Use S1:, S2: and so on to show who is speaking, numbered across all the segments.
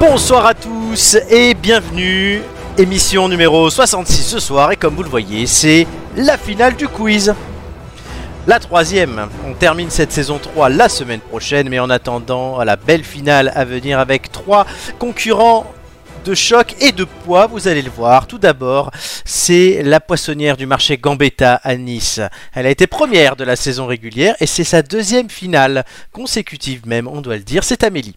S1: Bonsoir à tous et bienvenue. Émission numéro 66 ce soir et comme vous le voyez, c'est la finale du quiz. La troisième, on termine cette saison 3 la semaine prochaine, mais en attendant à la belle finale à venir avec trois concurrents de choc et de poids, vous allez le voir. Tout d'abord, c'est la poissonnière du marché Gambetta à Nice. Elle a été première de la saison régulière et c'est sa deuxième finale consécutive même, on doit le dire, c'est Amélie.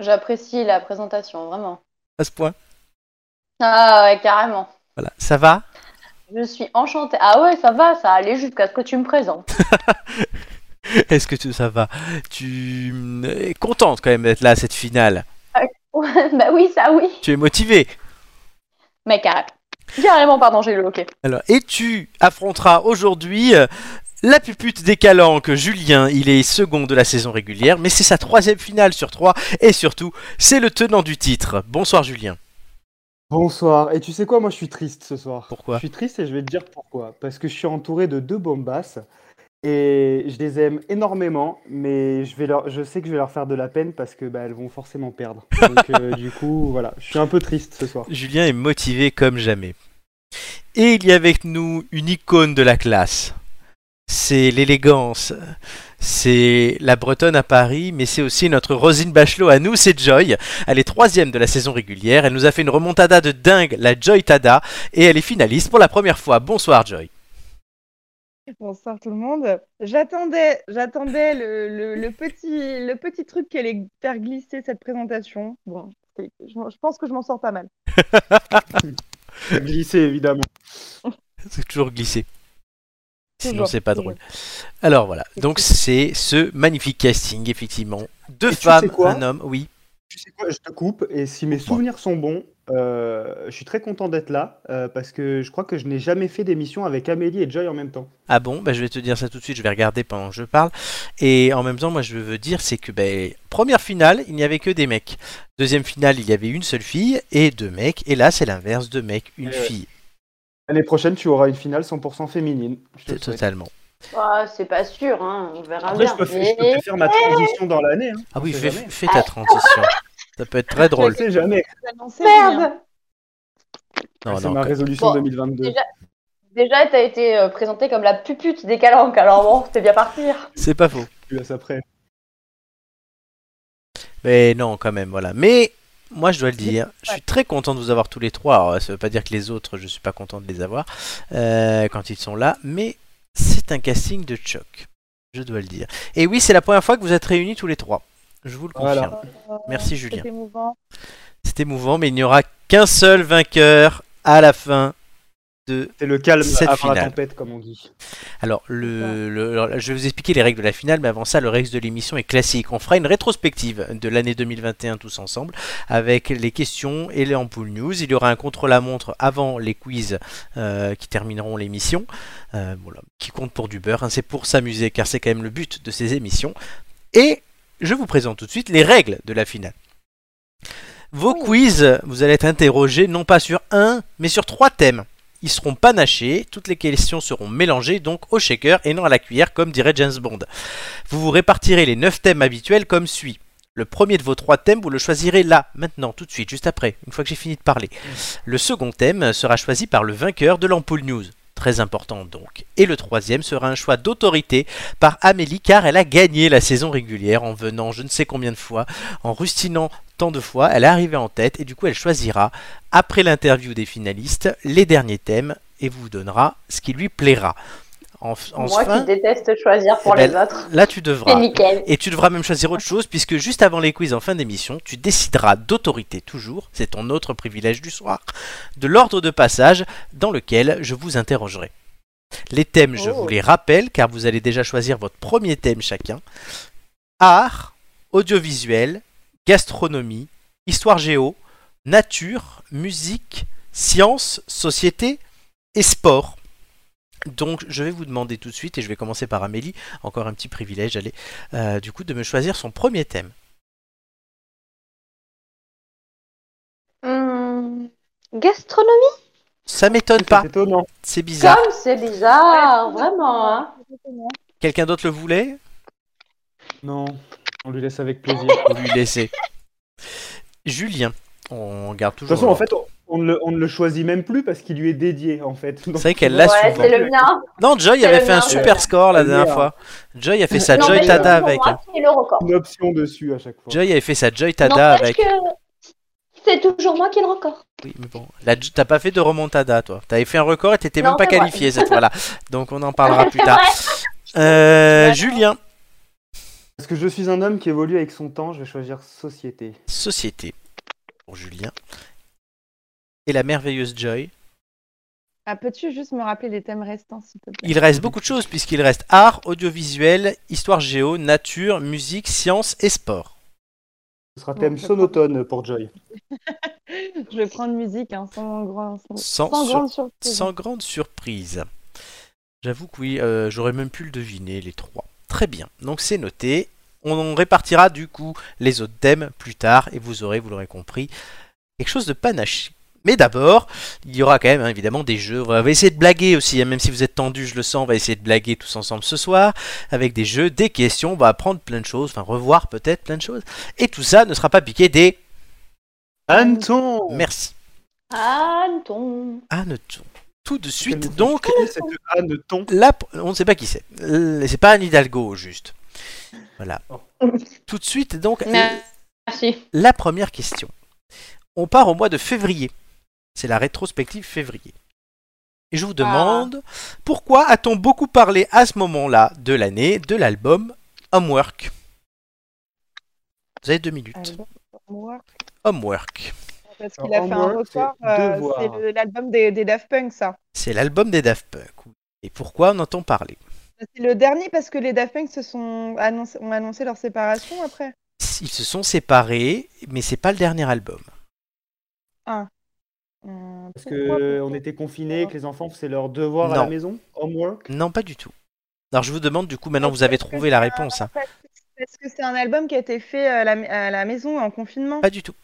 S2: J'apprécie la présentation, vraiment.
S1: À ce point.
S2: Ah ouais, carrément.
S1: Voilà, ça va
S2: Je suis enchantée. Ah ouais, ça va, ça allait jusqu'à ce que tu me présentes.
S1: Est-ce que tu- ça va Tu mm, es contente quand même d'être là à cette finale
S2: Ouais, bah oui, ça oui.
S1: Tu es motivée
S2: Mais carrément. Carrément, pardon, j'ai eu le hoquet.
S1: Alors, et tu affronteras aujourd'hui euh, la pupute des calanques, Julien. Il est second de la saison régulière, mais c'est sa troisième finale sur trois. Et surtout, c'est le tenant du titre. Bonsoir, Julien.
S3: Bonsoir. Et tu sais quoi, moi je suis triste ce soir.
S1: Pourquoi
S3: Je suis triste et je vais te dire pourquoi. Parce que je suis entouré de deux bombasses et je les aime énormément, mais je, vais leur... je sais que je vais leur faire de la peine parce que bah, elles vont forcément perdre. Donc euh, du coup, voilà, je suis un peu triste ce soir.
S1: Julien est motivé comme jamais. Et il y a avec nous une icône de la classe. C'est l'élégance. C'est la Bretonne à Paris, mais c'est aussi notre Rosine Bachelot à nous, c'est Joy. Elle est troisième de la saison régulière. Elle nous a fait une remontada de dingue, la Joy Tada, et elle est finaliste pour la première fois. Bonsoir, Joy.
S4: Bonsoir tout le monde. J'attendais, j'attendais le, le- le petit, le petit truc qui allait faire glisser cette présentation. Bon, c'est- je, je pense que je m'en sors pas mal.
S3: Glissé évidemment.
S1: C'est toujours glissé. Sinon,
S4: Toujours,
S1: c'est pas
S4: toujours.
S1: drôle. Alors voilà. Donc, c'est ce magnifique casting, effectivement. Deux
S3: Et tu
S1: femmes,
S3: sais quoi
S1: un homme, oui.
S3: Tu sais quoi, je te coupe et si mes souvenirs sont bons, euh, je suis très content d'être là euh, parce que je crois que je n'ai jamais fait d'émission avec Amélie et Joy en même temps.
S1: Ah bon, bah, je vais te dire ça tout de suite, je vais regarder pendant que je parle. Et en même temps, moi, je veux dire, c'est que bah, première finale, il n'y avait que des mecs. Deuxième finale, il y avait une seule fille et deux mecs. Et là, c'est l'inverse, deux mecs, une
S3: Eh ouais.
S1: fille.
S3: L'année prochaine, tu auras une finale 100% féminine. Je te le souhaite.
S1: Totalement.
S2: Ah, c'est pas sûr, hein. on verra
S3: Après,
S2: bien.
S3: je peux, faire-
S2: Mais- Eh,
S3: je peux te faire ma transition dans l'année. Hein.
S1: Ah oui,
S3: sait
S1: fais,
S3: jamais.
S1: fais ta transition. ça peut être très drôle.
S3: Je sais jamais.
S4: Vous annoncez rien.
S2: Merde
S1: Non,
S3: C'est
S1: Oh non,
S3: ma
S1: quand-
S3: résolution
S2: Bon,
S3: 2022.
S2: déjà- Déjà, t'as été euh, présentée comme la pupute des calanques, alors bon, c'est bien partir.
S1: c'est pas faux.
S3: Tu laisses après.
S1: Mais non, quand même, voilà. Mais moi, je dois le dire, je suis très content de vous avoir tous les trois. Alors, ça veut pas dire que les autres, je suis pas content de les avoir euh, quand ils sont là, mais c'est un casting de choc. Je dois le dire. Et oui, c'est la première fois que vous êtes réunis tous les trois. Je vous le
S3: Voilà.
S1: confirme. Merci,
S4: C'est
S1: Julien.
S4: émouvant.
S1: C'est émouvant, mais il n'y aura qu'un seul vainqueur à la fin de
S3: C'est le calme
S1: Cette
S3: avant la
S1: finale.
S3: tempête, comme on dit.
S1: Alors, le, le- alors, je vais vous expliquer les règles de la finale, mais avant ça, le reste de l'émission est classique. On fera une rétrospective de l'année 2021 tous ensemble, avec les questions et les ampoules news. Il y aura un contre-la-montre avant les quiz euh, qui termineront l'émission, euh, voilà, qui compte pour du beurre. hein, c'est pour s'amuser, car c'est quand même le but de ces émissions. Et je vous présente tout de suite les règles de la finale. Vos quiz, vous allez être interrogés non pas sur un, mais sur trois thèmes. Ils seront panachés, toutes les questions seront mélangées donc au shaker et non à la cuillère comme dirait James Bond. Vous vous répartirez les 9 thèmes habituels comme suit. Le premier de vos trois thèmes, vous le choisirez là, maintenant, tout de suite, juste après, une fois que j'ai fini de parler. Le second thème sera choisi par le vainqueur de l'ampoule news. Très important donc. Et le troisième sera un choix d'autorité par Amélie car elle a gagné la saison régulière en venant je ne sais combien de fois, en rustinant tant de fois, elle est arrivée en tête et du coup elle choisira, après l'interview des finalistes, les derniers thèmes et vous donnera ce qui lui plaira. En,
S2: Moi
S1: enfin,
S2: qui déteste choisir pour
S1: Eh
S2: les
S1: ben,
S2: autres.
S1: là tu
S2: C'est
S1: devras.
S2: nickel.
S1: Et tu devras même choisir autre chose, puisque juste avant les quiz en fin d'émission, tu décideras d'autorité toujours, c'est ton autre privilège du soir, de l'ordre de passage dans lequel je vous interrogerai. Les thèmes, je
S2: Oh.
S1: vous les rappelle, car vous allez déjà choisir votre premier thème chacun. Art, audiovisuel, gastronomie, histoire géo, nature, musique, sciences, société et sport. Donc je vais vous demander tout de suite, et je vais commencer par Amélie, encore un petit privilège, allez, euh, du coup de me choisir son premier thème.
S2: Hmm, Gastronomie,
S1: Ça m'étonne
S3: C'est
S1: pas,
S3: étonnant.
S1: c'est bizarre.
S2: comme c'est bizarre,
S4: Ouais,
S2: vraiment. Hein.
S1: Quelqu'un d'autre le voulait
S3: Non, on lui laisse avec plaisir.
S1: On lui laisser. Julien. On garde
S5: De
S1: toujours.
S5: toute façon, en
S1: leur-
S5: fait, on, on ne le, on ne le choisit même plus parce qu'il lui est dédié, en fait. Donc,
S1: C'est vrai qu'elle
S5: tu
S1: l'a
S5: vois,
S2: Ouais,
S1: souvent.
S2: c'est le mien.
S1: Non, Joy
S2: c'est
S1: avait
S2: le
S1: fait un
S2: mien,
S1: super score la
S5: le
S1: dernière
S5: mien.
S1: fois. Joy a fait sa
S5: Non,
S1: Joy
S5: mais
S1: Tada
S5: pour
S1: avec. hein.
S2: C'est le record.
S5: une option dessus à chaque fois.
S1: Joy avait fait sa Joy Tada
S2: N'empêche
S1: avec.
S2: que c'est toujours moi qui ai le record.
S1: Oui, mais bon. La- T'as pas fait de remontada, toi. T'avais fait un record et t'étais
S2: Non,
S1: même pas
S2: c'est vrai.
S1: qualifié cette fois-là. Donc on en parlera plus
S2: C'est
S1: tard.
S2: vrai.
S1: Euh, Julien,
S5: Parce que je suis un homme qui évolue avec son temps, je vais choisir société.
S1: société. Pour Julien. Et la merveilleuse Joy.
S6: Ah, peux-tu juste me rappeler les thèmes restants, s'il te plaît
S1: Il reste beaucoup de choses puisqu'il reste art, audiovisuel, histoire géo, nature, musique, science et sport.
S5: Ce sera
S6: Bon,
S5: thème
S6: je
S5: sonotone pour Joy.
S6: Je vais prendre musique, hein, sans, grand, sans,
S1: Sans,
S6: sans
S1: sur-
S6: grande surprise.
S1: sans grande surprise. J'avoue que oui, euh, j'aurais même pu le deviner, les trois. Très bien, donc c'est noté. On en répartira du coup les autres thèmes plus tard et vous aurez, vous l'aurez compris, quelque chose de panaché. Mais d'abord, il y aura quand même hein, évidemment des jeux. On va essayer de blaguer aussi, hein, même si vous êtes tendu, je le sens, on va essayer de blaguer tous ensemble ce soir avec des jeux, des questions, on va apprendre plein de choses, enfin revoir peut-être plein de choses. Et tout ça ne sera pas piqué des
S5: Anton
S1: merci.
S2: Anton.
S1: Ah, ne tout de suite
S5: Quel-
S1: donc
S5: Cette Anton.
S1: Là, on ne sait pas qui c'est. Euh, C'est pas Anne Hidalgo, au juste. Voilà. Tout de suite, donc,
S2: Merci.
S1: la première question. On part au mois de février. C'est la rétrospective février. Et je vous demande, pourquoi a-t-on beaucoup parlé à ce moment-là de l'année de l'album Homework Vous avez deux minutes.
S6: Albert Homework,
S1: Homework.
S6: Parce qu'il a fait un
S5: Homework, c'est
S6: record. euh,
S5: devoir.
S6: c'est le- l'album des, des Daft Punk, ça.
S1: C'est l'album des Daft Punk. Et pourquoi on entend parler
S6: C'est le dernier parce que les Daft Punk se sont annoncé, ont annoncé leur séparation après.
S1: Ils se sont séparés, mais c'est pas le dernier album.
S6: Hum,
S5: Parce
S6: pourquoi-
S5: qu'on était confinés, que les enfants faisaient leur devoir à la
S1: Non.
S5: maison, homework.
S1: Non, pas du tout. Alors je vous demande du coup, maintenant vous avez
S6: Parce que
S1: trouvé la
S6: c'est un-
S1: réponse. hein.
S6: parce que- Parce que c'est un album qui a été fait euh, à la, à la maison en confinement.
S1: Pas du tout.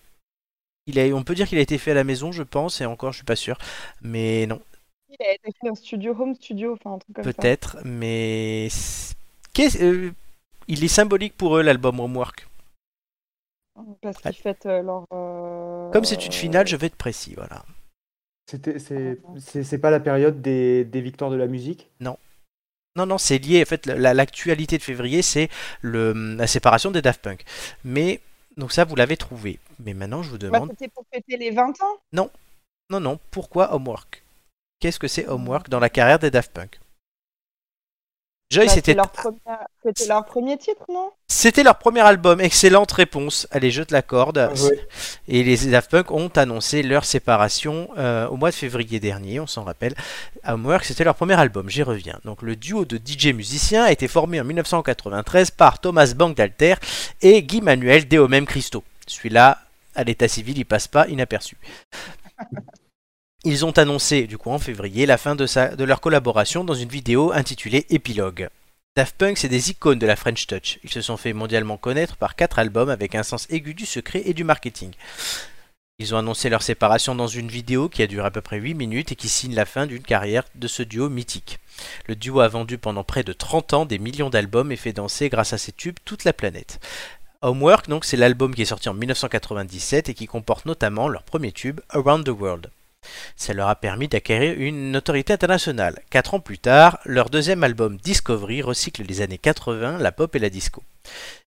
S1: Il a, on peut dire qu'il a été fait à la maison, je pense, et encore je suis pas sûr. Mais non,
S6: Il a été fait en studio, home studio, enfin un truc comme ça.
S1: peut-être, mais... c'est- qu'est-ce- euh, il est symbolique pour eux l'album Homework.
S6: Hein, Parce qu'ils fêtent euh, leur. euh,
S1: Comme c'est une finale, je vais être précis, voilà.
S5: C'était- C'est c'est- c'est pas la période des, des victoires de la musique.
S1: Non, non, c'est lié, en fait, la- la- l'actualité de février, c'est le- la séparation des Daft Punk. Mais, donc ça, vous l'avez trouvé. Mais maintenant, je vous
S6: Bah,
S1: demande...
S6: C'était pour fêter les 20 ans.
S1: Non, non, pourquoi Homework Qu'est-ce que
S6: Hmm.
S1: c'est Homework dans la carrière des Daft Punk Joy,
S6: Bah, c'est
S1: c'était
S6: leur, première- c'était leur premier titre, non
S1: C'était leur premier album, excellente réponse. Allez, je te l'accorde.
S6: Ah,
S5: Bien joué.
S1: Et les Daft Punk ont annoncé leur séparation euh, au mois de février dernier, on s'en rappelle. Homework, c'était leur premier album, j'y reviens. Donc le duo de DJ musiciens a été formé en 1993 par Thomas Bangalter et Guy Manuel Deo Même Cristo. Celui-là, à l'état civil, il passe pas inaperçu. Ils ont annoncé, du coup, en février, la fin de, sa- de leur collaboration dans une vidéo intitulée Épilogue. Daft Punk, c'est des icônes de la French Touch. Ils se sont fait mondialement connaître par quatre albums avec un sens aigu du secret et du marketing. Ils ont annoncé leur séparation dans une vidéo qui a duré à peu près 8 minutes et qui signe la fin d'une carrière de ce duo mythique. Le duo a vendu pendant près de 30 ans des millions d'albums et fait danser grâce à ses tubes toute la planète. Homework, donc, c'est l'album qui est sorti en 1997 et qui comporte notamment leur premier tube, Around the World. Ça leur a permis d'acquérir une notoriété internationale. Quatre ans plus tard, leur deuxième album Discovery recycle les années 80, la pop et la disco.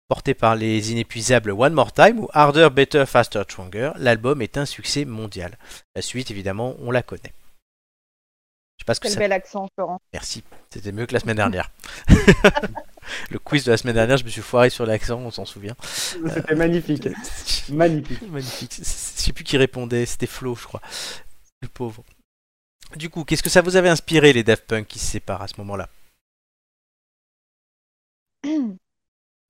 S1: Porté par les inépuisables One More Time ou Harder, Better, Faster, Stronger, l'album est un succès mondial. La suite, évidemment, on la connaît. Je sais pas ce que
S6: Quel
S1: ça
S6: bel accent, Florent.
S1: Merci. C'était mieux que la semaine dernière. le quiz de la semaine dernière, je me suis foiré sur l'accent, on s'en souvient.
S5: C'était magnifique. Magnifique.
S1: Magnifique. Je sais plus qui répondait, c'était Flo, je crois. Le pauvre. Du coup, qu'est-ce que ça vous avait inspiré, les Daft Punk qui se séparent à ce moment-là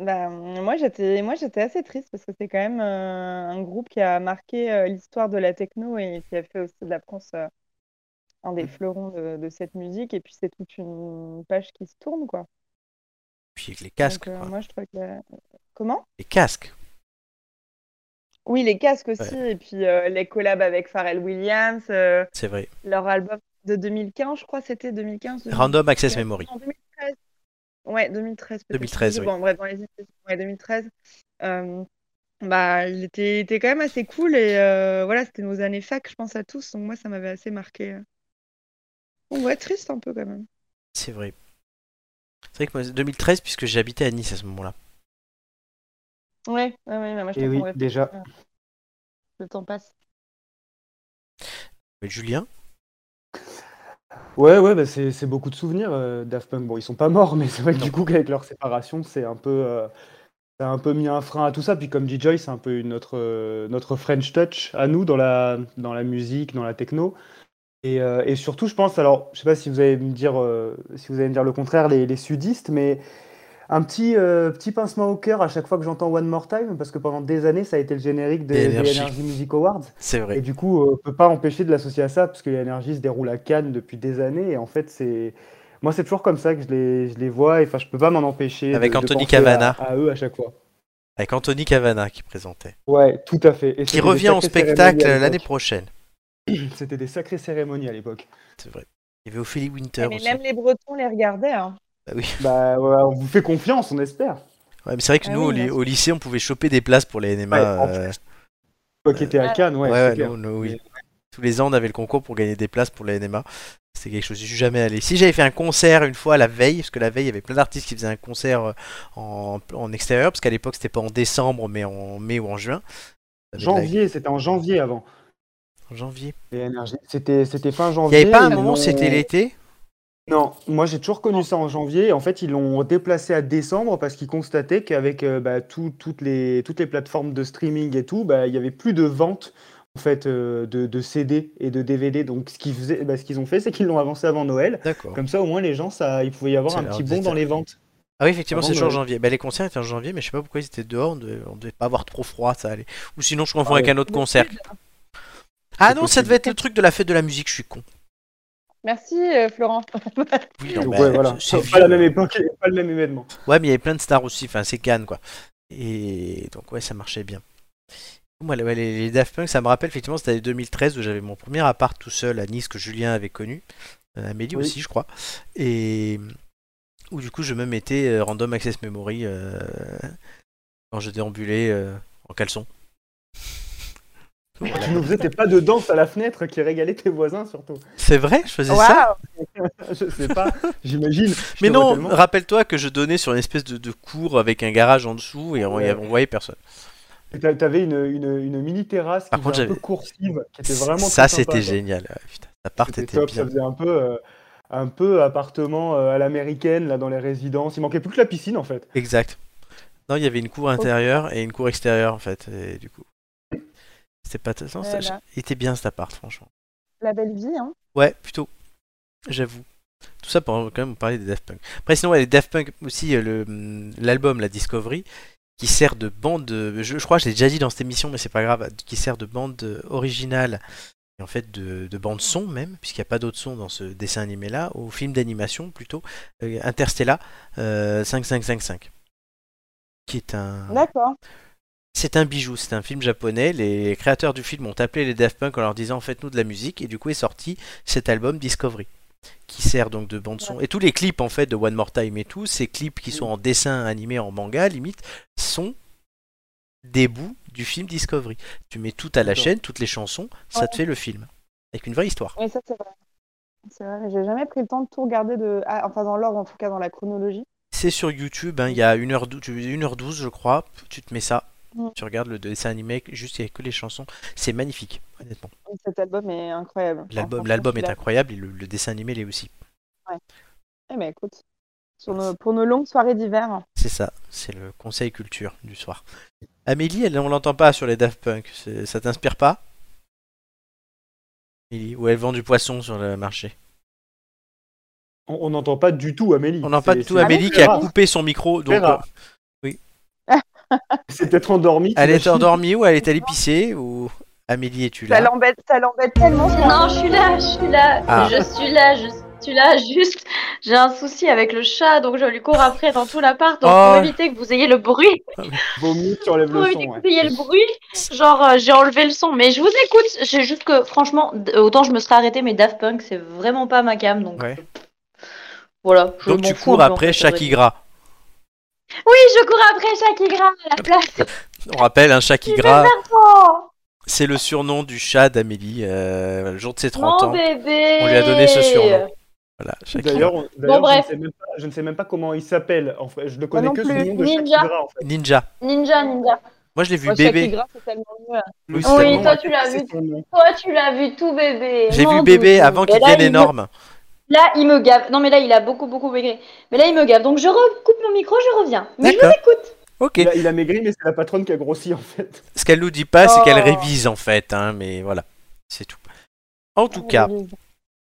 S6: Bah, moi, j'étais, moi, j'étais assez triste parce que c'est quand même euh, un groupe qui a marqué euh, l'histoire de la techno et qui a fait aussi de la France euh, un
S1: Mmh.
S6: des fleurons de, de cette musique. Et puis, c'est toute une page qui se tourne, quoi.
S1: Puis avec les
S6: Donc,
S1: casques,
S6: euh,
S1: quoi.
S6: moi, je trouve que... Comment?
S1: Les casques.
S6: Oui, les casques aussi. Et puis, euh, les collabs avec Pharrell Williams, euh,
S1: C'est vrai.
S6: leur album de 2015, je crois, c'était 2015. 2015.
S1: Random Access Memory.
S6: En 2013. Ouais, 2013 peut-être.
S1: 2013,
S6: Je sais
S1: oui.
S6: pas, bref, dans les années- ouais, 2013. Euh, Bah, il était, il était quand même assez cool et euh, voilà, c'était nos années fac, je pense à tous, donc moi ça m'avait assez marqué. Bon, ouais, triste un peu quand même.
S1: C'est vrai. C'est vrai que moi, 2013, puisque j'habitais à Nice à ce moment-là.
S6: Ouais, ouais, ouais, bah, moi
S5: Et
S6: je te
S5: Eh oui,
S6: comprends, ouais,
S5: déjà.
S6: le temps passe.
S1: Mais Julien
S5: Ouais, ouais, bah c'est c'est beaucoup de souvenirs. euh, Daft Punk, bon, ils sont pas morts, mais c'est vrai que
S1: Non.
S5: du coup, qu'avec leur séparation, c'est un peu, euh, ça a un peu mis un frein à tout ça. Puis comme dit Joy, c'est un peu une- notre euh, notre French touch à nous dans la dans la musique, dans la techno. Et, euh, et surtout, je pense, alors, je sais pas si vous allez me dire, euh, si vous allez me dire le contraire, les, les sudistes, mais un petit euh, petit pincement au cœur à chaque fois que j'entends One More Time, parce que pendant des années, ça a été le générique des,
S1: Des
S5: des
S1: Energy.
S5: Energy Music Awards.
S1: C'est vrai.
S5: Et du coup, euh, on peut pas empêcher de l'associer à ça, parce que l'énergie se déroule à Cannes depuis des années, et en fait, c'est... Moi, c'est toujours comme ça que je les, je les vois, et enfin, je peux pas m'en empêcher
S1: Avec
S5: de, de
S1: Anthony
S5: penser à-
S1: Cavana.
S5: À, eux à chaque fois.
S1: Avec Anthony Cavana qui présentait.
S5: Ouais, tout à fait. Et
S1: Qui
S5: c'était des
S1: revient en
S5: sacrées
S1: spectacle
S5: cérémonies à
S1: l'année
S5: l'époque.
S1: prochaine.
S5: C'était des sacrées cérémonies à l'époque.
S1: C'est vrai. Il y avait Ophélie Winter
S6: mais
S1: aussi.
S6: même les Bretons les regardaient. hein.
S1: Bah oui.
S5: Bah, ouais, on vous fait confiance, on espère.
S1: Ouais, mais c'est vrai que
S6: Ah
S1: nous,
S6: oui,
S1: au, ly-
S6: bien sûr.
S1: au lycée, on pouvait choper des places pour les NMA.
S5: Ouais, en
S1: euh,
S5: Toi qui étais à
S2: Ouais.
S5: Cannes, ouais,
S1: ouais,
S5: c'est
S1: ouais,
S5: clair.
S1: nous- nous, oui. Tous les ans, on avait le concours pour gagner des places pour les NMA. C'était quelque chose. Je suis jamais allé. Si j'avais fait un concert une fois la veille, parce que la veille, il y avait plein d'artistes qui faisaient un concert euh, en, en extérieur, parce qu'à l'époque, c'était pas en décembre, mais en mai ou en juin. Ça avait de la-
S5: Janvier, c'était en janvier avant.
S1: en janvier.
S5: Les NRJ, C'était, c'était fin
S1: Il
S5: janvier.
S1: n'y avait pas un
S5: ils
S1: moment,
S5: l'ont-
S1: c'était l'été
S5: Non, moi j'ai toujours connu ça en janvier. En fait, ils l'ont déplacé à décembre parce qu'ils constataient qu'avec euh, bah, tout- toutes les, toutes les plateformes de streaming et tout, bah, il y avait plus de ventes en fait, euh, de, de CD et de DVD. Donc ce qu'ils faisaient, bah, ce qu'ils ont fait, c'est qu'ils l'ont avancé avant Noël.
S1: D'accord.
S5: Comme ça, au moins, les gens, ça, il pouvait y avoir
S1: Ça
S5: un
S1: leur
S5: petit
S1: faisait
S5: bond dans les ventes.
S1: Ah oui, effectivement,
S5: Avant
S1: c'est toujours en
S5: Noël.
S1: janvier. Bah, les concerts étaient en janvier, mais je sais pas pourquoi ils étaient dehors. On devait, on devait pas avoir trop froid, ça allait. Ou sinon, je confonds
S5: Ah
S1: avec
S5: ouais.
S1: un autre concert. Ah
S5: C'est
S1: non, ça
S5: possible.
S1: devait être le truc de la fête de la musique, je suis con.
S6: Merci euh, Florent.
S1: Oui, non,
S5: Donc,
S1: bah,
S5: ouais, voilà.
S1: c'est
S5: Pas la
S1: vieux.
S5: même époque, et pas le même événement.
S1: Ouais, mais il y avait plein de stars aussi, enfin c'est Cannes quoi. Et donc ouais, ça marchait bien. Moi, les, les- les Daft Punk, ça me rappelle effectivement, c'était 2013 où j'avais mon premier appart tout seul à Nice que Julien avait connu, Euh, Amélie
S5: Oui.
S1: aussi je crois, et où du coup je me mettais euh, Random Access Memory euh, quand je déambulais euh, en caleçon. Voilà.
S5: Tu nous faisais tes pas de danse à la fenêtre qui régalait tes voisins surtout.
S1: C'est vrai, je faisais ça.
S6: Waouh
S5: Je sais pas, j'imagine. Je
S1: Mais
S5: te vois
S1: non,
S5: tellement.
S1: rappelle-toi que je donnais sur une espèce de, de cour avec un garage en dessous et on,
S5: Ouais.
S1: on voyait personne.
S5: T'a- T'avais une, une, une mini terrasse qui
S1: Par
S5: était
S1: contre,
S5: un peu
S1: j'avais-
S5: coursive, qui était vraiment
S1: ça
S5: très sympa,
S1: c'était
S5: quoi.
S1: génial. Ouais, putain, l'appart
S5: C'était
S1: était,
S5: top,
S1: bien.
S5: ça faisait un peu, euh, un peu appartement euh, à l'américaine là dans les résidences. Il manquait plus que la piscine en fait.
S1: Exact. Non, il y avait une cour intérieure et une cour extérieure en fait. Et du coup, c'était pas. t- Non, ça-
S6: Voilà.
S1: il était bien cet appart, franchement.
S6: La belle vie, hein.
S1: Ouais, plutôt. J'avoue. Tout ça pour quand même parler des Daft Punk. Après, sinon, ouais, les Daft Punk aussi, euh, le, hum, l'album La Discovery, qui sert de bande. euh, Je, je crois que je l'ai déjà dit dans cette émission, mais c'est pas grave. Qui sert de bande euh, originale et en fait de, de bande son même, puisqu'il n'y a pas d'autre son dans ce dessin animé là, au film d'animation plutôt, euh, Interstellar euh, 5555. Qui est un.
S6: D'accord.
S1: C'est un bijou, c'est un film japonais. Les créateurs du film ont appelé les Daft Punk en leur disant faites-nous de la musique et du coup est sorti cet album Discovery qui sert donc de bande son et tous les clips en fait de One More Time et tout ces clips qui sont en dessin animé en manga limite sont des bouts du film Discovery. Tu mets tout à la
S5: D'accord.
S1: chaîne, toutes les chansons, ça
S6: Ouais.
S1: te fait le film avec une vraie histoire.
S6: Mais ça, c'est vrai. C'est vrai, mais j'ai jamais pris le temps de tout regarder de. ah, enfin, dans l'ordre, en tout cas, dans la chronologie.
S1: C'est sur YouTube, hein, il y a 1h12 je crois, tu te mets ça,
S6: Mm.
S1: tu regardes le dessin animé juste avec que les chansons, c'est magnifique honnêtement.
S6: Et Cet album est incroyable.
S1: L'album
S6: Enfin,
S1: l'album est
S6: celui-là.
S1: incroyable et le, le dessin animé l'est aussi.
S6: Eh ben, écoute, sur nos- pour nos longues soirées d'hiver. hein.
S1: C'est ça, c'est le conseil culture du soir. Amélie, elle, on l'entend pas sur les Daft Punk, c'est- ça t'inspire pas Amélie, Ou elle vend du poisson sur le marché.
S5: On on n'entend pas du tout Amélie.
S1: On n'entend pas
S5: C'est-
S1: de tout
S5: c'est-
S1: Amélie
S5: c'est
S1: qui a
S5: rare.
S1: coupé son micro, donc
S5: rare.
S1: euh,
S5: C'est peut-être endormie.
S1: elle est
S5: t'imagines
S1: endormie ou elle est à l'épicerie ou Amélie es-tu
S6: Ça
S1: là
S6: l'embête, ça l'embête tellement. ça.
S2: Non, je suis là, je suis là,
S1: Ah.
S2: je suis là, je suis là, juste j'ai un souci avec le chat, donc je lui cours après dans tout l'appart, donc
S1: Oh.
S2: pour éviter que vous ayez le bruit,
S5: Vaut mieux que tu enlèves
S2: pour
S5: le
S2: éviter
S5: son.
S2: que
S5: ouais.
S2: vous ayez le bruit, genre euh, j'ai enlevé le son, mais je vous écoute, j'ai juste que franchement, d- autant je me serais arrêtée, mais Daft Punk c'est vraiment pas ma cam, donc
S1: Ouais.
S2: voilà. je
S1: Donc
S2: m'en
S1: tu
S2: fous
S1: cours
S2: un peu, en
S1: après
S2: fait,
S1: Shakira.
S2: Oui, je cours après Shakira à la place.
S1: On rappelle, un chat qui
S2: Il est
S1: gratte,
S2: Oh,
S1: c'est le surnom du chat d'Amélie. euh, le jour de ses 30
S2: mon
S1: ans,
S2: bébé
S1: on lui a donné ce surnom. Voilà, chat qui
S5: D'ailleurs, on- d'ailleurs,
S2: bref.
S5: je, ne sais même pas- je ne sais même pas comment il s'appelle. En fait, je ne connais
S6: non
S5: que
S6: plus.
S5: ce nom de
S2: Ninja.
S5: Shakira, en fait.
S1: gratte. Ninja.
S2: Ninja, ninja.
S1: Moi, je l'ai vu
S6: Moi, Shakira,
S1: bébé.
S6: c'est tellement mieux.
S1: Oui,
S5: c'est
S1: Oui,
S5: bon,
S2: toi, tu l'as
S5: c'est
S2: vu.
S5: son nom.
S2: Toi, tu l'as vu tout bébé.
S1: J'ai
S2: Mon
S1: vu bébé
S2: doudou.
S1: avant qu'il
S2: Et là,
S1: devienne
S2: il me-
S1: énorme.
S2: Là, il me gave. Non, mais là, il a beaucoup, beaucoup maigri. Mais là, il me gave. Donc, je recoupe mon micro, je reviens. Mais je vous
S1: D'accord.
S2: écoute.
S1: Ok.
S5: Il a, il a maigri, mais c'est la patronne qui a grossi en fait.
S1: Ce qu'elle nous dit pas, c'est qu'elle
S6: Oh.
S1: révise en fait, hein, mais voilà, c'est tout. En tout cas,
S6: Oui,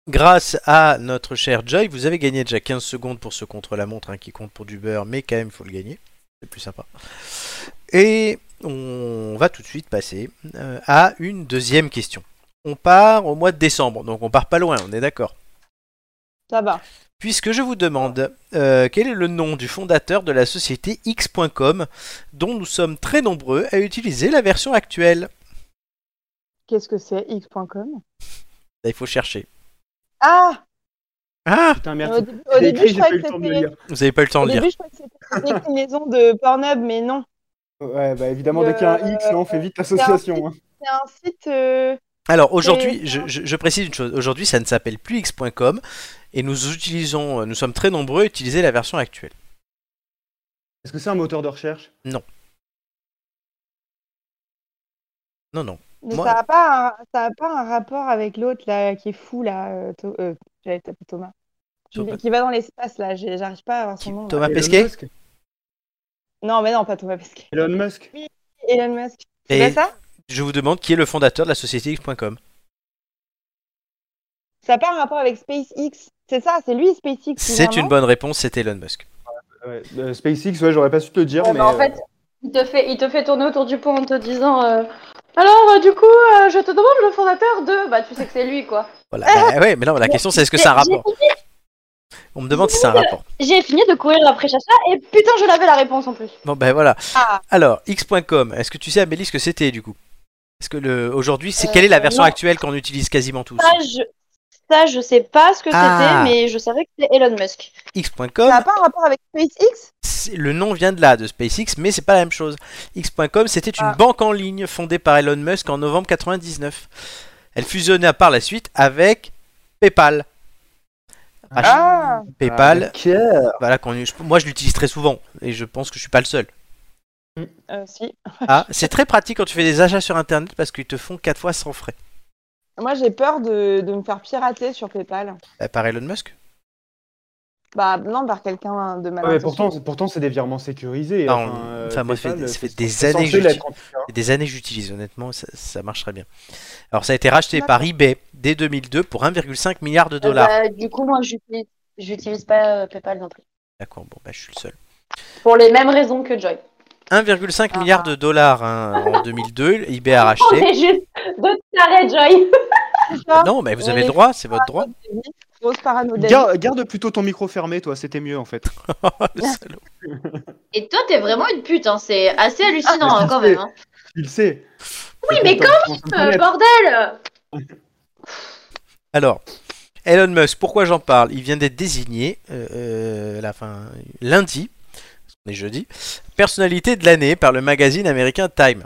S1: grâce à notre cher Joy, vous avez gagné déjà 15 secondes pour ce contre-la-montre hein, qui compte pour du beurre, mais quand même, faut le gagner. C'est plus sympa. Et on va tout de suite passer euh, à une deuxième question. On part au mois de décembre, donc on part pas loin, on est d'accord.
S6: Ça va.
S1: Puisque je vous demande euh, quel est le nom du fondateur de la société X.com, dont nous sommes très nombreux à utiliser la version actuelle.
S6: Qu'est-ce que c'est X.com
S1: Là, il faut chercher.
S6: Ah
S1: Ah
S5: Putain,
S6: Au
S5: merde.
S6: dé- au
S5: J'ai
S6: début,
S5: écrit,
S6: je
S5: j'ai pas eu
S6: croyais
S5: le
S6: que
S5: temps de
S6: c'était-
S5: le lire.
S1: Vous avez pas eu le temps
S6: au
S1: de lire.
S6: début, je croyais que c'était une déclinaison de Pornhub, mais non. Euh,
S5: Ouais, bah évidemment, dès qu'il y a un X, là, on fait
S2: Euh,
S5: vite l'association. hein.
S6: C'est un site. euh,
S1: Alors aujourd'hui, je, je- je précise une chose. Aujourd'hui, ça ne s'appelle plus x.com et nous utilisons, euh, nous sommes très nombreux à utiliser la version actuelle.
S5: Est-ce que c'est un moteur de recherche
S1: Non, non.
S6: Mais
S1: Moi-
S6: ça n'a pas, un- ça a pas un rapport avec l'autre là qui est fou là. euh, Tho- euh, J'allais taper Thomas. Qui,
S1: Thomas.
S6: qui va dans l'espace là. j'ai- J'arrive pas à avoir son
S1: Qui-
S6: nom. là.
S1: Thomas
S5: Elon
S1: Pesquet
S5: Musk
S6: Non, mais non, pas Thomas Pesquet.
S5: Elon Musk
S6: Elon Musk. C'est
S1: Et-
S6: pas ça
S1: Je vous demande qui est le fondateur de la société x.com.
S6: Ça n'a pas un rapport avec SpaceX. C'est ça, c'est lui SpaceX.
S1: C'est une
S6: finalement
S1: bonne réponse, c'est Elon Musk.
S5: Ouais, euh, SpaceX, ouais, j'aurais pas su te le dire,
S2: Ouais,
S5: mais.
S2: bah, en
S5: euh,
S2: fait, il te, fait, il te fait tourner autour du pot en te disant euh, Alors, euh, du coup, euh, je te demande le fondateur de. Bah, tu sais que c'est lui, quoi. Euh,
S1: Voilà. Bah, ouais, mais non, la question c'est est-ce que c'est un rapport On me demande si c'est un rapport.
S2: J'ai fini de courir après Chacha et putain, je l'avais la réponse en plus.
S1: Bon ben voilà.
S6: Ah,
S1: Alors x.com, est-ce que tu sais Amélie ce que c'était du coup Est-ce que le aujourd'hui, c'est
S2: Euh,
S1: quelle est la version
S2: non.
S1: actuelle qu'on utilise quasiment
S6: Ah.
S1: tous
S2: Ça, je, ça, je sais pas ce que c'était,
S1: Ah.
S2: mais je savais que c'était Elon Musk.
S1: x.com
S6: ça n'a pas un rapport avec SpaceX
S1: C'est- le nom vient de là, de SpaceX, mais c'est pas la même chose. X.com, c'était une
S6: Ah.
S1: banque en ligne fondée par Elon Musk en novembre 99. Elle fusionna par la suite avec PayPal. Rach-
S6: Ah
S1: PayPal,
S5: ok. Ouais,
S1: voilà qu'on, je- moi je l'utilise très souvent et je pense que je suis pas le seul.
S6: euh, Si.
S1: Ah, c'est très pratique quand tu fais des achats sur internet parce qu'ils te font 4 fois sans frais.
S6: Moi, j'ai peur de, de me faire pirater sur PayPal.
S1: Euh, Par Elon Musk
S6: Bah, non, par quelqu'un de
S2: bah,
S6: mal.
S5: Ah, mais
S6: intentionné.
S5: pourtant, c'est- pourtant, c'est des virements sécurisés.
S1: Ah, on-
S5: euh,
S1: enfin, moi, ça fait-
S5: PayPal,
S1: ça fait
S5: c'est-
S1: des
S5: c'est
S1: années
S5: censé
S1: que
S5: l'être, en tout cas.
S1: Il y a des années que j'utilise, honnêtement, ça, ça marche très bien. Alors ça a été racheté
S6: D'accord.
S1: par eBay dès 2002 pour 1,5 milliard de dollars.
S2: Euh, bah, du coup, moi, j'utilise- j'utilise pas euh, PayPal non plus.
S1: D'accord, bon, bah, je suis le seul.
S2: Pour les mêmes raisons que Joy.
S1: 1,5
S6: Ah.
S1: milliard de dollars hein, en 2002, eBay a
S2: On
S1: racheté.
S2: est juste deux tarés, Joy.
S6: Ça, Euh,
S1: Non, mais vous
S6: On
S1: avez
S6: est
S1: le droit, c'est votre droit.
S6: Grosse parano de la vie.
S5: Garde, garde plutôt ton micro fermé, toi, c'était mieux en fait.
S1: Oh, Le salaud.
S2: Et toi, t'es vraiment une pute, hein. c'est assez hallucinant
S5: Ah,
S2: hein, quand même. hein.
S5: Tu le sais.
S2: Oui, mais Euh, bordel
S1: Alors, Elon Musk, pourquoi j'en parle Il vient d'être désigné euh, euh, la fin, lundi, on est jeudi, personnalité de l'année par le magazine américain Time.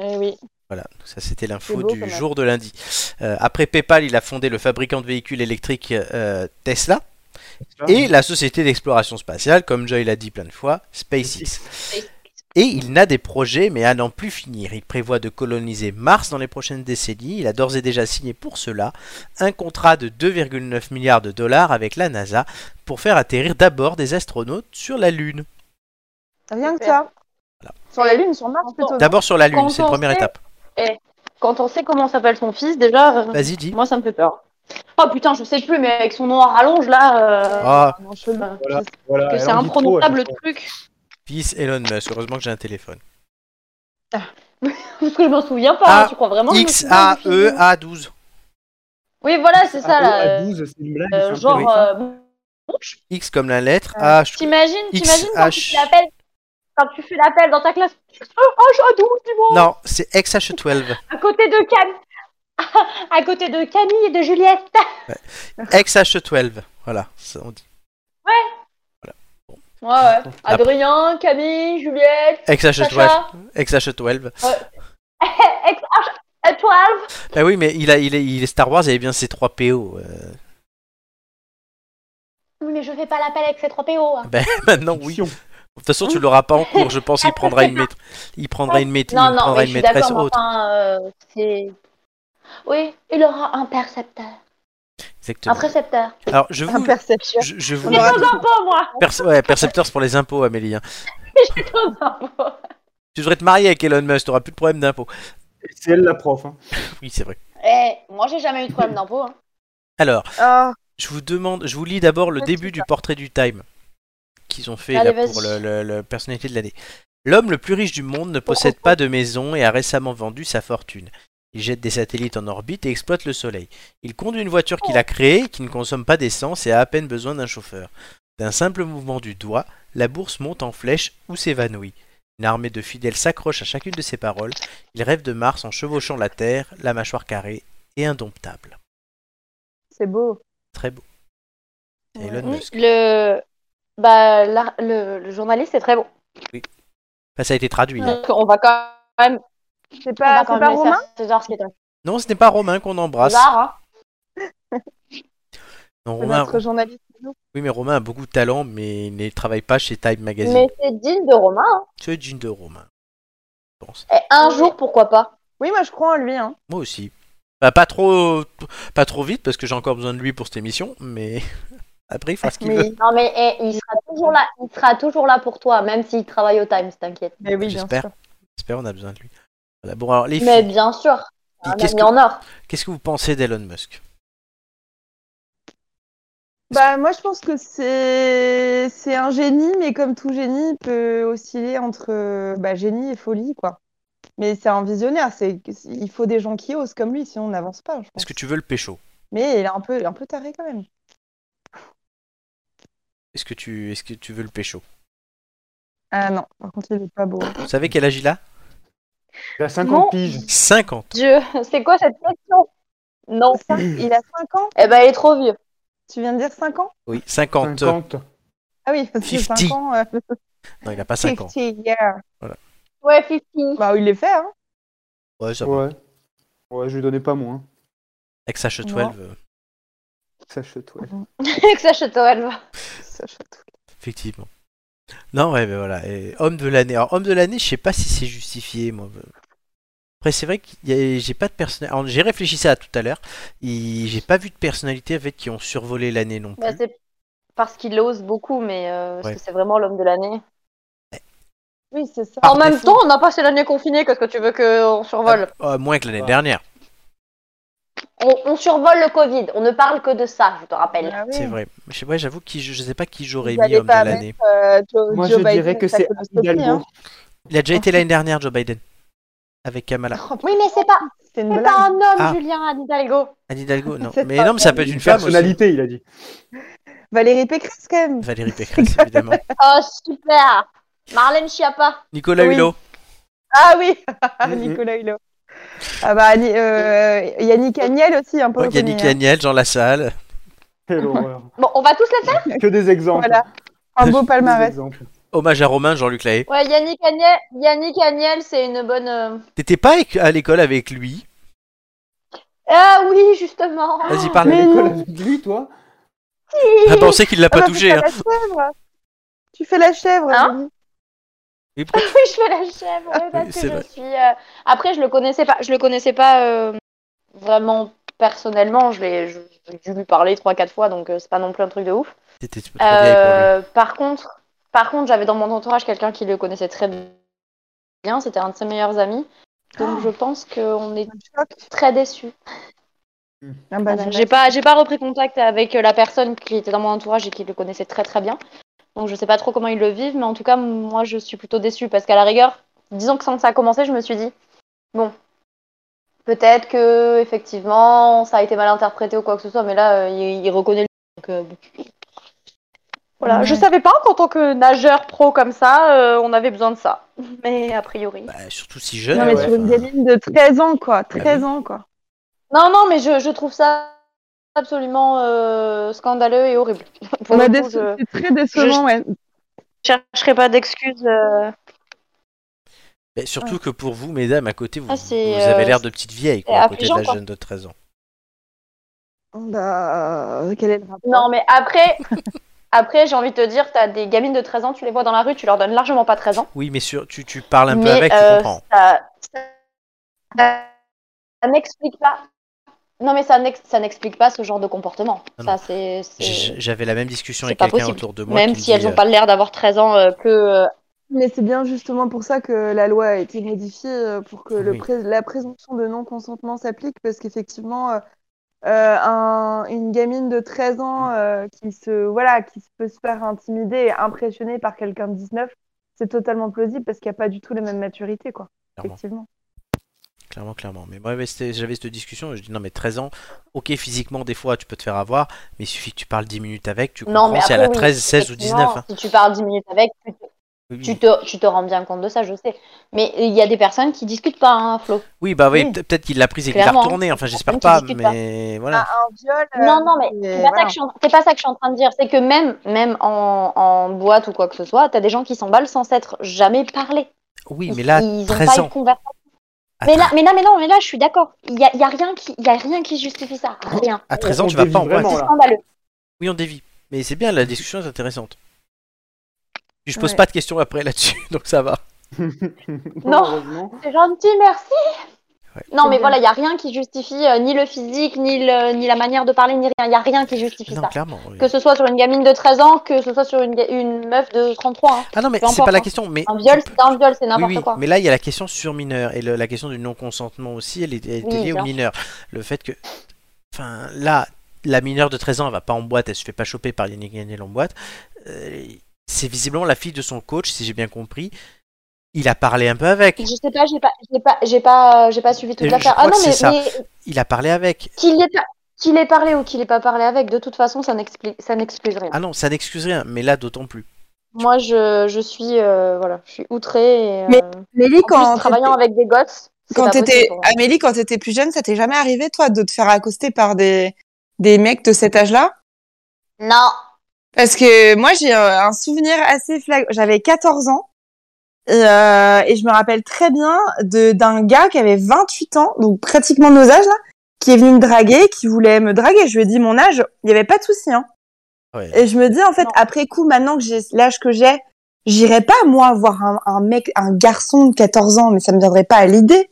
S6: Eh oui.
S1: Voilà, donc ça c'était
S6: C'est
S1: l'info
S6: beau, quand
S1: du
S6: même.
S1: jour de lundi. Euh, après PayPal, il a fondé le fabricant de véhicules électriques euh, Tesla et la société d'exploration spatiale, comme Joy l'a dit plein de fois, SpaceX. Et il n'a des projets, mais à n'en plus finir. Il prévoit de coloniser Mars dans les prochaines décennies. Il a d'ores et déjà signé pour cela un contrat de 2,9 milliards de dollars avec la NASA pour faire atterrir d'abord des astronautes sur la Lune.
S6: Rien que ça.
S1: Voilà.
S6: Sur la Lune, sur Mars plutôt.
S1: D'abord sur la Lune,
S2: Quand
S1: c'est la
S2: on
S1: première
S2: sait-
S1: étape.
S2: Quand on sait comment s'appelle son fils, déjà, euh,
S1: Vas-y, dis.
S2: moi, ça me fait peur. Oh putain, je sais plus, mais avec son nom à rallonge, là, euh,
S1: Ah,
S6: Non, je sais pas.
S5: Voilà. Voilà,
S2: que
S5: elle
S2: c'est
S5: en dit trop, elle en
S2: imprononçable
S5: dit
S2: le
S5: trop.
S2: truc.
S1: fils Elon Musk. Heureusement que j'ai un téléphone.
S2: Parce que je m'en souviens pas,
S1: Ah,
S2: hein, tu crois vraiment que je me souviens du
S1: E,
S2: film
S1: X-A-E-A-12.
S2: Oui, voilà, c'est ça,
S5: Ah,
S2: là.
S5: ouais, à
S2: euh,
S5: 12, c'est une blague,
S2: euh,
S5: c'est un peu
S2: genre,
S5: horrible.
S2: euh, bon, je-
S1: X comme la lettre.
S6: Ouais.
S1: H.
S2: t'imagines,
S1: Ah, X,
S2: t'imagines quand tu
S1: H.
S2: fais l'appel quand tu fais l'appel dans ta classe, oh, oh, je- oh, douze, dis-moi,
S1: Non, c'est XH12.
S2: à côté de Cam, à côté de Camille et de Juliette.
S1: XH12. Voilà, ça, on dit.
S2: Ouais, ouais. Adrien, Camille, Juliette,
S1: XH12.
S2: Sacha.
S1: XH12.
S2: Euh, XH12.
S1: Bah oui, mais il, a, il, est, il est Star Wars et bien ses 3 PO. euh,
S2: Oui, mais je fais pas l'appel avec ces 3 PO. hein.
S1: ben, maintenant, oui.
S3: Fiction.
S1: De toute façon, tu l'auras pas en cours, je pense. Il prendra une maîtresse. Il prendra une, maît-
S2: Non,
S1: il
S2: non,
S1: prendra
S2: mais
S1: une
S2: je suis
S1: maîtresse
S2: d'accord, mais
S1: autre.
S2: enfin, euh, c'est... Oui, il aura un percepteur.
S1: Exactement.
S2: Un précepteur.
S1: Alors, je
S4: Un
S1: vous.
S4: perception.
S1: Mmh. Je, je vous.
S2: Mais
S4: aura
S2: sans impôts, moi
S1: Perce- ouais, percepteur, c'est pour les impôts, Amélie. hein.
S2: Sans impôts.
S1: Tu devrais te marier avec Elon Musk, t'auras plus de problème d'impôts.
S3: C'est elle la prof. hein.
S1: Oui, c'est vrai.
S2: Eh, moi j'ai jamais eu de problème d'impôts. hein.
S1: Alors,
S4: Ah,
S1: je vous demande, je vous lis d'abord le
S4: Ouais,
S1: début
S4: c'est
S1: du portrait du Time qu'ils ont fait
S2: Allez,
S1: là, pour le,
S2: vas-y.
S1: le- le personnalité de l'année. L'homme le plus riche du monde ne possède pas de maison et a récemment vendu sa fortune. Il jette des satellites en orbite et exploite le soleil. Il conduit une voiture qu'il a créée, qui ne consomme pas d'essence et a à peine besoin d'un chauffeur. D'un simple mouvement du doigt, la bourse monte en flèche ou s'évanouit. Une armée de fidèles s'accroche à chacune de ses paroles. Il rêve de Mars en chevauchant la Terre, la mâchoire carrée et indomptable.
S4: c'est beau.
S1: Très beau.
S4: Ouais.
S1: Elon
S2: Oui,
S1: Musk.
S2: Mmh, le... Bah, la- le... le journaliste est très bon.
S1: Enfin, ça a été traduit. hein.
S2: Donc, on va quand même.
S4: C'est
S2: on va
S4: pas,
S2: quand
S4: c'est
S2: même
S4: pas
S2: laisser
S4: romain
S2: à César ce qui est à
S1: Non, ce n'est pas Romain qu'on embrasse.
S2: César, hein.
S1: Non, Romain,
S4: Notre journaliste. nous.
S1: oui, mais Romain a beaucoup de talent, mais il ne travaille pas chez Time Magazine.
S2: Mais c'est digne de Romain. hein.
S1: C'est digne de Romain, je pense.
S2: Et un jour, pourquoi pas
S4: Oui, moi je crois en lui. Hein.
S1: Moi aussi. Bah, pas trop, pas trop vite parce que j'ai encore besoin de lui pour cette émission, mais après il fera ce qu'il
S4: Mais,
S1: veut.
S2: Non, mais eh, il sera toujours là. Il sera toujours là pour toi, même s'il travaille au Times, t'inquiète.
S4: mais oui, bien
S1: J'espère.
S4: sûr.
S1: J'espère on a besoin de lui. Voilà, bon alors les
S2: Mais
S1: filles,
S2: bien sûr, un
S1: qu'est-ce
S2: ami
S1: que,
S2: en or.
S1: qu'est-ce que vous pensez d'Elon Musk
S4: Bah, moi je pense que c'est c'est un génie, mais comme tout génie, il peut osciller entre euh, bah, génie et folie, quoi. Mais c'est un visionnaire. C'est il faut des gens qui osent comme lui, sinon on n'avance pas. Je pense.
S1: Est-ce que tu veux le pécho
S4: Mais il est un peu, il est un peu taré quand même.
S1: Est-ce que tu, est-ce que tu veux le pécho
S4: Ah non, par contre il est pas beau.
S1: Vous savez quel âge il a
S3: Il a 50
S2: Non.
S3: piges.
S1: 50.
S2: Dieu, c'est quoi cette question Non.
S4: Cinq- il a 5 ans.
S2: Eh ben, il est trop vieux.
S4: Tu viens de dire 5 ans?
S1: Oui, 50.
S3: 50.
S4: Ah oui, parce que 5
S1: 50.
S4: ans. euh,
S1: Non, il n'a pas 50.
S4: 50, yeah.
S2: Ouais, Fifi.
S4: Bah, il les fait, hein.
S1: Ouais, ça va.
S3: Ouais. Ouais, je lui donnais pas moins.
S1: Avec sa
S4: Non.
S1: H12, euh,
S3: Sache-toi.
S2: que ça château, elle va.
S4: Ça, je-
S1: Effectivement. Non, ouais, mais voilà. et homme de l'année. Alors, homme de l'année, je sais pas si c'est justifié, moi. Après, c'est vrai que j'ai pas de personnalité. J'ai réfléchi ça tout à l'heure. Il- J'ai pas vu de personnalité en fait, qui ont survolé l'année non
S2: Bah,
S1: plus.
S2: c'est parce qu'il ose beaucoup, mais euh, parce
S1: Ouais.
S2: que c'est vraiment l'homme de l'année.
S4: Oui, c'est ça.
S1: Par
S2: en même
S1: défaut.
S2: temps, on a passé l'année confinée, qu'est-ce que tu veux qu'on survole
S1: Euh, moins que l'année
S3: Ouais.
S1: dernière,
S2: on, on survole le Covid, on ne parle que de ça, je te rappelle.
S4: Ah oui.
S1: c'est vrai. Je sais pas, j'avoue, qui, je, je sais pas qui j'aurais
S4: Vous
S1: mis
S4: allez
S1: homme de
S4: pas
S1: l'année.
S4: Euh, Joe,
S3: Moi,
S4: Joe
S3: je
S4: Biden,
S3: dirais que
S4: ça
S3: c'est
S4: commence aussi,
S3: Hidalgo.
S4: hein.
S1: Il a déjà été l'année dernière, Joe Biden. Avec Kamala.
S4: Oh, putain,
S2: Oui, mais c'est pas,
S4: c'est une
S2: c'est
S4: blague.
S2: pas un homme,
S1: Ah.
S2: Julien, Anne Hidalgo.
S1: Anne Hidalgo, non.
S4: C'est
S1: Mais
S4: pas
S1: non, mais ça
S4: vrai.
S1: peut être une
S3: Une
S1: femme aussi.
S3: personnalité, il a dit.
S4: Valérie Pécresse, quand même.
S1: Valérie Pécresse, évidemment.
S2: Oh, super Marlène Schiappa.
S1: Nicolas
S4: Oui.
S1: Hulot.
S4: Ah oui,
S3: Mhm.
S4: Nicolas Hulot. Ah bah, Annie- euh,
S2: Mm.
S4: Yannick Agnel aussi,
S6: Oh,
S4: un peu.
S1: Ouais, Yannick
S4: reconnu, hein.
S1: Agnel, Jean Lassalle.
S3: Quelle horreur.
S2: Bon, on va tous la faire
S3: Que des exemples.
S4: Voilà, un beau
S3: Que des
S4: palmarès.
S3: exemples.
S1: Hommage à Romain, Jean-Luc Lahaye.
S2: Ouais, Yannick Agnel, Yannick Agnel c'est une bonne... euh,
S1: T'étais pas avec- à l'école avec lui
S2: Ah oui, justement
S1: Vas-y, parle.
S4: Mais
S3: T'es à l'école
S4: non.
S3: avec lui, toi
S1: Ah bah on sait qu'il l'a
S4: Ah
S1: pas
S4: bah,
S1: touché.
S4: Tu
S1: Hein.
S4: fais la chèvre. Tu fais la chèvre.
S2: Hein
S4: Julie.
S1: Oui, pourquoi-
S2: Oui, je fais la chèvre, ouais, parce
S1: Oui,
S2: que
S1: c'est
S2: je
S1: vrai.
S2: suis. euh, Après, je le connaissais pas. Je le connaissais pas euh, vraiment personnellement. Je l'ai, je- j'ai dû lui parler trois, quatre fois, donc euh, c'est pas non plus un truc de ouf.
S1: T'étais trop vieille pour lui.
S2: Euh, par contre, par contre, j'avais dans mon entourage quelqu'un qui le connaissait très bien. C'était un de ses meilleurs amis. Donc
S4: Oh.
S2: je pense qu'on est
S4: Ça me choque.
S2: très déçus.
S4: Ah bah, je-
S2: Voilà, J'ai pas, j'ai pas repris contact avec euh, la personne qui était dans mon entourage et qui le connaissait très très bien. Donc je sais pas trop comment ils le vivent, mais en tout cas moi je suis plutôt déçue parce qu'à la rigueur, disons que quand ça a commencé, je me suis dit bon, peut-être que effectivement ça a été mal interprété ou quoi que ce soit, mais là euh, il, il reconnaît. le- Donc, euh, bon. Voilà, je
S1: Mm.
S4: Ouais.
S2: savais pas qu'en tant que nageur pro comme ça, euh, on avait besoin de ça. Mais a priori.
S1: Bah, surtout si jeune.
S4: Non, mais
S3: Ouais,
S4: sur une
S1: enfin, Bah
S4: gamine de 13 ans, quoi. 13 ans, quoi.
S2: Non, non, mais je, je trouve ça absolument euh, scandaleux et horrible. Pour
S4: On
S2: le
S4: a
S2: coup,
S4: déçu-
S2: je-
S4: C'est très décevant, ouais.
S2: chercherai pas d'excuses. euh.
S1: Mais surtout que pour vous, mesdames, à côté, vous,
S2: Ah,
S1: vous
S2: c'est,
S1: avez
S2: euh,
S1: l'air de petites vieilles, quoi,
S2: c'est
S1: à côté de la
S2: affligeant, quoi.
S1: jeune de 13 ans.
S6: Bah, quel est le rapport
S2: Non, mais après, après j'ai envie de te dire, t'as des gamines de 13 ans, tu les vois dans la rue, tu leur donnes largement pas 13 ans.
S1: Oui, mais sur, tu, tu parles un peu
S2: mais,
S1: avec, tu
S2: euh,
S1: comprends.
S2: ça, ça- ça n'explique pas. Non, mais ça n'ex- ça n'explique pas ce genre de comportement.
S1: Ah
S2: ça,
S1: Non,
S2: c'est. c'est-
S1: J- J'avais la même discussion
S2: c'est
S1: avec
S2: pas
S1: quelqu'un
S2: possible.
S1: autour de moi.
S2: Même
S1: qui
S2: si
S1: me
S2: elles
S1: dit, euh,
S2: n'ont pas l'air d'avoir 13 ans, euh, que. euh,
S6: Mais c'est bien justement pour ça que la loi a été modifiée euh, pour que le
S1: Oui.
S6: pré- la présomption de non-consentement s'applique parce qu'effectivement, euh, euh, un- une gamine de 13
S1: Mm.
S6: ans euh, qui se, voilà, qui se peut se faire intimider et impressionner par quelqu'un de 19, c'est totalement plausible parce qu'il n'y a pas du tout les mêmes maturités, quoi.
S1: Clairement.
S6: Effectivement.
S1: euh, Clairement, clairement. Mais moi, ouais, c'était- j'avais cette discussion. Je dis non, mais 13 ans, ok, physiquement, des fois, tu peux te faire avoir, mais il suffit que tu parles 10 minutes avec, tu
S2: Non,
S1: comprends
S2: mais
S1: si
S2: après,
S1: elle a
S2: oui,
S1: 13, 16 ou 19. hein.
S2: effectivement, Si tu parles 10 minutes avec, tu te,
S1: Oui,
S2: tu, te, tu te rends bien compte de ça, je sais. Mais il y a des personnes qui discutent pas, hein, Flo.
S1: Oui, bah oui,
S6: Oui.
S1: peut- peut-être qu'il l'a prise et qu'il l'a
S2: Clairement.
S1: retournée. hein, Enfin, j'espère
S2: Même
S1: pas,
S2: qu'ils discutent pas.
S1: mais
S6: Ah,
S1: voilà.
S6: Un viol. euh,
S2: Non, non, mais
S6: et
S2: c'est pas, ça
S6: voilà.
S2: que je suis en- c'est pas ça que je suis en train de dire. C'est que même, même en, en boîte ou quoi que ce soit, t'as des gens qui s'emballent sans s'être jamais parlé.
S1: Oui,
S2: Ils-
S1: mais là,
S2: ils ont
S1: 13
S2: pas
S1: ans.
S2: eu de conversation.
S1: À,
S2: Mais
S1: tre-
S2: là, mais non, mais non, mais là, je suis d'accord. Il y a, il y a rien qui, il y a rien qui justifie ça. Rien.
S1: à 13
S5: on-
S1: ans,
S5: on
S1: tu vas
S5: dévie
S1: pas en boîte.
S5: vraiment,
S2: C'est
S5: là.
S6: Ah.
S2: scandaleux.
S1: Oui, on dévie. Mais c'est bien, la discussion est intéressante. Puis Je pose
S6: Ouais.
S1: pas de questions après là-dessus, donc ça va.
S2: Non.
S5: Heureusement.
S2: C'est gentil, merci.
S1: Ouais.
S2: Non, mais
S6: C'est bien.
S2: voilà, il y a rien qui justifie euh, ni le physique, ni, le, ni la manière de parler, ni rien. Il y a rien qui justifie
S1: Non,
S2: ça.
S1: clairement. oui.
S2: Que ce soit sur une gamine de 13 ans, que ce soit sur une, ga- une meuf de 33. hein.
S1: Ah non, mais
S2: peu
S1: c'est pas
S2: importe,
S1: la
S2: hein.
S1: question. Mais
S2: Un viol, c'est un viol, c'est
S1: Oui,
S2: n'importe
S1: oui,
S2: quoi.
S1: mais là, il y a la question sur mineur. Et le- la question du non-consentement aussi, elle est, elle est
S2: Oui,
S1: liée
S2: bien
S1: aux
S2: sûr.
S1: mineurs. Le fait que. Enfin, là, la mineure de 13 ans, elle va pas en boîte, elle se fait pas choper par Yannick Gagnel en boîte. Euh, c'est visiblement la fille de son coach, si j'ai bien compris. Il a parlé un peu avec.
S2: Je sais pas, j'ai pas, j'ai pas, j'ai pas, euh, j'ai pas suivi
S1: Et
S2: toute
S1: je
S2: l'affaire.
S1: crois
S2: Ah
S1: que
S2: non,
S1: c'est
S2: mais,
S1: ça.
S2: mais
S1: Il a parlé avec.
S2: qu'il ait, pas- qu'il ait parlé ou qu'il ait pas parlé avec, de toute façon, ça n'explique, ça n'excuse rien.
S1: Ah non, ça n'excuse rien, mais là, d'autant plus.
S2: Moi, je, je suis, euh, voilà, je suis outrée. Et, euh,
S6: Mais Mélie,
S2: en plus, travaillant avec des gosses, c'est
S6: Quand
S2: pas
S6: t'étais,
S2: possible pour moi.
S6: Amélie, quand t'étais plus jeune, ça t'est jamais arrivé, toi, de te faire accoster par des, des mecs de cet âge-là?
S2: Non.
S6: Parce que moi, j'ai euh, un souvenir assez flag. J'avais 14 ans. Et, euh, et je me rappelle très bien de d'un gars qui avait 28 ans, donc pratiquement nos âges, là, qui est venu me draguer, qui voulait me draguer. Je lui ai dit mon âge, il n'y avait pas de souci. Hein.
S1: Ouais.
S6: Et je me dis, en fait,
S2: Non.
S6: après coup, maintenant que j'ai l'âge que j'ai, j'irai pas, moi, voir un, un mec, un garçon de 14 ans, mais ça me viendrait pas à l'idée.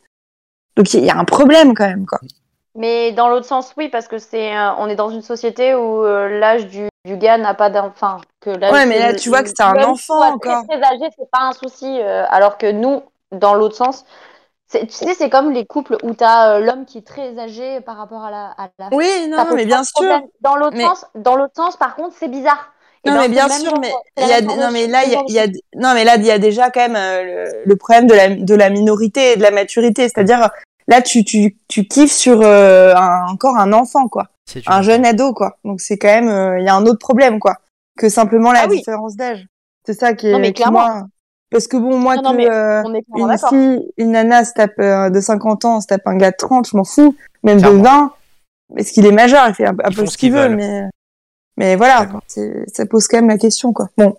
S6: Donc, il y a un problème quand même, quoi.
S2: Mais dans l'autre sens, oui, parce que c'est, euh, on est dans une société où euh, l'âge du, du gars n'a pas d'enfin. Que l'âge
S6: Ouais, mais
S2: du-
S6: là, tu vois que c'est un
S2: même
S6: enfant
S2: soit
S6: encore.
S2: Très, très âgé, c'est pas un souci. euh, alors que nous, dans l'autre sens, c'est, tu sais, c'est comme les couples où t'as euh, l'homme qui est très âgé par rapport à la, à la
S6: Oui,
S2: Ça
S6: non,
S2: pose
S6: mais
S2: pas
S6: bien
S2: de
S6: sûr.
S2: problème. Dans l'autre
S6: Mais-
S2: sens, dans l'autre sens, par contre, c'est bizarre. Et
S6: Non
S2: dans
S6: mais
S2: ce
S6: bien
S2: même
S6: sûr,
S2: genre,
S6: mais
S2: c'est
S6: il y
S2: la
S6: a,
S2: même
S6: non mais
S2: chose,
S6: là il y a,
S2: toujours
S6: il y a- non mais là il y a déjà quand même euh, le, le problème de la de la minorité et de la maturité, c'est-à-dire là tu tu tu kiffes sur euh, un- encore un enfant quoi,
S1: C'est du
S6: un
S1: mensonge.
S6: jeune ado quoi. Donc c'est quand même euh, il y a un autre problème quoi que simplement la
S2: Ah oui.
S6: différence d'âge. C'est ça qui est
S2: Non, mais
S6: qui,
S2: clairement.
S6: moi parce que bon moi
S2: Non, non,
S6: que,
S2: mais
S6: euh,
S2: On est clairement
S6: une
S2: d'accord.
S6: fille, une nana se tape euh, de 50 ans, se tape un gars de 30, je m'en fous, même
S1: Clairement.
S6: de 20. Est-ce qu'il est majeur, il fait un, un
S1: Ils font
S6: peu
S1: ce
S6: ce qu'il
S1: qu'ils
S6: veut,
S1: veulent.
S6: mais mais voilà,
S1: D'accord.
S6: c'est- ça pose quand même la question quoi. Bon,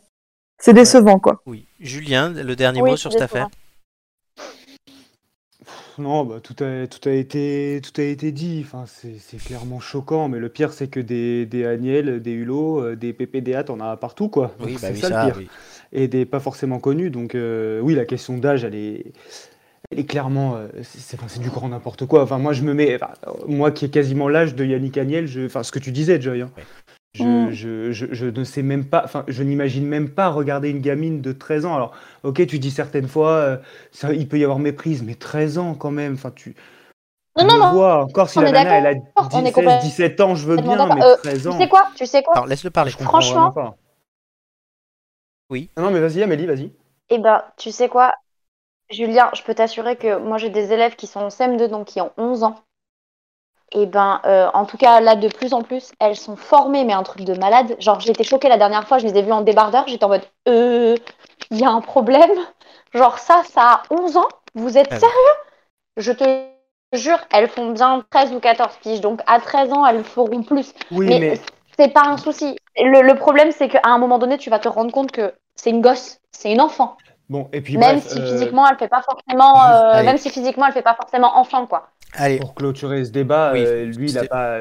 S6: c'est décevant quoi.
S1: Oui. Julien, le dernier
S2: Oui,
S1: mot sur
S2: c'est
S1: cette
S2: décevant.
S1: affaire
S5: Non, bah, tout a, tout a été, tout a été dit. Enfin, c'est, c'est clairement choquant, mais le pire, c'est que des, des Agnel, des Hulot, euh, des PPDA, t'en as partout, quoi.
S1: Oui,
S5: Donc,
S1: bah
S5: c'est
S1: oui,
S5: ça,
S1: ça,
S5: le pire.
S1: oui.
S5: Et des pas forcément connus. Donc, euh, oui, la question d'âge, elle est, elle est clairement, euh, c'est, c'est- enfin, c'est du grand n'importe quoi. Enfin, moi, je me mets, enfin, moi qui ai quasiment l'âge de Yannick Agnel, je, enfin, ce que tu disais, Joy. hein.
S1: Ouais.
S5: Je,
S6: Mm.
S5: je, je, je ne sais même pas, enfin, je n'imagine même pas regarder une gamine de 13 ans. Alors, ok, tu dis certaines fois, euh, ça- il peut y avoir méprise, mais 13 ans quand même. Enfin, tu,
S2: Non,
S5: on
S2: non,
S5: le
S2: non.
S5: voit, encore si
S2: On
S5: la
S2: est
S5: nana, elle a 10,
S2: d'accord. On est
S5: 16,
S2: complètement
S5: 17 ans, je veux bien,
S2: d'accord.
S5: mais
S2: Euh,
S5: 13
S2: Tu
S5: ans.
S2: sais quoi Tu sais quoi
S1: Alors, laisse-le parler.
S5: je comprends
S2: franchement-
S5: vraiment pas.
S1: Oui.
S5: Non, non, mais vas-y, Amélie, vas-y.
S2: Eh ben, tu sais quoi, Julien, je peux t'assurer que moi j'ai des élèves qui sont en CM2, donc qui ont 11 ans. Et ben, euh, en tout cas, là, de plus en plus, elles sont formées, mais un truc de malade. Genre, j'ai été choquée la dernière fois, je les ai vues en débardeur, j'étais en mode, euh, il y a un problème. Genre, ça, ça a 11 ans Vous êtes
S1: Ah oui.
S2: sérieux Je te jure, elles font bien 13 ou 14 piges, donc à 13 ans, elles feront plus.
S5: Oui,
S2: Mais,
S5: mais
S2: c'est pas un souci. Le, le problème, c'est qu'à un moment donné, tu vas te rendre compte que c'est une gosse, c'est une enfant.
S5: Bon, et puis
S2: même
S5: bref,
S2: si
S5: euh,
S2: physiquement elle fait pas forcément,
S5: juste-
S2: euh,
S1: allez.
S2: même si physiquement elle fait pas forcément enfant quoi.
S1: Allez,
S5: pour clôturer ce débat,
S1: Oui,
S5: euh, lui, il a
S1: c'est-
S5: pas.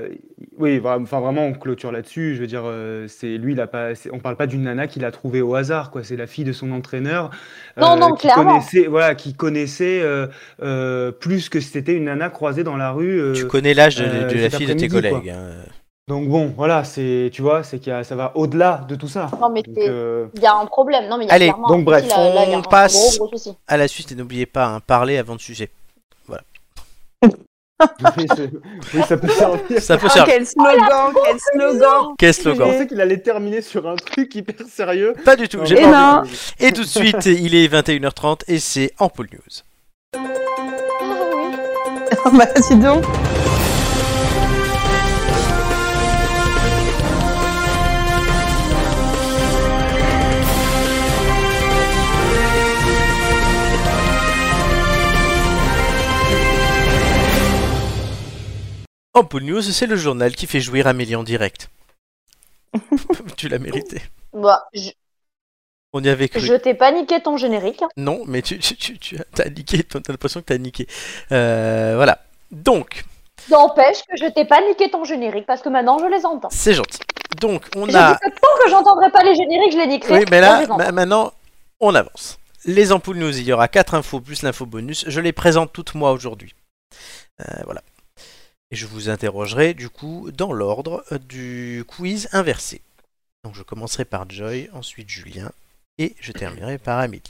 S5: Oui, vra- enfin vraiment, on clôture là-dessus. Je veux dire, euh, c'est lui, il a pas. c'est- On parle pas d'une nana qu'il a trouvée au hasard, quoi. C'est la fille de son entraîneur. euh,
S2: Non, non,
S5: qui
S2: clairement.
S5: Connaissait, voilà, qui connaissait euh, euh, plus que c'était une nana croisée dans la rue. euh,
S1: tu connais l'âge de,
S5: euh,
S1: de la
S5: cet
S1: fille de tes
S5: après-midi, quoi.
S1: collègues. hein.
S5: Donc bon, voilà, c'est, tu vois, c'est qu'il y a- ça va au-delà de tout ça.
S2: Non mais
S5: Donc,
S2: c'est-
S5: euh,
S2: il y a un problème. Non mais il y a
S1: Allez,
S2: clairement
S5: donc
S2: un
S5: bref,
S2: souci, là- là, il y a
S1: on
S2: un
S1: passe.
S2: gros, gros souci.
S1: À la suite, et n'oubliez pas, hein, parler avant de sujet.
S5: oui, c'est- oui, ça peut servir.
S1: Ça peut
S6: Ah,
S1: servir.
S6: quel slogan, quel slogan.
S1: Qu'est-ce que
S5: Je
S1: le gant
S5: pensais qu'il allait terminer sur un truc hyper sérieux.
S1: Pas du tout.
S5: Non,
S1: j'ai
S6: Eh
S1: pas
S6: ben,
S1: envie. Et tout de suite, il est 21h30 et c'est Ampoule News.
S6: Ah bah, dis donc.
S1: Ampoule News, c'est le journal qui fait jouir Amélie en direct. tu l'as mérité.
S2: Bah, je,
S1: On y avait cru.
S2: je t'ai pas niqué ton générique. hein.
S1: Non, mais tu, tu, tu, tu as- t'as niqué, t'as t'as l'impression que t'as niqué. Euh, voilà. Donc,
S2: N'empêche que je t'ai pas niqué ton générique parce que maintenant je les entends.
S1: c'est gentil. Donc, on
S2: J'ai
S1: a.
S2: dit que tant que j'entendrai pas les génériques, je les niquerai.
S1: Oui, mais
S2: je
S1: là,
S2: les entends.
S1: ma- maintenant, on avance. Les ampoules news, il y aura 4 infos plus l'info bonus. Je les présente toutes moi aujourd'hui. Euh, voilà. Et je vous interrogerai du coup dans l'ordre euh, du quiz inversé. Donc je commencerai par Joy, ensuite Julien et je terminerai par Amélie.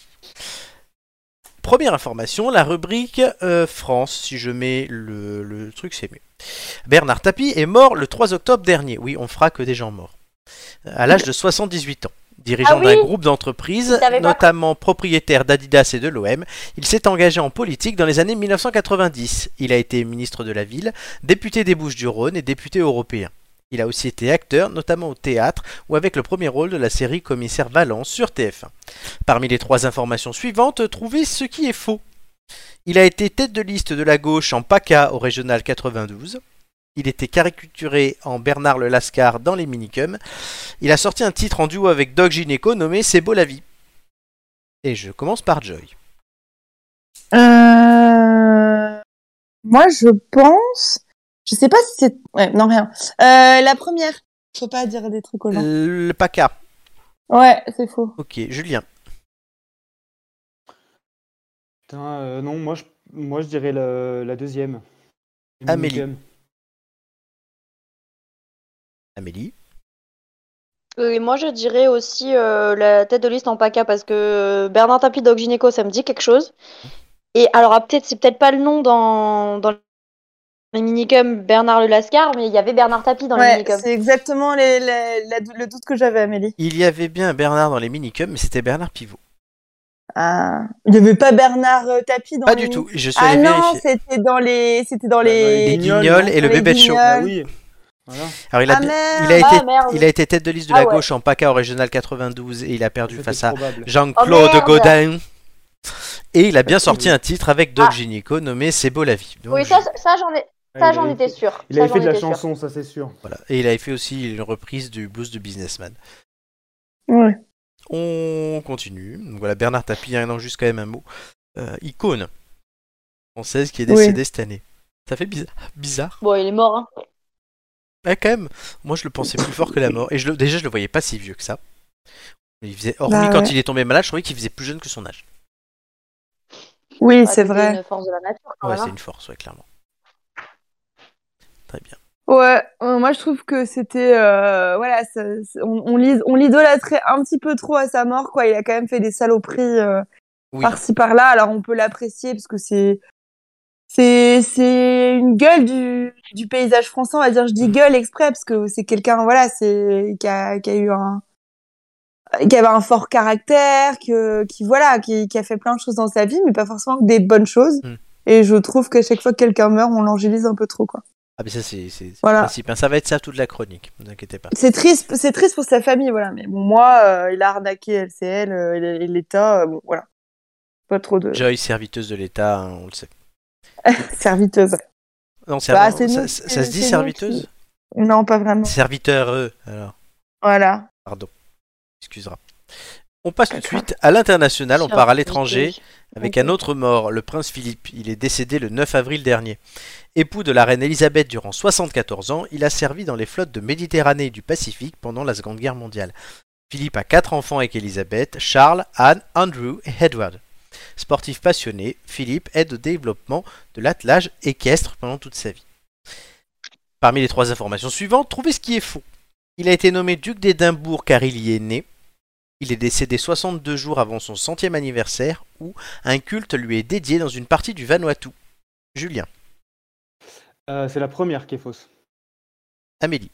S1: Première information, la rubrique euh, France, si je mets le, le truc c'est mieux. Bernard Tapie est mort le 3 octobre dernier. Oui, on fera que des gens morts. Euh, À l'âge de 78 ans. Dirigeant
S2: Ah oui
S1: d'un groupe
S2: Je
S1: d'entreprises,
S2: savais pas.
S1: notamment propriétaire d'Adidas et de l'OM, il s'est engagé en politique dans les années 1990. Il a été ministre de la Ville, député des Bouches-du-Rhône et député européen. Il a aussi été acteur, notamment au théâtre ou avec le premier rôle de la série Commissaire Valence sur TF1. Parmi les trois informations suivantes, trouvez ce qui est faux. Il a été tête de liste de la gauche en PACA au régional 92. Il était caricaturé en Bernard le Lascar dans les minicums. Il a sorti un titre en duo avec Doc Gineco nommé C'est beau la vie. Et je commence par Joy.
S6: Euh, Moi, je pense. Je sais pas si c'est. Ouais, non, rien. Euh, la première. Faut pas dire des trucs aux gens.
S1: Le PACA.
S6: Ouais, c'est faux.
S1: Ok, Julien.
S3: Putain, euh, non, moi je, moi je dirais la, la deuxième.
S1: Amélie.
S3: Minigun.
S1: Amélie.
S2: Et moi, je dirais aussi euh, la tête de liste en PACA parce que euh, Bernard Tapie, Doc Gynéco, ça me dit quelque chose. Et alors, ah, peut-être, c'est peut-être pas le nom dans, dans les minicums Bernard le Lascar, mais il y avait Bernard Tapie dans les
S6: Ouais,
S2: minicums.
S6: c'est exactement les- les- la dou- le doute que j'avais, Amélie.
S1: Il y avait bien Bernard dans les minicums, mais c'était Bernard Pivot.
S6: Ah. Il n'y avait pas Bernard euh, Tapie dans
S1: Pas
S6: les
S1: du
S6: mini-
S1: tout. Je suis
S6: Ah
S1: allé
S6: non,
S1: vérifier.
S6: c'était dans les. C'était dans
S5: Bah, dans les
S1: Les
S6: les.
S5: Guignols,
S1: Guignols
S5: non
S1: et le
S6: Les
S1: bébé de show.
S6: Guignols.
S5: Ah oui. Voilà.
S1: Alors il a,
S6: Ah
S1: bien-
S6: merde.
S1: il a été
S2: Ah, merde.
S1: Il a été tête de liste de la
S2: Ah ouais.
S1: gauche en PACA au régional 92 et il a perdu
S3: C'était
S1: face à
S3: probable.
S1: Jean-Claude
S2: Oh, merde.
S1: Godin. Et il a bien
S3: Ah,
S1: sorti
S3: oui.
S1: un titre avec Doc
S2: Ah.
S1: Gynéco nommé C'est beau la vie. Donc,
S2: Oui, ça, ça j'en ai- ça,
S5: Ah, il
S2: j'en
S5: avait
S2: étais
S5: fait-
S2: sûre.
S5: Il
S2: Ça,
S5: avait
S2: j'en
S5: fait de la
S2: étais sûre.
S5: chanson, ça c'est sûr.
S1: voilà. Et il avait fait aussi une reprise du blues de Businessman.
S6: Ouais.
S1: On continue. Donc voilà, Bernard Tapie, il en juste quand même un mot. Euh, icône française qui est
S6: Oui.
S1: décédée cette année. Ça fait bizarre. Bizarre.
S2: Bon, il est mort. hein.
S1: Ouais, quand même. Moi, je le pensais plus fort que la mort. Et je le- déjà, je le voyais pas si vieux que ça. Il faisait, hormis
S6: Bah,
S1: quand
S6: ouais.
S1: il est tombé malade, je trouvais qu'il faisait plus jeune que son âge.
S6: Oui,
S5: Ah,
S2: Ouais,
S6: c'est vrai.
S2: une force de la nature, quand
S1: Ouais,
S2: même,
S1: c'est
S2: hein.
S1: une force, ouais, clairement. Très bien.
S6: Ouais, euh, moi je trouve que c'était euh, voilà, ça- ça- on, on l'is- on l'idolâtrait un petit peu trop à sa mort quoi. Il a quand même fait des saloperies euh,
S1: Oui.
S6: par-ci par-là. Alors on peut l'apprécier parce que c'est c'est c'est une gueule du du paysage français. On va dire, je
S1: Mm.
S6: dis gueule exprès parce que c'est quelqu'un voilà, c'est qui a qui a eu un qui avait un fort caractère, que qui voilà, qui qui a fait plein de choses dans sa vie, mais pas forcément que des bonnes choses.
S1: Mm.
S6: Et je trouve qu'à chaque fois que quelqu'un meurt, on l'angélise un peu trop quoi.
S1: Ah, mais ça, c'est c'est- c'est le
S6: Voilà.
S1: principe. hein. Ça va être ça toute la chronique, ne vous inquiétez pas.
S6: C'est triste, c'est triste pour sa famille, voilà. Mais bon, moi, euh, il a arnaqué LCL euh, et et l'État, euh, bon, voilà. Pas trop de
S1: Joy, serviteuse de l'État, hein, on le sait.
S6: serviteuse.
S1: Non,
S6: Bah,
S1: servi-
S6: c'est
S1: ça,
S6: nous
S1: ça-
S6: qui-
S1: ça se dit
S6: c'est nous
S1: serviteuse
S6: qui- Non, pas vraiment.
S1: Serviteur, euh, alors,
S6: Voilà.
S1: pardon. Excusera. On passe tout de suite à l'international, on
S2: Sur-
S1: part à l'étranger avec
S2: Ok.
S1: un autre mort, le prince Philippe. Il est décédé le 9 avril dernier. Époux de la reine Elisabeth durant 74 ans, il a servi dans les flottes de Méditerranée et du Pacifique pendant la Seconde Guerre mondiale. Philippe a quatre enfants avec Elisabeth, Charles, Anne, Andrew et Edward. Sportif passionné, Philippe aide au développement de l'attelage équestre pendant toute sa vie. Parmi les trois informations suivantes, trouvez ce qui est faux. Il a été nommé duc d'Édimbourg car il y est né. Il est décédé 62 jours avant son centième anniversaire où un culte lui est dédié dans une partie du Vanuatu. Julien,
S5: Euh, c'est la première qui est fausse.
S1: Amélie,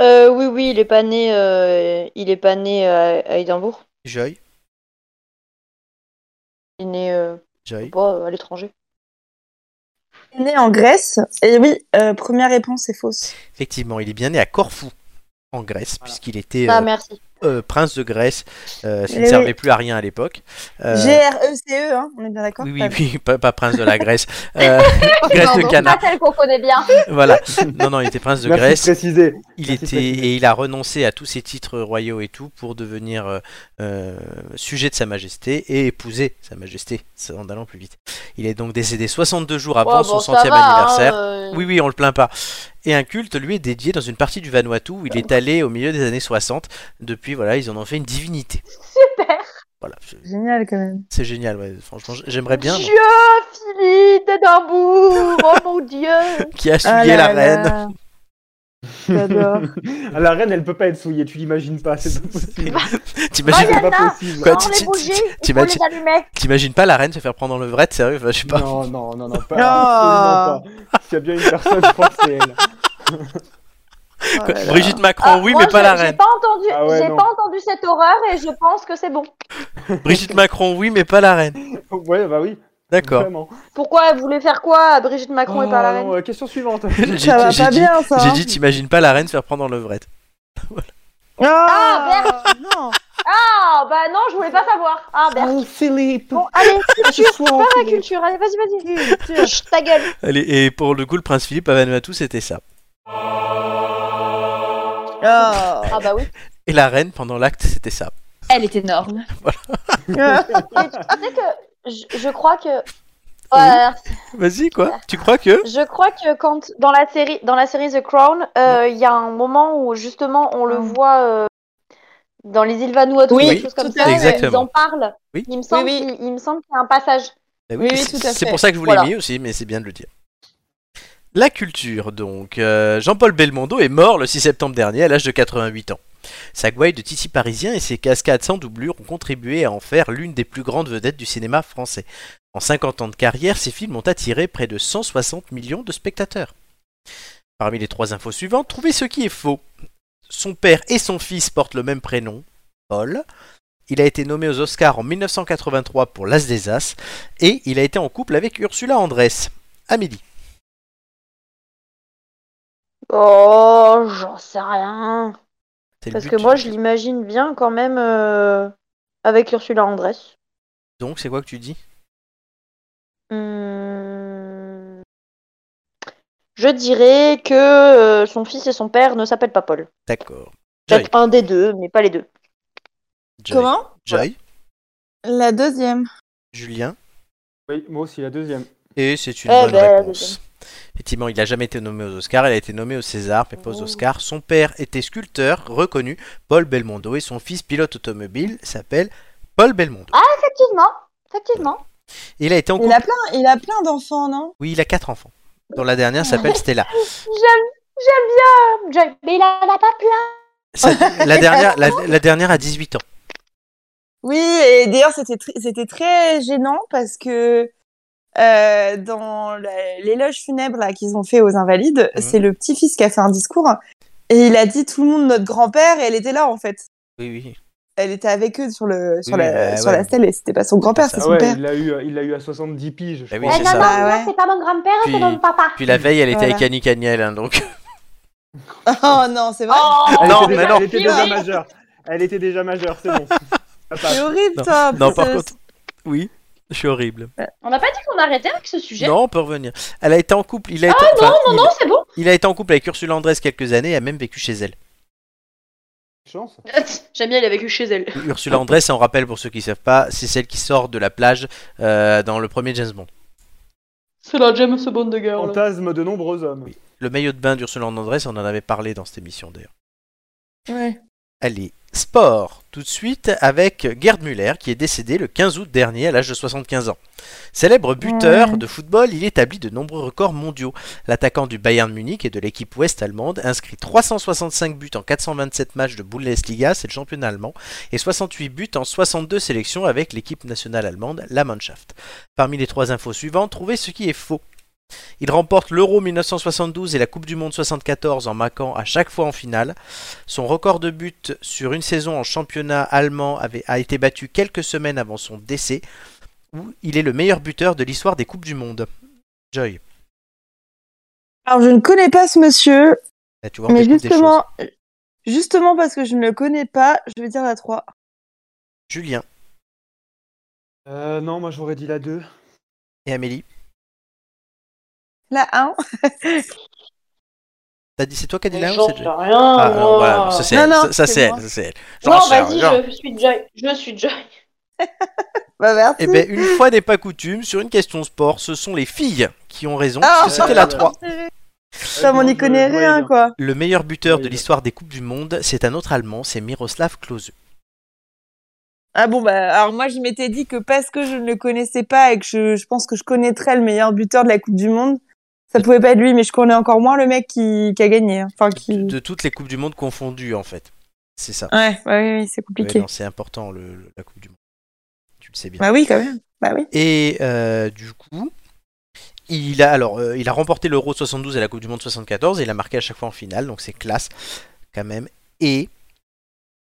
S2: Euh, oui, oui, il est pas né, euh, il est pas né euh, à Édimbourg.
S1: Joy,
S2: Il est né euh,
S1: Joy,
S2: pas, euh, à l'étranger.
S6: Il est né en Grèce. Et oui, euh, première réponse est fausse.
S1: Effectivement, il est bien né à Corfou, en Grèce, puisqu'il était
S2: Ah,
S1: euh,
S2: merci.
S1: euh, prince de Grèce, euh, ce qui ne
S6: Oui.
S1: servait plus à rien à l'époque. Euh,
S6: G-R-E-C-E, hein, on est bien d'accord
S1: oui, oui,
S6: Pas-
S1: oui, pas, pas prince de la Grèce. Euh, Grèce de
S2: Pardon,
S1: Cana,
S2: Pas celle qu'on connaît bien.
S1: voilà. Non, non, il était prince de
S5: Merci
S1: Grèce.
S5: préciser. Merci
S1: Il
S5: de
S1: était
S5: préciser.
S1: et il a renoncé à tous ses titres royaux et tout pour devenir euh, euh, sujet de Sa Majesté et épouser Sa Majesté c'est en allant plus vite. Il est donc décédé 62 jours avant
S5: Oh,
S2: Ouais,
S1: son
S2: bon, ça
S1: centième
S2: va, hein,
S1: anniversaire.
S2: euh,
S1: Oui, oui, on le plaint pas. Et un culte lui est dédié dans une partie du Vanuatu où il est allé au milieu des années 60. Depuis, voilà, ils en ont fait une divinité.
S2: Super.
S1: Voilà, c'est-
S6: Génial quand même.
S1: c'est génial. ouais. Franchement, j'aimerais bien
S2: Dieu, Philippe d'Édimbourg, oh mon Dieu.
S1: qui a
S6: Ah
S1: souillé
S6: là
S1: la reine.
S6: là. J'adore.
S5: Ah, La reine, elle peut pas être souillée, tu l'imagines pas, c'est pas possible.
S1: T'imagines
S5: C'est
S2: Diana,
S5: pas possible.
S1: Quoi,
S2: Prends
S1: Bah, tu-
S2: les
S1: tu-
S2: bougies,
S1: tu-
S2: il faut
S1: t'imagines-
S2: les allumer.
S1: t'imagines pas la reine se faire prendre en levrette, sérieux Enfin, Je sais pas.
S5: Non, non, non, non, pas,
S6: Ah.
S5: absolument pas. S'il y a bien une personne, je pense que c'est elle.
S6: Oh
S1: Quoi, Brigitte Macron,
S2: Ah,
S1: oui,
S2: moi,
S1: mais pas
S2: je-
S1: la
S2: J'ai
S1: reine.
S2: pas entendu,
S5: Ah ouais,
S2: j'ai
S5: non.
S2: pas entendu cette horreur et je pense que c'est bon.
S1: Brigitte Macron, oui, mais pas la reine.
S5: Ouais, bah oui,
S1: D'accord.
S5: vraiment.
S2: Pourquoi elle voulait faire quoi à Brigitte Macron et
S5: Oh,
S2: pas la
S5: non,
S2: reine
S5: euh, question suivante.
S1: J'ai
S6: Ça va
S1: j'ai
S6: pas
S1: dit-
S6: bien ça.
S1: J'ai
S6: hein.
S1: dit, t'imagines pas la reine se faire prendre en levrette.
S6: Ah, non.
S2: Ah bah non, je voulais pas savoir. Ah merde.
S5: Oh, Philippe,
S2: Bon, allez,
S6: Ah,
S5: ce soir,
S2: la
S5: Philippe.
S2: culture, allez, vas-y, vas-y. Chut, Ta gueule.
S1: Allez, et pour le coup, le prince Philippe à Vanuatu, c'était ça.
S6: Ah.
S2: Ah bah oui.
S1: Et la reine, pendant l'acte, c'était ça.
S7: Elle est énorme.
S2: Mais tu sais que je, je crois que. euh, Ouais,
S1: Vas-y, quoi. Tu crois que
S2: Je crois que quand dans la série, dans la série The Crown, euh, il y a un moment où justement on le
S6: Mm.
S2: voit euh, dans les îles Vanuatu,
S6: Oui,
S2: quelque chose comme
S6: tout
S2: ça.
S6: à fait.
S2: Ils en
S1: Exactement.
S2: parlent.
S1: Oui.
S2: Il me semble,
S6: Oui, oui.
S2: qu'il- Il, me semble qu'il y a un passage.
S1: Bah
S6: Oui, oui,
S1: c'est-
S6: tout à
S1: C'est
S6: fait.
S1: pour ça que je vous l'ai
S2: Voilà.
S1: mis aussi, mais c'est bien de le dire. La culture, donc. Euh, Jean-Paul Belmondo est mort le 6 septembre dernier à l'âge de 88 ans. Sa gouaille de tissu parisien et ses cascades sans doublure ont contribué à en faire l'une des plus grandes vedettes du cinéma français. En 50 ans de carrière, ses films ont attiré près de 160 millions de spectateurs. Parmi les trois infos suivantes, trouvez ce qui est faux. Son père et son fils portent le même prénom, Paul. Il a été nommé aux Oscars en 1983 pour L'As des As et il a été en couple avec Ursula Andress. Amélie.
S2: Oh, j'en sais rien.
S1: C'est le
S2: Parce
S1: but
S2: que
S1: du-
S2: moi, je l'imagine bien quand même euh, avec Ursula Andress.
S1: Donc, c'est quoi que tu dis
S2: Hmm. Je dirais que euh, son fils et son père ne s'appellent pas Paul.
S1: D'accord. Joy.
S2: Peut-être un des deux, mais pas les deux.
S1: Joy.
S6: Comment
S1: Joy,
S6: La deuxième.
S1: Julien.
S5: Oui, moi aussi, la deuxième.
S1: Et c'est une
S2: Eh
S1: bonne
S2: ben, la
S1: réponse. Effectivement, il n'a jamais été nommé aux Oscars, il a été nommé au César, mais pas
S2: Oh.
S1: aux Oscars. Son père était sculpteur reconnu, Paul Belmondo, et son fils, pilote automobile, s'appelle Paul Belmondo.
S2: Ah, Effectivement, effectivement.
S1: Il a été en
S6: Il
S1: couple.
S6: a plein, il a plein d'enfants, non
S1: Oui, il a quatre enfants. Dont la
S2: Ah.
S1: dernière s'appelle Stella.
S2: J'aime, j'aime bien. Joy. Mais il en a pas plein.
S1: Ça- la, dernière, la, la dernière a 18 ans.
S6: Oui, et d'ailleurs c'était tr- c'était très gênant parce que euh, dans la- l'éloge funèbre là qu'ils ont fait aux invalides,
S1: Mhm.
S6: c'est le petit-fils qui a fait un discours et il a dit tout le monde notre grand-père et elle était là en fait.
S1: Oui, oui.
S6: Elle était avec eux sur le sur
S1: Oui,
S6: la
S1: bah,
S6: sur
S1: ouais.
S6: la stèle et c'était pas son grand-père,
S1: ça.
S6: c'est
S5: Ah
S6: son
S5: ouais,
S6: père.
S5: il l'a eu, euh, il l'a eu à 70 piges. Je
S1: Bah oui,
S5: crois.
S1: c'est
S2: Eh non,
S1: ça.
S2: non,
S6: Bah
S2: moi,
S6: ouais.
S2: c'est pas mon grand-père, Ah, c'est
S1: Puis-
S2: mon papa.
S1: Puis la veille, elle était
S6: Voilà.
S1: avec Annie Cagnel, hein, donc.
S6: Oh non, c'est vrai.
S2: Ah,
S5: Elle
S1: Non,
S5: était
S1: mais
S5: déjà-
S1: non.
S5: Elle était déjà majeure. Elle était déjà majeure, c'est bon. Ça passe.
S6: C'est horrible
S1: Non.
S6: ça.
S1: Non, par
S6: C'est-
S1: contre. Oui, je suis horrible.
S2: On n'a pas dit qu'on arrêtait avec ce sujet.
S1: Non, on peut revenir. Elle a été en couple. Il a été, enfin, il,
S2: Ah Non, c'est bon.
S1: il a été en couple avec Ursula Andress quelques années et a même vécu chez elle.
S3: Chance.
S2: J'aime bien, il a vécu chez elle.
S1: Ursula Andress, on rappelle pour ceux qui ne savent pas, c'est celle qui sort de la plage euh, dans le premier James Bond.
S2: C'est la James Bond de girl.
S3: Fantasme de nombreux hommes.
S1: Oui. Le maillot de bain d'Ursula Andress, on en avait parlé dans cette émission d'ailleurs.
S6: Ouais.
S1: Allez, sport, tout de suite avec Gerd Müller qui est décédé le 15 août dernier à l'âge de 75 ans. Célèbre buteur de football, il établit de nombreux records mondiaux. L'attaquant du Bayern Munich et de l'équipe ouest allemande inscrit 365 buts en 427 matchs de Bundesliga, c'est le championnat allemand, et 68 buts en 62 sélections avec l'équipe nationale allemande, la Mannschaft. Parmi les trois infos suivantes, trouvez ce qui est faux. Il remporte l'Euro 1972 et la Coupe du Monde 74 en marquant à chaque fois en finale. Son record de buts sur une saison en championnat allemand avait, a été battu quelques semaines avant son décès, où il est le meilleur buteur de l'histoire des Coupes du Monde. Joy,
S6: Alors, je ne connais pas ce monsieur,
S1: là, tu vois, on
S6: mais
S1: découvre des choses.
S6: justement, justement parce que je ne le connais pas, je vais dire la 3.
S1: Julien
S5: Euh, non, moi j'aurais dit la 2.
S1: et Amélie,
S6: La 1.
S1: t'as dit c'est toi qui as dit
S2: Mais
S1: là ou
S2: j'en
S1: c'est
S2: sais
S1: Joy
S2: rien,
S1: Ah,
S2: moi.
S1: euh, voilà, ça c'est
S6: Non,
S1: elle,
S6: non,
S1: ça- ça
S6: c'est
S1: c'est
S6: moi.
S1: elle, ça, c'est elle. J'en
S2: Non,
S1: sais rien,
S2: vas-y,
S1: genre.
S2: je suis Joy. Je suis Joy.
S6: Bah, merci.
S1: Eh ben, une fois n'est pas coutume, sur une question sport, ce sont les filles qui ont raison,
S6: Ah,
S1: puisque c'était la 3.
S6: Ça, on n'y connaît rien, quoi.
S1: Le meilleur buteur de
S3: Oui.
S1: l'histoire des Coupes du Monde, c'est un autre Allemand, c'est Miroslav Klose.
S6: Ah bon, bah, alors moi, je m'étais dit que parce que je ne le connaissais pas et que je, je pense que je connaîtrais le meilleur buteur de la Coupe du Monde, ça pouvait pas être lui, mais je connais encore moins le mec qui, qui a gagné. hein. Enfin, qui.
S1: De, de toutes les Coupes du Monde confondues, en fait. C'est ça.
S6: Ouais, ouais, ouais, c'est
S1: Ouais,
S6: compliqué.
S1: non, c'est important, le- le- la Coupe du Monde. Tu le sais bien.
S6: bah oui, quand même. Bah oui.
S1: Et euh, du coup, il a, alors, euh, il a remporté l'Euro 72 et la Coupe du Monde 74, et il a marqué à chaque fois en finale, donc c'est classe quand même. Et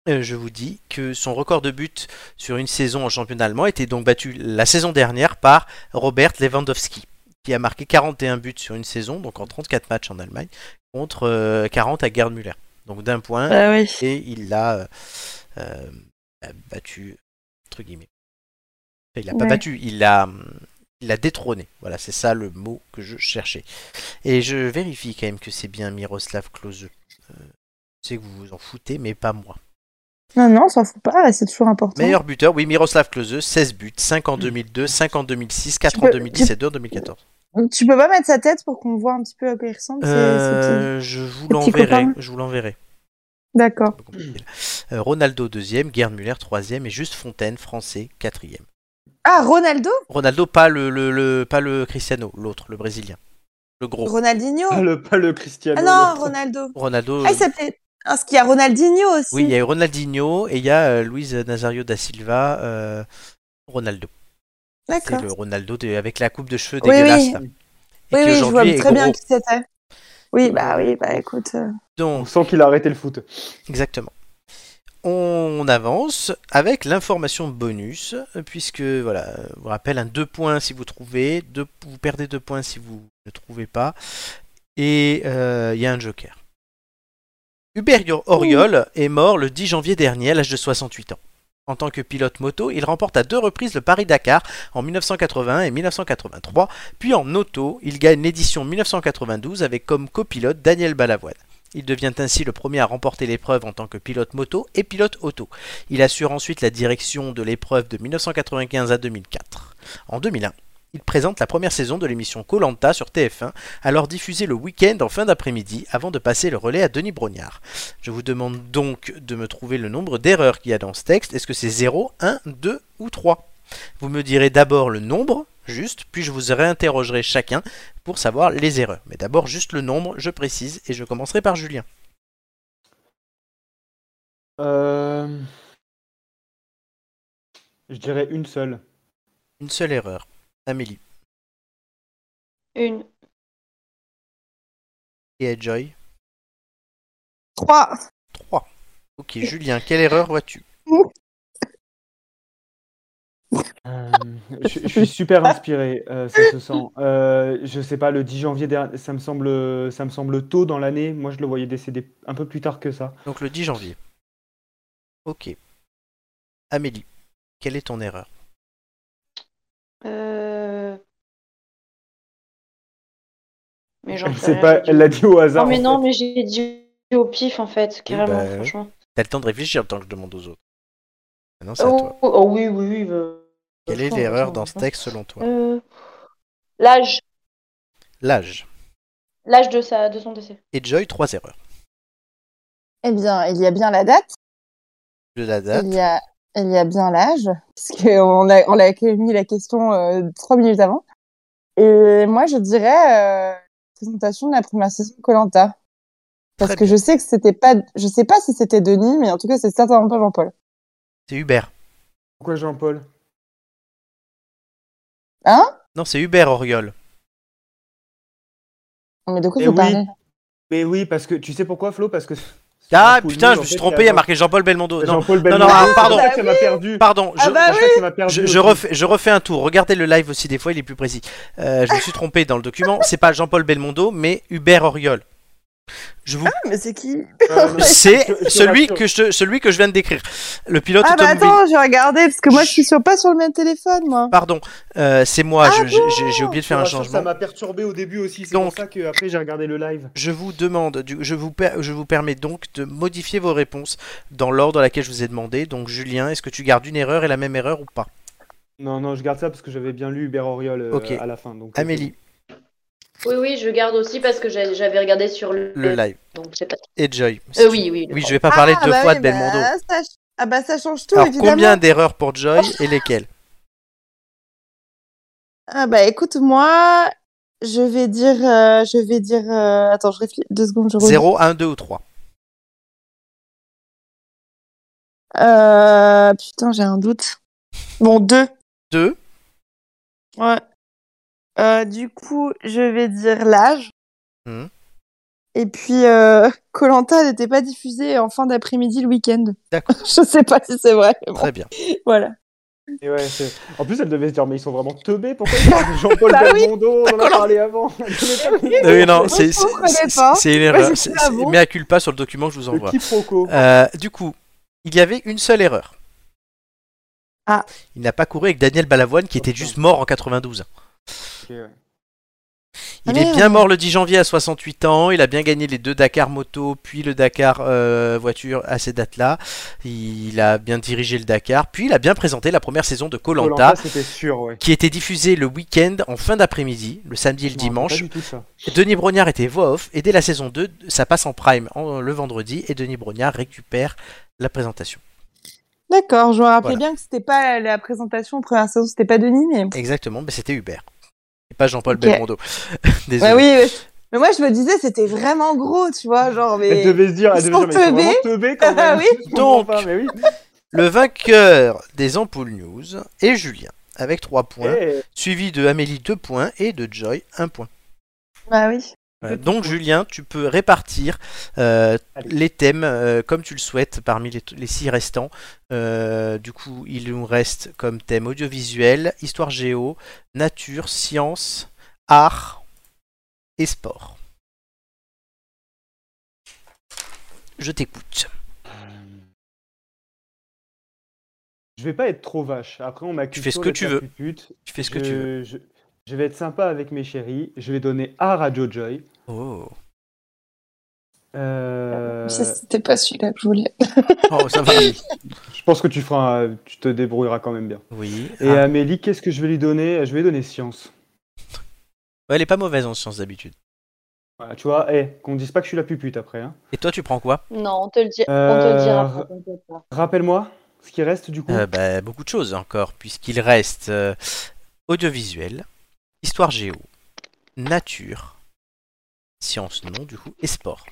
S1: euh, je vous dis que son record de but sur une saison en championnat allemand était donc battu la saison dernière par Robert Lewandowski, qui a marqué 41 buts sur une saison, donc en 34 matchs en Allemagne, contre euh, 40 à Gerd Müller. Donc d'un point,
S6: Bah oui.
S1: et il l'a euh, euh, battu entre guillemets. Enfin, Il l'a pas
S6: Ouais.
S1: battu, il l'a hum, il l'a détrôné. Voilà, c'est ça le mot que je cherchais. Et je vérifie quand même que c'est bien Miroslav Klose. Euh, je sais que vous vous en foutez, mais pas moi.
S6: Non, non, on s'en fout pas, c'est toujours important.
S1: Meilleur buteur, oui, Miroslav Klose, 16 buts, 5 en 2002, 5 en 2006, 4 en
S6: Mm. peux-
S1: 2017, 2 en 2014.
S6: Tu peux pas mettre sa tête pour qu'on voit un petit peu à quoi il ressemble, c'est- c'est petit.
S1: Euh, je vous
S6: ces petits
S1: l'enverrai,
S6: copains.
S1: je vous l'enverrai.
S6: D'accord.
S1: Pas compliqué, là. Euh, Ronaldo deuxième, Gerd Müller troisième et Juste Fontaine français quatrième.
S6: Ah, Ronaldo
S1: Ronaldo, pas le, le, le- pas le Cristiano, l'autre, le brésilien. Le gros.
S6: Ronaldinho
S5: Pas le, pas le Cristiano.
S6: Ah non, Ronaldo.
S1: Ronaldo.
S6: Ah, il s'appelait. Ah, Parce qu'il y a Ronaldinho aussi.
S1: oui, il y a eu Ronaldinho et il y a euh, Luis Nazario da Silva, euh, Ronaldo. C'est
S6: D'accord.
S1: le Ronaldo de- avec la coupe de cheveux
S6: Oui,
S1: dégueulasse.
S6: oui.
S1: là. Et
S6: Oui,
S1: qui
S6: oui, je vois
S1: aujourd'hui est
S6: très bien
S1: gros.
S6: qui c'était. Oui, bah oui, bah écoute. euh,
S1: Donc,
S3: On sent qu'il a arrêté le foot.
S1: Exactement. On avance avec l'information bonus, puisque voilà, on vous rappelle un 2 points si vous trouvez, deux, vous perdez 2 points si vous ne trouvez pas, et euh, il y a un joker. Hubert Yor- Auriol est mort le 10 janvier dernier à l'âge de 68 ans. En tant que pilote moto, il remporte à deux reprises le Paris-Dakar en 1981 et 1983, puis en auto, il gagne l'édition 1992 avec comme copilote Daniel Balavoine. Il devient ainsi le premier à remporter l'épreuve en tant que pilote moto et pilote auto. Il assure ensuite la direction de l'épreuve de 1995 à 2004. En 2001, il présente la première saison de l'émission Colanta sur TF1, alors diffusée le week-end en fin d'après-midi, avant de passer le relais à Denis Brognard. Je vous demande donc de me trouver le nombre d'erreurs qu'il y a dans ce texte. Est-ce que c'est 0, 1, 2 ou 3 Vous me direz d'abord le nombre, juste, puis je vous réinterrogerai chacun pour savoir les erreurs. Mais d'abord, juste le nombre, je précise, et je commencerai par Julien.
S5: Euh,
S3: Je dirais une seule.
S1: Une seule erreur. Amélie
S2: Une.
S1: et Joy,
S6: Trois.
S1: 3. Ok, Julien, quelle erreur vois-tu
S3: Euh, je, je suis super inspiré, euh, ça se sent. Euh, je sais pas, le 10 janvier dernier, ça me semble, ça me semble tôt dans l'année. Moi, je le voyais décéder un peu plus tard que ça.
S1: Donc le 10 janvier. Ok. Amélie, quelle est ton erreur
S2: Euh... Mais j'en
S3: Elle
S2: sais
S3: sait
S2: rien.
S3: pas,
S2: j'ai dit-
S3: elle l'a dit au
S2: Non,
S3: hasard. Eh ben,
S2: mais
S3: en
S2: non, mais j'ai dit au pif en fait, carrément,
S1: bah,
S2: franchement.
S1: T'as le temps de réfléchir le temps que je demande aux autres. Maintenant, c'est à toi.
S2: Oh, oh, oui, oui, oui. euh,
S1: Quelle est
S2: attends,
S1: l'erreur
S2: attends,
S1: dans ce
S2: attends.
S1: texte selon toi
S2: Euh, L'âge,
S1: L'âge.
S2: l'âge de, sa, de son décès.
S1: Et Joy, trois erreurs.
S6: Eh bien, il y a bien la date,
S1: De la
S2: Oh.
S1: date.
S6: il y a, il y a bien l'âge, puisqu'on a, on a mis la question euh, trois minutes avant. Et moi, je dirais euh, présentation de la première saison de Colanta. Parce
S1: Très
S6: que je sais que c'était pas, je sais pas si c'était Denis, mais en tout cas, c'est certainement pas Jean-Paul.
S1: C'est Hubert.
S5: Pourquoi Jean-Paul
S6: Hein
S1: Non, c'est Hubert Auriol.
S6: Mais de quoi
S5: Eh
S6: vous
S5: oui.
S6: parlez
S3: Eh
S5: Mais oui, parce que tu sais pourquoi, Flo Parce que.
S1: Ah
S5: Jean-Paul
S1: putain,
S5: Nul,
S1: je
S5: en
S1: me suis
S5: fait,
S1: trompé, il y a
S5: avant-
S1: marqué Jean-Paul Belmondo. Non,
S5: Jean-Paul
S1: non,
S5: Belmondo.
S1: ah, pardon.
S5: C'est pour ça que ça m'a perdu.
S1: pardon, je,
S6: Ah bah
S5: C'est pour ça que ça m'a perdu
S1: je, je
S5: aussi.
S1: refais, je refais un tour. Regardez le live aussi, des fois, il est plus précis. Euh, je me suis trompé dans le document. C'est pas Jean-Paul Belmondo, mais Hubert Auriol. Je vous...
S6: Ah, Mais c'est qui
S5: Euh, non,
S1: c'est
S5: je- je te
S1: celui
S5: rassure.
S1: que, je, celui que je viens de décrire. Le pilote
S6: Ah bah
S1: automobile.
S6: attends, j'ai regardé parce que moi, je suis sur, pas sur le même téléphone, moi.
S1: Pardon, euh, c'est moi,
S6: Ah
S1: je- je- j'ai j'ai
S5: Je
S1: oublié de
S5: te
S1: faire un
S5: rassure, Ça
S1: changement.
S5: m'a perturbé au début aussi. C'est
S1: Donc-
S5: pour ça que après j'ai regardé le live.
S1: Je vous demande, du- je, vous per- je vous permets donc de modifier vos réponses dans l'ordre dans laquelle je vous ai demandé. Donc Julien, est-ce que tu gardes une erreur et la même erreur ou pas
S5: Non, non, je garde ça parce que j'avais bien lu Hubert Auriol euh,
S1: Ok.
S5: à la fin. Donc,
S1: Amélie,
S2: Oui, oui, je garde aussi parce que j'ai- j'avais regardé sur le,
S1: le live.
S2: Donc, je sais pas.
S1: Et Joy.
S2: Euh, oui, oui. le-
S1: Oui, je vais pas parler deux
S6: bah
S1: fois
S6: oui,
S1: de Belmondo.
S6: bah, ça ch- ah bah ça change tout,
S1: Alors
S6: évidemment.
S1: combien d'erreurs pour Joy et lesquelles
S6: Ah bah écoute, moi, je vais dire... euh, je vais dire... euh, attends, je réfléchis. Deux secondes, je reviens.
S1: 0, 1, 2 ou 3
S6: Euh, putain, j'ai un doute. Bon, deux.
S1: 2,
S6: Ouais. Euh, du coup, je vais dire l'âge.
S1: Mhm.
S6: Et puis, euh, Colanta n'était pas diffusée en fin d'après-midi le week-end.
S1: D'accord.
S6: je sais pas si c'est vrai. mais bon,
S1: très bien.
S6: voilà.
S5: ok. Et ouais, c'est- en plus, elle devait se dire, mais ils sont vraiment teubés. Pourquoi ils parlent de Jean-Paul
S6: Bah oui,
S5: Belmondo On en a parlé avant.
S1: Oui, non, c'est
S6: Je comprenais
S1: c'est- c'est-
S6: pas.
S1: c'est une erreur.
S6: Bah, je
S1: C'est
S6: suis à
S1: c'est-
S6: vous.
S1: mea culpa sur le document que je vous
S5: Le
S1: envoie.
S5: quiproquo.
S1: Euh, du coup, il y avait une seule erreur.
S6: Ah.
S1: Il n'a pas couru avec Daniel Balavoine qui était juste mort en 92.
S5: Ok, ouais.
S1: Il
S6: Ah,
S1: est
S6: merde.
S1: bien mort le 10 janvier à 68 ans. Il a bien gagné les deux Dakar moto, puis le Dakar euh, voiture à ces dates-là. Il a bien dirigé le Dakar. Puis il a bien présenté la première saison de Colanta,
S5: Koh-Lanta, c'était sûr, ouais.
S1: qui était diffusée le week-end en fin d'après-midi, le samedi et le
S5: Je me rappelle
S1: dimanche.
S5: Pas du tout de ça.
S1: Denis Brognard était voix off et dès la saison 2, ça passe en prime en- le vendredi et Denis Brognard récupère la présentation.
S6: D'accord, je me rappelais
S1: Voilà.
S6: bien que c'était pas la présentation première saison, c'était pas Denis, mais.
S1: Exactement, mais c'était Hubert. Et pas Jean-Paul
S6: Ok.
S1: Belmondo. Désolé.
S6: Ouais, oui, ouais. mais moi je me disais c'était vraiment gros, tu vois, genre
S5: Elle
S6: mais.
S5: devait se dire,
S6: Ils
S5: elle devait
S6: sont
S5: se dire, mais ils sont vraiment teubés quand
S6: Ah
S5: même.
S6: oui.
S5: Je comprends pas, mais oui.
S1: Le vainqueur des ampoules news est Julien, avec 3 points,
S5: Eh,
S1: suivi de Amélie 2 points et de Joy 1 point.
S6: Bah oui.
S1: Voilà. donc Julien, tu peux répartir euh,
S5: Allez.
S1: les thèmes euh, comme tu le souhaites parmi les, les six restants. Euh, du coup, il nous reste comme thème audiovisuel, histoire géo, nature, science, art et sport. Je t'écoute.
S5: Je vais pas être trop vache. Après, on m'accuse
S1: fais ce
S5: sur
S1: que
S5: d'être
S1: tu
S5: la
S1: veux.
S5: pupute.
S1: Tu fais ce que tu veux.
S5: Je- je- Je vais être sympa avec mes chéris. Je vais donner art à Jojoy.
S1: Oh.
S5: Euh,
S6: Ça, C'était pas celui-là que je voulais.
S1: Oh, ça va.
S5: Je pense que tu feras, un- tu te débrouilleras quand même bien.
S1: Oui.
S5: Et
S1: Ah.
S5: Amélie, qu'est-ce que je vais lui donner Je vais lui donner science.
S1: Ouais, elle est pas mauvaise en sciences d'habitude.
S5: Voilà, tu vois, eh, qu'on dise pas que je suis la pupute après. hein.
S1: Et toi, tu prends quoi
S2: Non, on te le, di- on te le
S5: Euh,
S2: dira pas, t'inquiète pas.
S5: Rappelle-moi ce qui reste du coup.
S1: Euh, bah, Beaucoup de choses encore, puisqu'il reste euh, audiovisuel, histoire géo, nature, sciences non du coup, et sport.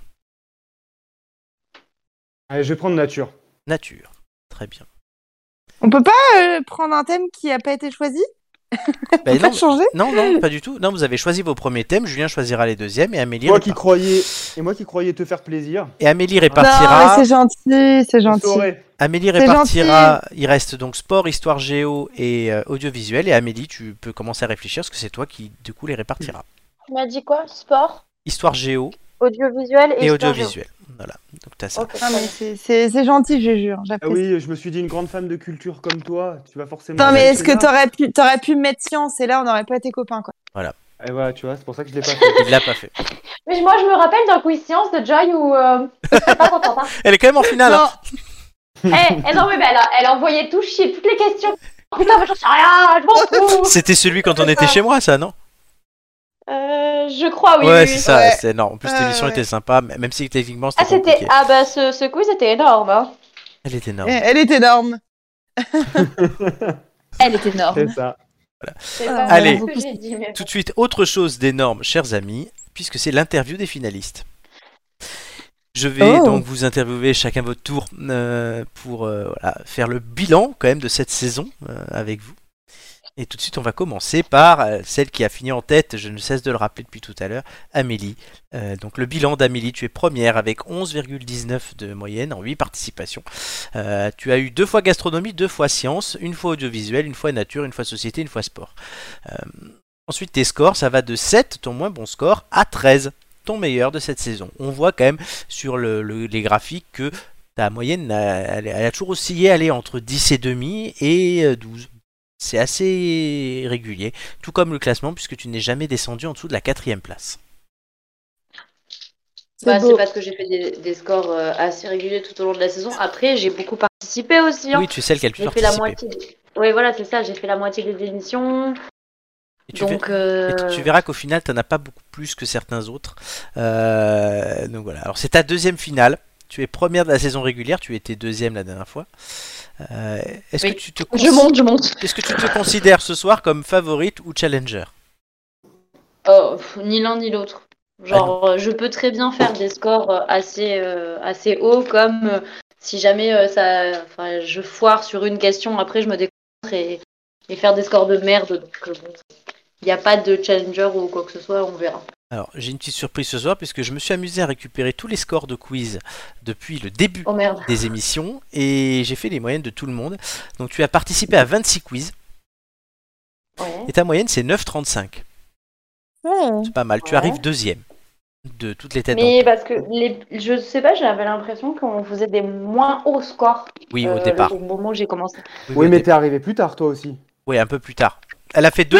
S5: Allez, je vais prendre nature.
S1: Nature. Très bien.
S6: On peut pas euh, prendre un thème qui a pas été choisi
S1: Bah,
S6: On peut
S1: non,
S6: le changer
S1: non, non, pas du tout. Non, vous avez choisi vos premiers thèmes, Julien choisira les deuxièmes et Amélie,
S5: Moi qui
S1: répar-
S5: croyais, et moi qui croyais te faire plaisir.
S1: et Amélie
S6: Non, mais
S1: répartira.
S6: c'est gentil, c'est
S5: je
S6: gentil.
S5: saurais.
S1: Amélie
S6: C'est
S1: répartira. Il reste donc sport, histoire géo et euh, audiovisuel. Et Amélie, tu peux commencer à réfléchir parce que c'est toi qui du coup les répartira.
S2: Tu m'as dit quoi Sport,
S1: Histoire géo,
S2: audiovisuel et, histoire
S1: et
S2: géo.
S1: audiovisuel. Voilà, donc t'as ça.
S2: Ok,
S6: Non, Ah, mais c'est- c'est c'est gentil, je jure.
S5: Ah
S6: J'apprécie.
S5: oui, je me suis dit une grande femme de culture comme toi, tu vas forcément.
S6: Non mais
S5: aimer
S6: est-ce que
S5: celui-là.
S6: t'aurais pu t'aurais pu mettre science et là on n'aurait pas été copains quoi.
S5: Et voilà, Eh tu vois, c'est pour ça que je l'ai pas fait.
S1: Il l'a pas fait.
S2: Mais moi, je me rappelle d'un quiz science de Joy où. Euh, j'étais pas contente. hein.
S1: Elle est quand même en finale. hein.
S2: Eh, eh, non, mais ben, elle, a, elle a envoyé tout chier, toutes les questions. Putain, mais j'en sais rien, je m'en fous.
S1: C'était celui quand on était chez moi, ça, non
S2: Euh, je crois, oui.
S1: Ouais,
S2: oui,
S1: c'est
S2: oui.
S1: ça.
S6: Ouais.
S1: c'est- Non, en plus,
S6: Ouais,
S1: l'émission
S6: ouais.
S1: était sympa, m- même si techniquement c'était
S2: Ah, c'était.
S1: compliqué.
S2: Ah, bah, ce, ce quiz était énorme. hein.
S1: Elle est énorme.
S6: Eh, Elle est énorme.
S2: Elle est énorme.
S5: C'est ça.
S2: C'est pas
S1: Allez.
S2: ce que j'ai dit, mais-
S1: Tout de suite, autre chose d'énorme, chers amis, puisque c'est l'interview des finalistes. Je vais
S6: Oh.
S1: donc vous interviewer chacun votre tour euh, pour euh, voilà, faire le bilan quand même de cette saison euh, avec vous. Et tout de suite, on va commencer par euh, celle qui a fini en tête, je ne cesse de le rappeler depuis tout à l'heure, Amélie. Euh, donc le bilan d'Amélie, tu es première avec 11,19 de moyenne en 8 participations. Euh, tu as eu deux fois gastronomie, deux fois sciences, une fois audiovisuel, une fois nature, une fois société, une fois sport. Euh, Ensuite, tes scores, ça va de 7, ton moins bon score, à 13, ton meilleur de cette saison. On voit quand même sur le- le- les graphiques que ta moyenne, euh, elle, elle a toujours oscillé, elle est entre 10 et demi et euh, 12. C'est assez régulier, tout comme le classement, puisque tu n'es jamais descendu en dessous de la quatrième place.
S6: C'est
S2: Bah,
S6: beau.
S2: c'est parce que j'ai fait des, des scores euh, assez réguliers tout au long de la saison. Après, j'ai beaucoup participé aussi. hein.
S1: Oui, tu es celle qu'elle peut
S2: j'ai fait la
S1: participer.
S2: moitié. Oui, voilà, c'est ça. J'ai fait la moitié des émissions.
S1: Et tu, ver-
S2: donc, euh,
S1: et tu- tu verras qu'au final, tu n'en as pas beaucoup plus que certains autres. Euh, donc voilà. Alors, c'est ta deuxième finale. Tu es première de la saison régulière. Tu étais deuxième la dernière fois. Euh, Est-ce
S2: Oui.
S1: que tu te
S2: je monte, je monte.
S1: Est-ce que tu te considères ce soir comme favorite ou challenger
S2: Oh, pff, ni l'un ni l'autre.
S1: Ah,
S2: Genre, euh, je peux très bien faire des scores euh, assez, euh, assez hauts, comme euh, si jamais euh, ça, enfin, je foire sur une question, après je me déconcentre et, et faire des scores de merde. Donc, euh, bon, il n'y a pas de challenger ou quoi que ce soit, on verra.
S1: Alors, j'ai une petite surprise ce soir puisque je me suis amusé à récupérer tous les scores de quiz depuis le début
S2: Oh merde.
S1: des émissions et j'ai fait les moyennes de tout le monde. Donc, tu as participé à 26 quiz
S2: Ouais.
S1: et ta moyenne c'est 9,35.
S6: Ouais.
S1: C'est pas mal. Tu
S2: Ouais.
S1: arrives deuxième de toutes les têtes.
S2: Mais
S1: en
S2: parce que les, je sais pas, j'avais l'impression qu'on faisait des moins hauts scores
S1: Oui,
S2: euh,
S1: au départ.
S2: au moment où j'ai commencé.
S1: Oui,
S5: Oui,
S1: au
S5: mais
S1: dé-
S5: t'es arrivé plus tard, toi aussi.
S1: oui, un peu plus tard. Elle a fait deux.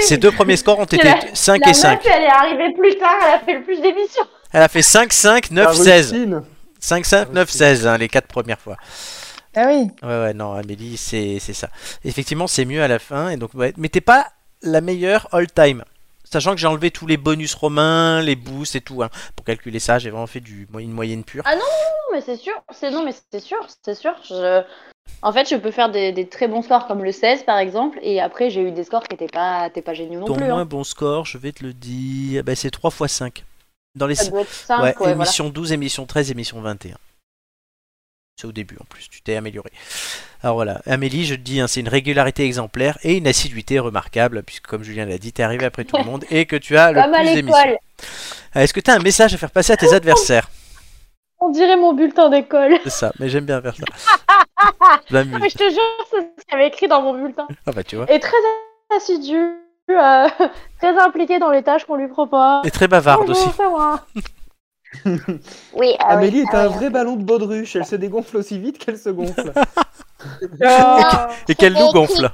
S1: Ses deux premiers scores ont été
S2: la-
S1: 5
S2: La
S1: et
S2: meuf,
S1: 5.
S2: elle est arrivée plus tard, elle a fait le plus d'émissions.
S1: Elle a fait 5, 5, 9,
S5: La
S1: 16.
S5: routine.
S1: 5, 5, 9, 16, hein, les quatre premières fois.
S6: Ah oui.
S1: Ouais, ouais, non, Amélie, c'est c'est ça. Effectivement, c'est mieux à la fin. Et donc, ouais. Mais t'es pas la meilleure all-time. Sachant que j'ai enlevé tous les bonus romains, les boosts et tout. hein. Pour calculer ça, j'ai vraiment fait du, une moyenne pure.
S2: Ah Non, mais c'est sûr, c'est non, mais c'est sûr, c'est sûr. Je... En fait, je peux faire des, des très bons scores comme le 16 par exemple, et après j'ai eu des scores qui étaient pas, étaient pas géniaux non
S1: Ton
S2: plus.
S1: moins
S2: hein.
S1: bon score, je vais te le dire, bah, c'est 3 x 5. Dans les
S2: Ça doit être 5,
S1: ouais,
S2: ouais, voilà.
S1: émission 12, émission 13, émission 21. C'est au début en plus, tu t'es amélioré. Alors voilà, Amélie, je te dis, hein, c'est une régularité exemplaire et une assiduité remarquable, puisque comme Julien l'a dit, t'es arrivé après tout le monde et que tu as le
S2: Comme à
S1: plus d'émissions.
S2: l'école,
S1: Ah, Est-ce que tu as un message à faire passer à tes adversaires
S2: on dirait mon bulletin d'école.
S1: C'est ça, mais j'aime bien faire ça. Je m'amuse.
S2: Non, mais je te jure, c'est ce qu'il y avait écrit dans mon bulletin.
S1: Ah bah tu vois.
S2: Et très assidu, euh, très impliqué dans les tâches qu'on lui propose.
S1: Et très bavarde aussi.
S2: Bonjour, c'est moi. oui, ah oui,
S5: Amélie est
S2: ah
S5: un
S2: oui.
S5: vrai ballon de baudruche. Elle se dégonfle aussi vite qu'elle se gonfle.
S2: ah
S6: Ah,
S1: Et qu'elle nous gonfle.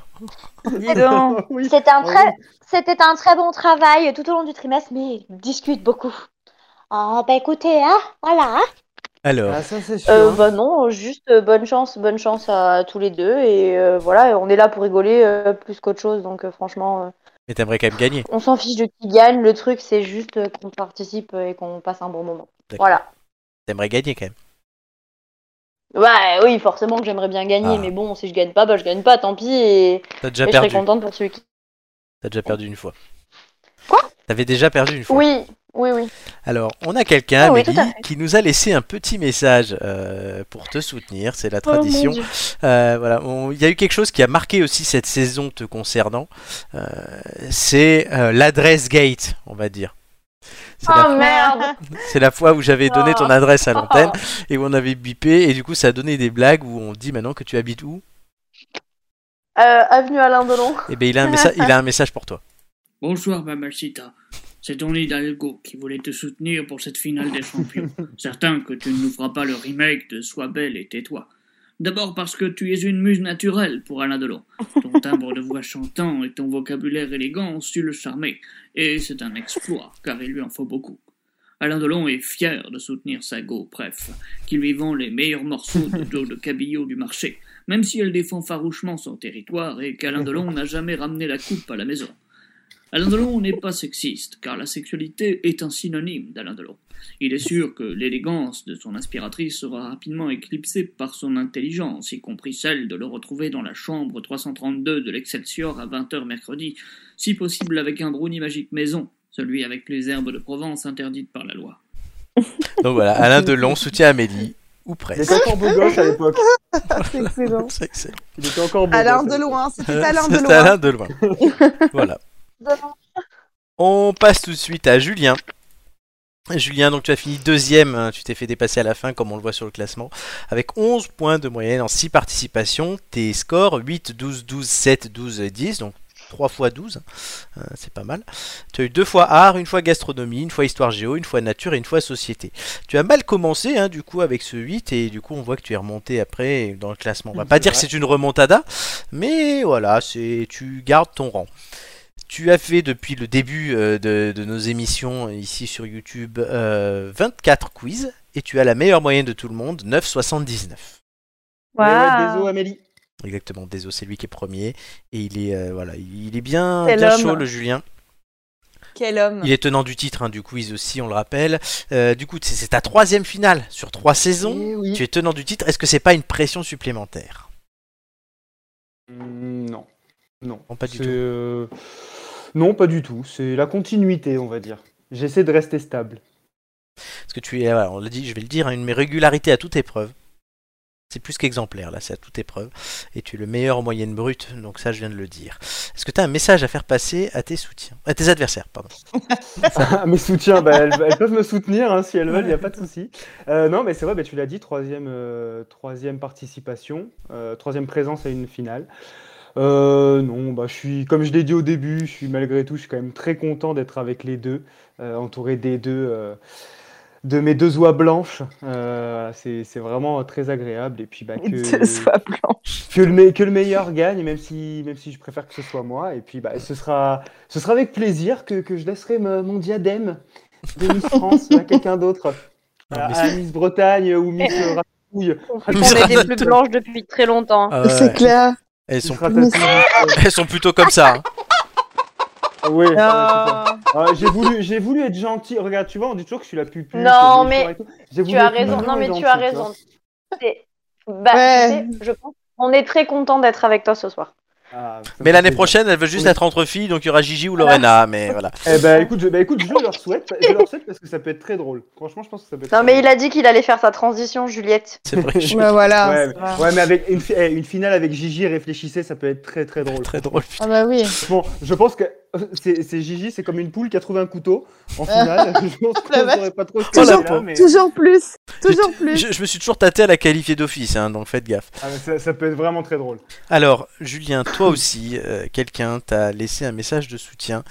S6: Dis donc.
S5: oui.
S2: C'était un
S5: Ah
S2: très, c'était un très bon travail tout au long du trimestre, mais ils discutent beaucoup. Ah bah écoutez, hein, voilà.
S1: Alors,
S5: Ah, ça, c'est sûr. hein.
S2: bah non, juste euh, bonne chance, bonne chance à tous les deux et euh, voilà, et on est là pour rigoler euh, plus qu'autre chose, donc euh, franchement, euh,
S1: mais t'aimerais quand même gagner.
S2: on s'en fiche de qui gagne. Le truc, c'est juste euh, qu'on participe et qu'on passe un bon moment.
S1: D'accord.
S2: Voilà.
S1: T'aimerais gagner quand même.
S2: Ouais, oui, forcément que j'aimerais bien gagner,
S1: Ah.
S2: mais bon, si je gagne pas, bah je gagne pas, tant pis et,
S1: T'as déjà
S2: et je serais
S1: perdu.
S2: contente pour ceux qui.
S1: T'as déjà perdu une fois.
S2: Quoi
S1: T'avais déjà perdu une fois.
S2: Oui, oui, oui.
S1: Alors, on a quelqu'un,
S2: Ah oui,
S1: Amélie,
S2: tout à fait.
S1: qui nous a laissé un petit message euh, pour te soutenir. C'est la
S2: Oh, mon
S1: tradition.
S2: Dieu.
S1: Euh, voilà, on- il y a eu quelque chose qui a marqué aussi cette saison te concernant. Euh, c'est euh, l'adresse gate, on va dire. C'est la-
S2: Oh merde.
S1: C'est la fois où j'avais donné ton
S2: Oh.
S1: adresse à l'antenne et où on avait bipé et du coup ça a donné des blagues où on dit maintenant que tu habites où
S2: Euh, avenue Alain Delon.
S1: Et ben il a un, messa- il a un message pour toi.
S7: Bonsoir, Mamacita. C'est Don Hidalgo qui voulait te soutenir pour cette finale des champions. Certain que tu ne nous feras pas le remake de Sois belle et tais-toi.
S8: D'abord parce que tu es une muse naturelle pour Alain Delon. Ton timbre de voix chantant et ton vocabulaire élégant ont su le charmer. Et c'est un exploit, car il lui en faut beaucoup. Alain Delon est fier de soutenir sa go, bref, qui lui vend les meilleurs morceaux de dos de cabillaud du marché, même si elle défend farouchement son territoire et qu'Alain Delon n'a jamais ramené la coupe à la maison. Alain Delon n'est pas sexiste, car la sexualité est un synonyme d'Alain Delon. Il est sûr que l'élégance de son inspiratrice sera rapidement éclipsée par son intelligence, y compris celle de le retrouver dans la chambre 332 de l'Excelsior à 20h mercredi, si possible avec un brownie magique maison, celui avec les herbes de Provence interdites par la loi.
S1: Donc voilà, Alain Delon soutient Amélie, ou
S5: Il
S1: presque.
S5: était encore beau gosse à l'époque.
S6: C'est excellent.
S1: C'est excellent.
S5: Il était encore beau
S6: Alain
S5: gosse à
S6: de
S5: l'époque.
S6: loin,
S1: Euh,
S6: c'était Alain de
S1: C'était
S6: loin.
S1: Alain Deloin. voilà. On passe tout de suite à Julien. Julien, donc tu as fini deuxième, hein, tu t'es fait dépasser à la fin comme on le voit sur le classement, avec 11 points de moyenne en 6 participations, tes scores 8, 12, 12, 7, 12, 10, donc 3 fois 12, hein, c'est pas mal. Tu as eu deux fois art, une fois gastronomie, une fois histoire géo, une fois nature et une fois société. Tu as mal commencé hein, du coup avec ce 8 et du coup on voit que tu es remonté après dans le classement. On va pas dire que c'est une remontada, mais voilà, c'est tu gardes ton rang. Tu as fait depuis le début euh, de, de nos émissions ici sur YouTube euh, 24 quiz et tu as la meilleure moyenne de tout le monde, 9,79.
S5: Mais ouais,
S2: Waouh.
S5: désolé, Amélie.
S1: Exactement, Deso, c'est lui qui est premier et il est euh, voilà, il il est bien,
S6: Quel
S1: bien
S6: homme.
S1: chaud le Julien.
S6: Quel homme.
S1: Il est tenant du titre hein, du quiz aussi, on le rappelle. Euh, du coup, c'est c'est ta troisième finale sur trois saisons.
S5: Eh oui.
S1: Tu es tenant du titre. Est-ce que c'est pas une pression supplémentaire
S9: Mm, Non. Non.
S1: Non, pas du
S9: C'est,
S1: tout.
S9: euh,
S5: Non, pas du tout. C'est la continuité, on va dire. J'essaie de rester stable.
S1: Parce que tu es, voilà, on l'a dit, je vais le dire, hein, une régularité à toute épreuve. C'est plus qu'exemplaire, là, c'est à toute épreuve. Et tu es le meilleur en moyenne brute, donc ça, je viens de le dire. Est-ce que tu as un message à faire passer à tes soutiens À tes adversaires, pardon.
S5: Ah, Mes soutiens, bah, elles, elles peuvent me soutenir hein, si elles veulent, il n'y a pas de souci. Euh, non, mais c'est vrai, bah, tu l'as dit, troisième, euh, troisième participation, euh, troisième présence à une finale. Euh, non, bah, je suis, comme je l'ai dit au début, je suis malgré tout, je suis quand même très content d'être avec les deux, euh, entouré des deux, euh, de mes deux oies blanches. Euh, c'est c'est vraiment très agréable. Et puis, bah,
S6: Les
S5: que-
S6: deux soient blancs.
S5: que le, me- que le meilleur gagne, même si, même si je préfère que ce soit moi. Et puis, bah, ce, sera, ce sera avec plaisir que, que je laisserai me- mon diadème de Miss France à quelqu'un d'autre.
S1: Non, mais
S5: à Miss Bretagne euh, ou Miss Ah, Ratatouille.
S2: Eh, On est des plus blanches depuis très longtemps.
S1: Ah ouais,
S6: C'est clair.
S1: Elles,
S5: Miss
S1: sont,
S5: Ratatouille.
S1: elles sont plutôt comme ça. hein.
S5: Ah oui, ah
S6: Ah.
S5: oui, c'est ça. Ah, j'ai voulu, j'ai voulu être gentil. Regarde, tu vois, on dit toujours que je suis la plus pure,
S2: Non,
S5: que je suis
S2: mais
S5: la plus- J'ai
S2: Tu
S5: voulu
S2: as
S5: être
S2: raison.
S5: vraiment
S2: Non, mais tu
S5: gentil,
S2: as
S5: vois.
S2: raison. C'est- Bah,
S6: hein. Ouais.
S2: tu sais, je pense. On est très content d'être avec toi ce soir.
S5: Ah, ça me
S1: Mais
S5: fait
S1: l'année
S5: plaisir.
S1: prochaine, elle veut juste
S5: Oui.
S1: être entre filles, donc il y aura Gigi ou Lorena, mais voilà.
S5: Eh ben, écoute, je, bah, écoute, je leur souhaite, je leur souhaite parce que ça peut être très drôle. Franchement, je pense que ça peut être.
S2: Non,
S5: très
S2: mais
S5: drôle.
S2: il a dit qu'il allait faire sa transition, Juliette.
S1: C'est vrai, je suis
S6: Bah voilà.
S5: Ouais,
S6: ça
S5: mais,
S6: va.
S5: ouais, mais avec une, fi- eh, une finale avec Gigi, réfléchissez, ça peut être très très drôle.
S1: très drôle. putain.
S6: Ah bah oui.
S5: Bon, je pense que euh, c'est c'est Gigi, c'est comme une poule qui a trouvé un couteau en finale. je pense qu'on
S6: La vache.
S5: saurait pas trop ce que
S6: Toujours,
S5: c'est là, mais-
S6: Ah, bah, toujours plus. Toujours plus.
S1: Je, je me suis toujours tâté à la qualifier d'office, hein, donc faites gaffe.
S5: Ah, mais ça, ça peut être vraiment très drôle.
S1: Alors, Julien, toi aussi, euh, quelqu'un t'a laissé un message de soutien.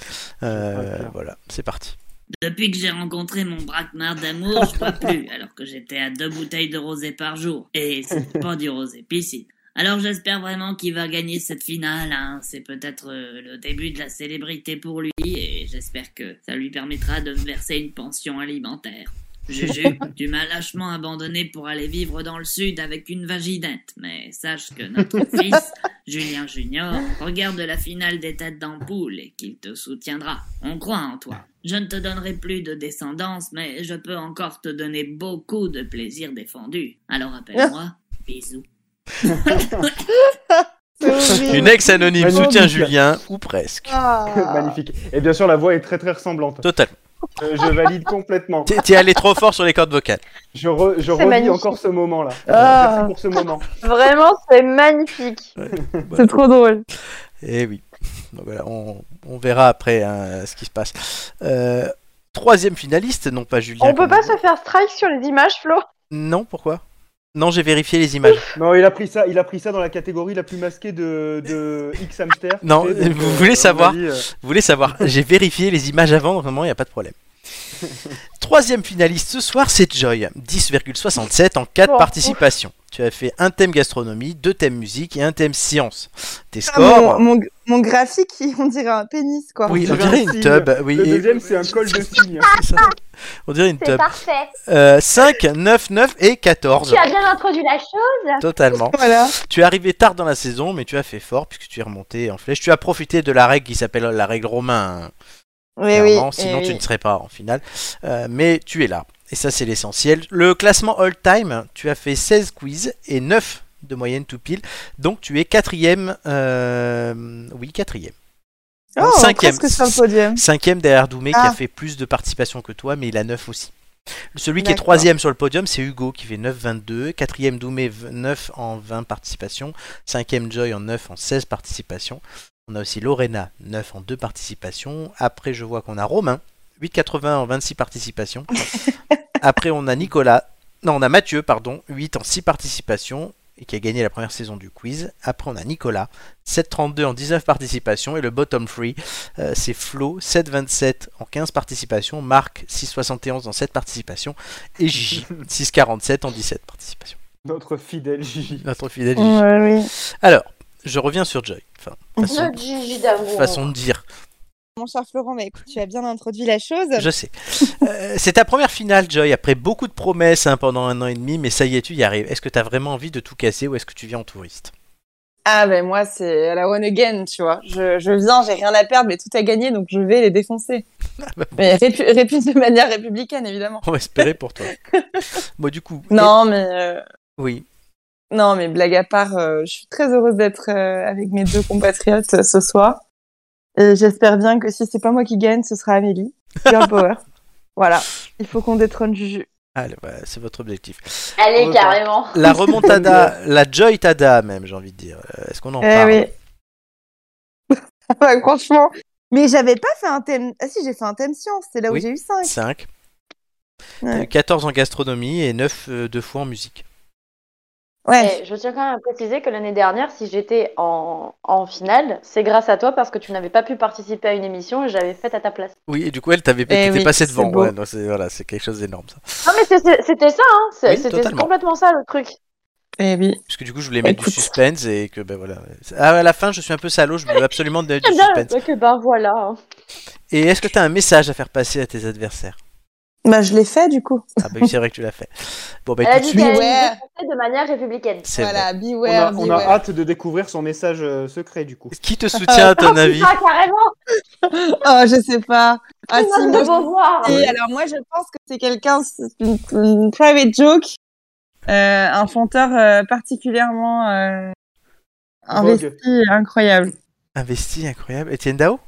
S1: Euh,
S5: Je crois bien.
S1: voilà, c'est parti.
S8: Depuis que j'ai rencontré mon braquemar d'amour, je bois plus, alors que j'étais à deux bouteilles de rosé par jour. Et c'est pas du rosé piscine. Alors j'espère vraiment qu'il va gagner cette finale. hein. C'est peut-être euh, le début de la célébrité pour lui, et j'espère que ça lui permettra de me verser une pension alimentaire. Juju, tu m'as lâchement abandonné pour aller vivre dans le sud avec une vaginette. Mais sache que notre fils, Julien Junior, regarde la finale des têtes d'ampoule et qu'il te soutiendra. On croit en toi. Je ne te donnerai plus de descendance, mais je peux encore te donner beaucoup de plaisir défendu. Alors appelle-moi. Bisous.
S1: Une ex anonyme
S5: Magnifique.
S1: soutient Julien, ou presque.
S6: Ah.
S5: Magnifique. Et bien sûr, la voix est très très ressemblante.
S1: Total.
S5: Euh, je valide complètement.
S1: T'es t'es allé trop fort sur les cordes vocales.
S5: Je, re- je
S2: C'est
S5: revis
S2: magnifique.
S5: encore ce moment-là.
S6: Ah.
S5: Merci pour ce moment.
S2: Vraiment, c'est magnifique.
S6: C'est trop drôle.
S1: Eh oui. Donc voilà, on, on verra après hein, ce qui se passe. Euh, troisième finaliste, non pas Julien.
S2: On peut
S1: comme-
S2: pas se faire strike sur les images, Flo
S1: Non, pourquoi Non, j'ai vérifié les images.
S5: Non, il a pris ça, il a pris ça dans la catégorie la plus masquée de, de X Hamster.
S1: Non,
S5: Tu sais, donc,
S1: vous voulez
S5: à mon
S1: savoir
S5: avis, euh,
S1: Vous voulez savoir J'ai vérifié les images avant, vraiment, il n'y a pas de problème. Troisième finaliste ce soir, c'est Joy, 10,67 en 4
S2: Oh.
S1: participations. Tu as fait un thème gastronomie, deux thèmes musique et un thème science. Tes
S6: Ah, mon,
S1: scores
S6: mon, mon graphique, il- on dirait un pénis, quoi.
S1: Oui,
S5: on
S1: on
S5: dirait un
S1: dirait une
S5: signe.
S1: tub. Oui,
S5: Le
S1: et-
S5: deuxième, c'est un col de cygne. hein,
S1: c'est ça. On dirait une
S2: C'est
S1: tub.
S2: parfait.
S1: Euh, 5, 9, 9 et
S2: Tu
S1: 14.
S2: as bien introduit la chose.
S1: Totalement.
S6: Voilà.
S1: Tu es arrivé tard dans la saison, mais tu as fait fort puisque tu es remonté en flèche. Tu as profité de la règle qui s'appelle la règle romain. hein,
S6: Oui, oui.
S1: clairement, sinon
S6: eh
S1: tu
S6: oui.
S1: ne serais pas en finale. Euh, mais tu es là. Et ça, c'est l'essentiel. Le classement all-time, tu as fait 16 quiz et 9 de moyenne tout pile. Donc tu es quatrième. euh, Oui, quatrième.
S6: Oh,
S1: Cinquième.
S6: presque sur le podium.
S1: Cinquième derrière Doumé qui
S6: Ah.
S1: a fait plus de participations que toi, mais il a 9 aussi. Celui qui est
S6: D'accord.
S1: troisième sur le podium, c'est Hugo qui fait 9,22. Quatrième Doumé, v- 9 en 20 participations. Cinquième Joy en 9 en 16 participations. On a aussi Lorena, 9 en 2 participations. Après, je vois qu'on a Romain, 8,80 en 26 participations. Après, on a Nicolas, non, on a Mathieu, pardon, 8 en 6 participations et qui a gagné la première saison du quiz. Après, on a Nicolas, 7,32 en 19 participations. Et le bottom free, euh, c'est Flo, 7,27 en 15 participations. Marc, 6,71 en 7 participations. Et Gigi, 6,47 en 17 participations.
S3: Notre fidèle Gigi.
S1: Notre fidèle Gigi.
S6: Ouais, oui.
S1: Alors, je reviens sur Joy. Enfin, façon,
S2: Le Gigi d'amour.
S1: façon de dire.
S6: Mon cher Florent, mais écoute, tu as bien introduit la chose.
S1: Je sais. Euh, c'est ta première finale, Joy, après beaucoup de promesses hein, pendant un an et demi, mais ça y est, tu y arrives. Est-ce que tu as vraiment envie de tout casser ou est-ce que tu viens en touriste
S6: Ah ben moi c'est à la one again, tu vois. Je, je viens, j'ai rien à perdre, mais tout à gagner, donc je vais les défoncer.
S1: bah
S6: mais répu- répu- de manière républicaine, évidemment.
S1: On va espérer pour toi. bon, du coup.
S6: Non, mais euh,
S1: et- Oui.
S6: non, mais blague à part, euh, je suis très heureuse d'être euh, avec mes deux compatriotes euh, ce soir. Et j'espère bien que si c'est pas moi qui gagne, ce sera Amélie. Girl power. Voilà, il faut qu'on détrône Juju.
S1: Allez, bah, c'est votre objectif.
S2: Allez,
S3: Ouais,
S2: carrément.
S1: La remontada, la Joy Tada, même, j'ai envie de dire. Euh, Est-ce qu'on en
S6: Eh
S1: parle
S6: oui. Ah bah, franchement. Mais j'avais pas fait un thème. Ah si, j'ai fait un thème science. C'est là
S1: Oui.
S6: où j'ai eu 5.
S1: 5.
S6: Ouais.
S1: 14 en gastronomie et 9 deux fois en musique.
S6: Ouais.
S2: Et Eh, je tiens quand même à préciser que l'année dernière, si j'étais en, en finale, c'est grâce à toi parce que tu n'avais pas pu participer à une émission et j'avais faite à ta place.
S1: Oui, et du coup, elle t'avait
S6: Eh
S1: t'étais
S6: oui,
S1: passé
S6: c'est
S1: devant.
S6: beau.
S1: Ouais, non, c'est voilà, c'est quelque chose d'énorme, ça.
S2: Non, mais c'est- c'est- c'était ça, hein. C'est-
S1: Oui,
S2: C'était
S1: totalement.
S2: complètement ça le truc.
S6: Eh oui.
S1: Parce que du coup, je voulais mettre du
S6: Écoute.
S1: suspense et que, ben voilà. Ah, à la fin, je suis un peu salaud, je voulais absolument mettre
S2: Eh
S1: du
S2: bien,
S1: suspense.
S2: donc, ben voilà. hein.
S1: Et est-ce que tu as un message à faire passer à tes adversaires
S6: Bah je l'ai fait du coup.
S1: Ah bah oui, c'est vrai que tu l'as fait. Bon bah
S2: Elle a
S1: écoute,
S2: dit
S6: suite.
S2: qu'elle allait
S6: Ouais.
S2: nous affronter de manière républicaine.
S1: c'est vrai.
S6: Voilà,
S3: On
S6: beware,
S3: a, on a
S6: beware.
S3: hâte de découvrir son message euh, secret du coup.
S1: Qui te soutient à ton avis
S2: Ah, carrément
S6: Oh, je sais pas. Ah,
S2: Tout le
S6: si,
S2: monde
S6: moi,
S2: veut voir.
S6: si, alors moi, je pense que c'est quelqu'un, c'est une, une private joke, Euh, un chanteur euh, particulièrement euh, investi, incroyable.
S1: Investi, incroyable. Etienne Dao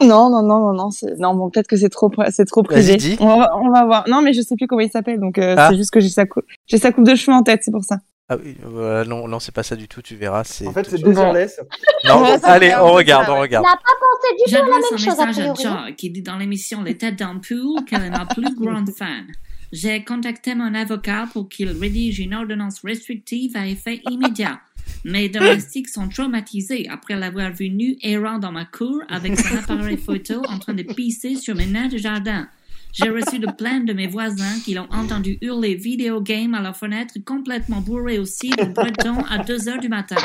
S6: Non, non, non, non, non, c'est- non, bon, peut-être que c'est trop, pri- c'est trop
S1: Vas-y,
S6: privé.
S1: dis.
S6: On va, on va voir. Non, mais je sais plus comment il s'appelle, donc euh,
S1: Ah.
S6: c'est juste que j'ai sa, cou- j'ai sa coupe de cheveux en tête, c'est pour ça.
S1: Ah oui, euh, non, non, c'est pas ça du tout, tu verras. C'est
S3: En fait, c'est
S1: tout-
S3: désirless.
S1: Non,
S6: Ouais, ça
S1: allez,
S6: fait un
S1: on
S6: peu
S1: regarde,
S6: ça,
S1: on
S6: ouais.
S1: regarde.
S2: C'est du tout la
S7: J'adresse
S2: même
S7: un
S2: chose, a
S7: message à
S2: priori.
S7: Joy qui dit dans l'émission Les Têtes d'Ampoule qu'elle est ma plus grande fan. J'ai contacté mon avocat pour qu'il rédige une ordonnance restrictive à effet immédiat. Mes domestiques sont traumatisés après l'avoir vu nu errant dans ma cour avec son appareil photo en train de pisser sur mes nains de jardin. J'ai reçu de plaintes de mes voisins qui l'ont entendu hurler video game à la fenêtre complètement bourré aussi de breton à 2 heures du matin.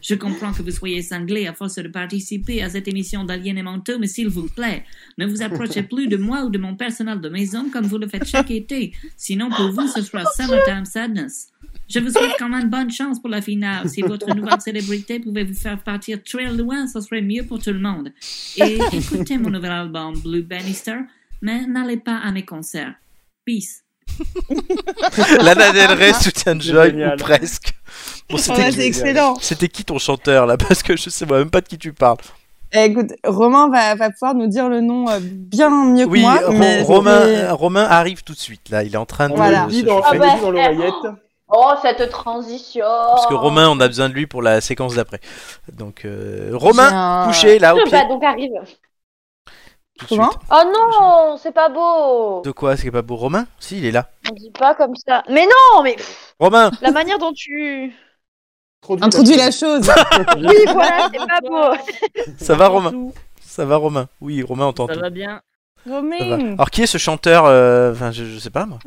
S7: Je comprends que vous soyez cinglés à force de participer à cette émission d'aliénamentos, mais s'il vous plaît, ne vous approchez plus de moi ou de mon personnel de maison comme vous le faites chaque été. Sinon, pour vous, ce sera Summertime Sadness. Je vous souhaite quand même bonne chance pour la finale. Si votre nouvelle célébrité pouvait vous faire partir très loin, ce serait mieux pour tout le monde. Et écoutez mon nouvel album, Blue Bannister, mais n'allez pas à mes concerts. Peace.
S1: Lana Del Rey soutient Joy, ou
S3: génial.
S1: presque. Bon, c'était
S6: Ouais,
S1: qui-
S6: c'est excellent.
S1: c'était qui ton chanteur là Parce que je sais moi même pas de qui tu parles.
S6: Eh, écoute, Romain va, va pouvoir nous dire le nom euh, bien mieux que
S1: Oui,
S6: moi.
S1: Ro-
S6: mais c'était-
S1: Romain, Romain arrive tout de suite là. Il est en train de.
S3: On
S6: Voilà.
S3: le
S1: se
S3: dit dans,
S1: chauffer.
S3: on le
S2: Ah ouais.
S3: dit dans l'oreillette.
S2: Oh, cette transition
S1: bah, Parce
S6: Oh.
S1: que Romain, on a besoin de lui pour la séquence d'après. Donc euh,
S6: j'ai
S1: Romain,
S6: un-
S1: couché là au pied.
S2: Bah, donc arrive.
S1: tout de
S6: Comment
S1: suite.
S2: Oh non, c'est pas beau
S1: De quoi C'est pas beau Romain Si, il est là.
S2: On dit pas comme ça. Mais non, mais pff,
S1: Romain
S2: la manière dont tu...
S6: Introduis la chose.
S2: Oui, voilà, c'est pas beau
S1: Ça va Romain Ça va Romain Oui, Romain, on
S10: Ça
S1: t'entend.
S10: va bien
S1: Ça va. Alors qui est ce chanteur euh, Enfin, je, je sais pas moi.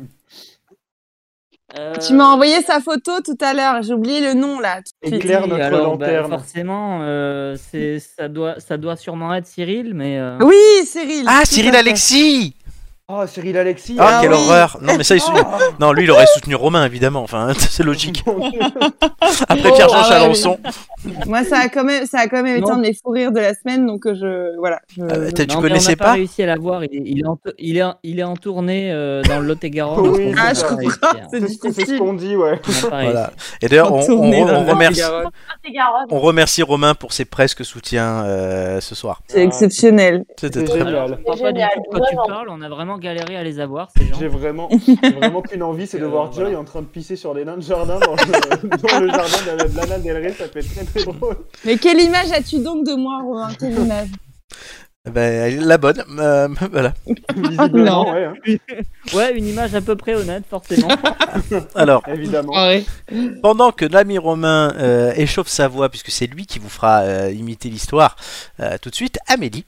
S6: Tu m'as envoyé sa photo tout à l'heure, j'ai oublié le nom là.
S1: Euh.
S6: tout de
S3: Et
S6: suite.
S3: Claire, notre
S10: alors, bah,
S3: lanterne.
S10: forcément, euh, c'est- ça, doit, ça doit sûrement être Cyril, mais. euh,
S6: Oui, Cyril.
S1: Ah,
S6: tout
S1: Cyril
S6: à fait.
S1: Alexis
S3: Oh, Cyril Alexis.
S1: Ah,
S6: Ah
S1: quelle
S6: oui. Oh.
S1: horreur Non, mais ça, il sou- non, lui, il aurait soutenu Romain, évidemment. Enfin, c'est logique. Après
S6: Oh,
S1: Pierre-Jean
S6: ah ouais,
S1: Chalençon.
S6: Moi, ça a quand même, ça a quand même été
S10: Non.
S6: un de mes fous rires de la semaine, donc euh, je, voilà. je-
S1: Euh, t'as- tu
S10: non, mais on
S1: connaissais
S10: n'a
S1: pas
S10: réussi à l'avoir. Il, est- il est en, il, est en, il est en tournée euh, dans le Lot-et-Garonne.
S3: Oui,
S10: donc on
S3: c'est
S10: n'a
S6: Ah,
S3: Ah,
S6: je
S10: pas
S3: ça,
S10: réussi,
S6: comprends,
S10: hein.
S6: c'est
S3: C'est ce
S6: difficile.
S3: qu'on dit, ouais.
S10: On n'a pas réussi.
S1: Voilà. Et d'ailleurs, on, on-
S6: Tourner
S1: on-
S6: dans
S1: on
S6: le
S1: remercie,
S6: Lot-et-Garonne.
S1: on remercie Romain pour ses presque soutiens euh, ce soir.
S6: C'est exceptionnel.
S1: C'était
S3: C'est
S1: très bien.
S3: génial.
S10: On comprend pas du
S2: Génial,
S10: tout de quoi tu
S2: vraiment.
S10: parles. On a vraiment galéré à les avoir, ces gens.
S3: J'ai vraiment, j'ai vraiment qu'une envie, c'est de
S10: Euh,
S3: voir
S10: voilà.
S3: Joy en train de pisser sur les nains de jardin dans le, dans le jardin de, de l'Anna Del Rey, ça peut être très très drôle.
S6: Mais quelle image as-tu donc de moi, Romain Quelle image
S1: Ben, la bonne, euh, voilà.
S3: Visiblement, ouais, hein,
S10: Ah, Ouais, une image à peu près honnête, forcément. Ah
S1: Alors,
S3: évidemment.
S1: pendant que l'ami Romain euh, échauffe sa voix, puisque c'est lui qui vous fera euh, imiter l'histoire euh, tout de suite, Amélie,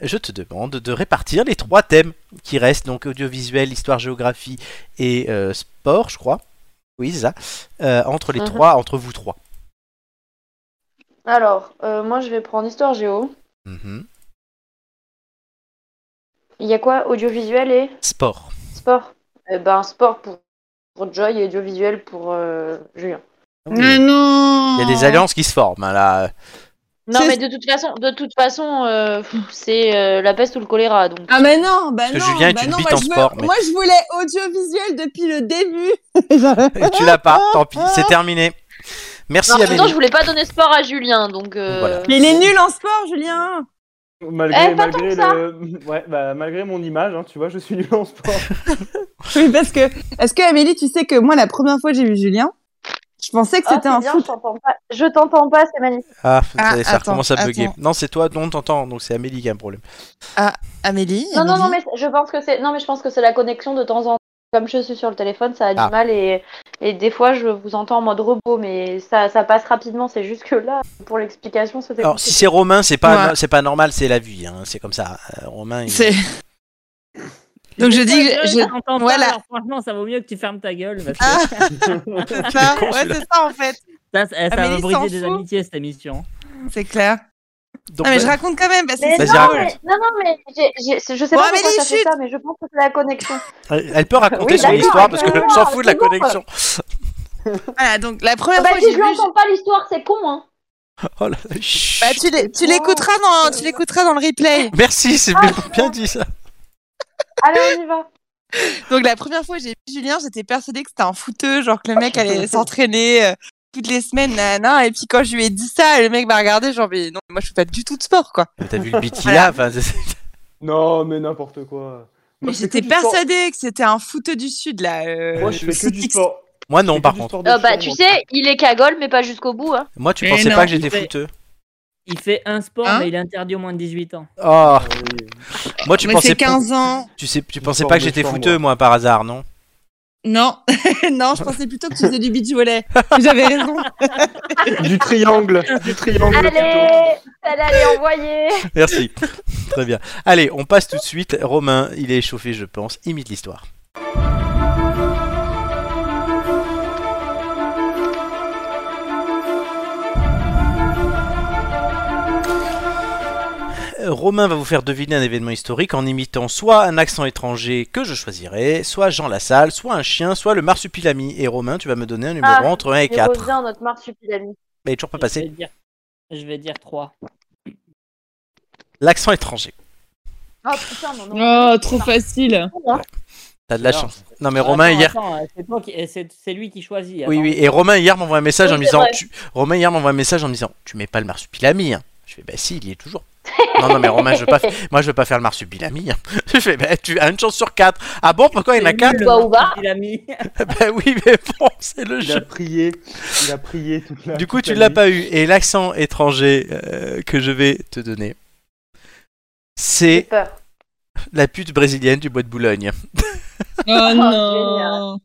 S1: je te demande de répartir les trois thèmes qui restent, donc audiovisuel, histoire, géographie et euh, sport, je crois. Oui, c'est ça. Euh, entre les
S2: Mhm.
S1: trois, entre vous trois.
S2: Alors, euh, moi, je vais prendre histoire géo.
S1: Mhm.
S2: Il y a quoi Audiovisuel et
S1: Sport.
S2: sport Eh ben, sport pour, pour Joy et audiovisuel pour euh, Julien.
S1: Ah
S6: non
S1: Il y a
S2: Ah.
S1: des alliances qui se forment, hein, là.
S2: Non,
S6: C'est-
S2: mais de toute façon, de toute façon euh, pff, c'est euh, la peste ou le choléra. Donc,
S6: Ah mais non, bah
S1: Parce que
S6: non,
S1: Julien est
S6: bah
S1: une
S6: non,
S1: bite
S6: moi,
S1: en
S6: je veux-
S1: sport, mais-
S6: moi je voulais audiovisuel depuis le début.
S1: Euh, tu l'as pas, tant pis, c'est terminé. Merci
S2: Non, en même temps,
S1: Amélie.
S2: je voulais pas donner sport à Julien, donc. euh,
S1: Voilà.
S6: Mais il est nul en sport, Julien.
S3: Malgré,
S2: Eh, pas tant
S3: malgré,
S2: que ça.
S3: le... ouais, bah, malgré mon image, hein, tu vois, je suis nul en sport.
S6: Oui, parce que est-ce que Amélie, tu sais que moi la première fois que j'ai vu Julien, je pensais que
S2: Ah,
S6: c'était
S2: c'est
S6: un
S2: bien,
S6: foot.
S2: Je t'entends pas. Je t'entends pas, c'est magnifique.
S1: Ah,
S8: Ah,
S1: ça, ça
S8: attends,
S1: recommence à bugger.
S8: attends.
S1: Non, c'est toi, non, t'entends, donc c'est Amélie qui a un problème.
S8: Amélie
S2: Non, non,
S8: Amélie
S2: non, mais je pense que c'est. Non, mais je pense que c'est la connexion de temps en temps. Comme je suis sur le téléphone, ça a
S1: Ah.
S2: du mal et, et des fois je vous entends en mode robot, mais ça, ça passe rapidement. C'est juste que là, pour l'explication, c'était.
S1: Alors, si c'est Romain, c'est pas,
S8: Ouais.
S1: c'est pas normal, c'est la vie, hein, c'est comme ça. Euh, Romain, il-
S8: C'est- Donc je dis que
S10: Je
S8: je-
S10: t'entends pas,
S8: voilà.
S10: alors franchement, ça vaut mieux que tu fermes ta gueule. Parce que
S8: Ah,
S3: T'as
S8: c'est ça,
S1: con,
S8: ouais,
S1: celui-là.
S8: c'est ça en fait,
S10: ça, ça, ça va
S8: Amélie s'en
S10: briser des
S8: fout.
S10: amitiés, cette émission.
S8: c'est clair.
S1: Donc,
S8: Ah, mais
S1: bah,
S8: je raconte quand même parce que
S2: Mais
S1: Vas-y,
S8: c'est
S2: non,
S1: raconte.
S2: mais, non, non, mais j'ai- j'ai- c'est- je sais
S8: Bon,
S2: pas pourquoi
S8: Amélie,
S2: ça fait
S8: chut.
S2: ça, mais je pense que c'est la connexion.
S1: elle elle peut raconter
S2: Oui,
S1: son
S2: d'accord,
S1: histoire parce que
S2: d'accord,
S1: s'en fout de la
S2: c'est bon.
S1: connexion.
S8: Voilà, donc la première
S2: bah,
S8: fois que
S2: si
S8: j'ai
S2: je
S8: vu,
S2: lui entends pas l'histoire, c'est con, hein.
S1: Oh là là, chut.
S8: bah, tu l'é- tu l'écouteras dans, tu l'écouteras dans le replay.
S1: Merci, c'est
S2: Ah,
S1: bien- bien dit ça.
S2: Allez, on y va.
S8: Donc la première fois que j'ai vu Julien, j'étais persuadée que c'était un fouteux, genre que le mec allait s'entraîner euh, toutes les semaines, nana. Et puis quand je lui ai dit ça, le mec m'a regardé, genre mais non, moi je fais pas du tout de sport, quoi.
S3: Bah,
S1: Mais T'as vu le beat qu'il a enfin, c'est-
S3: Non, mais n'importe quoi. Moi,
S8: Mais
S3: je fais
S8: j'étais
S3: que du sport.
S8: persuadée que c'était un fouteux du sud là. euh,
S3: Moi, je
S8: le
S3: fais que du
S8: footix.
S3: sport.
S1: Moi
S3: Je fais
S1: non,
S3: que
S1: par
S3: du
S1: contre.
S3: sport de
S2: Euh, bah,
S3: chair,
S2: tu
S3: moi.
S2: sais, il est cagole, mais pas jusqu'au bout, hein.
S1: Moi, tu
S10: Eh
S1: pensais
S10: non,
S1: pas que j'étais
S10: il fait-
S1: fouteux.
S10: Il fait un sport,
S8: Hein
S10: mais il est interdit au moins de 18 ans.
S1: Oh,
S3: Ah oui.
S1: moi, tu
S8: Mais
S1: pensais
S8: c'est
S1: pas-
S8: 15 ans.
S1: Tu, sais, tu pensais
S3: Sport
S1: pas que
S3: de
S1: j'étais
S3: chambre.
S1: fouteux, moi, par hasard, non
S8: Non, non, je pensais plutôt que tu faisais du beach volley. J'avais raison.
S3: Du triangle, du triangle.
S2: Ah,
S3: plutôt.
S2: Allez, elle allait envoyer.
S1: Merci. Très bien. Allez, on passe tout de suite. Romain, il est échauffé, je pense. Imite l'histoire. Euh, Romain va vous faire deviner un événement historique en imitant soit un accent étranger que je choisirai, soit Jean Lassalle, soit un chien, soit le marsupilami. Et Romain, tu vas me donner un numéro
S2: Ah,
S1: entre 1 et
S2: Il
S1: 4.
S2: revient, notre marsupilami.
S1: Mais toujours pas
S10: Je vais
S1: passé.
S10: dire, je vais dire 3.
S1: L'accent étranger.
S8: Ah,
S2: Oh putain, non, non.
S6: Oh, trop facile.
S1: T'as de la
S10: Alors,
S1: chance. hein. Non mais Romain, hier,
S10: C'est toi qui- eh, c'est- c'est lui qui choisit.
S1: Oui,
S10: attends.
S1: oui. Et Romain hier m'envoie un message
S2: Oui,
S1: en me
S2: c'est
S1: disant,
S2: vrai.
S1: tu... Romain hier m'envoie un message en me disant, tu mets pas le marsupilami. Hein. Je fais, bah si, il y est toujours. non, non, mais Romain, je veux pas, f- moi je veux pas faire le marsupilami. hein. Je fais, bah tu as une chance sur quatre. Ah bon, pourquoi il y en a
S10: C'est
S1: qu'un
S10: lui, le
S2: Toi, ou
S10: mec
S2: pas
S10: qui l'a mis.
S1: Bah oui, mais bon, c'est le
S3: Il a
S1: jeu.
S3: prié, il a prié toute
S5: Ah,
S3: la.
S1: Du coup,
S3: toute
S1: tu
S3: la
S1: l'as
S3: nuit.
S1: pas eu. Et l'accent étranger euh, que je vais te donner,
S2: J'ai
S1: c'est
S2: peur.
S1: la pute brésilienne du bois de Boulogne.
S6: Oh
S2: non.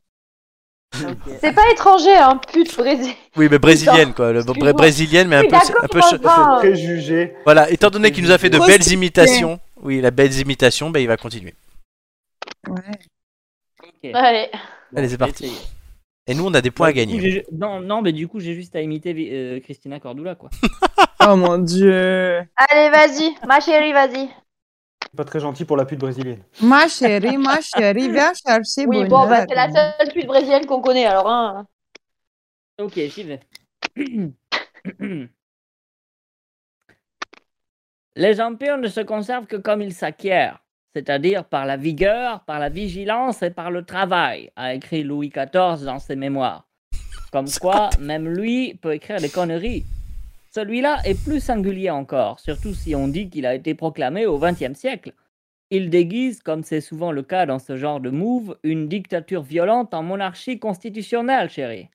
S2: C'est pas étranger, hein, pute brésil.
S1: Oui, mais brésilienne quoi. Le
S2: excuse-moi.
S1: brésilienne, mais un
S2: Oui,
S6: Oh,
S1: peu,
S2: d'accord,
S1: un peu.
S2: je
S1: ch-
S2: vois pas.
S3: Préjugé.
S1: Voilà. Étant donné qu'il nous a fait de belles imitations, Oui, la belle imitation, ben, il va continuer.
S10: Ok.
S2: Allez.
S10: Bon,
S1: Allez, c'est
S10: je vais
S1: parti.
S10: essayer.
S1: Et nous, on a des points à
S10: Du coup,
S1: gagner.
S10: j'ai- Non, non, mais du coup, j'ai juste à imiter euh, Christina Cordula, quoi.
S6: Oh mon dieu.
S2: Allez, vas-y, ma chérie, vas-y.
S5: Pas très gentil pour la pute brésilienne.
S6: Ma chérie, ma chérie, viens chercher
S2: Oui, bon,
S6: bonheur.
S2: bah, c'est la seule pute brésilienne qu'on connaît, alors. Hein.
S10: Ok, j'y vais. Les empires ne se conservent que comme ils s'acquièrent, c'est-à-dire par la vigueur, par la vigilance et par le travail, a écrit Louis XIV dans ses mémoires. Comme quoi, même lui peut écrire des conneries. Celui-là est plus singulier encore, surtout si on dit qu'il a été proclamé au XXe siècle. Il déguise, comme c'est souvent le cas dans ce genre de move, une dictature violente en monarchie constitutionnelle, chérie.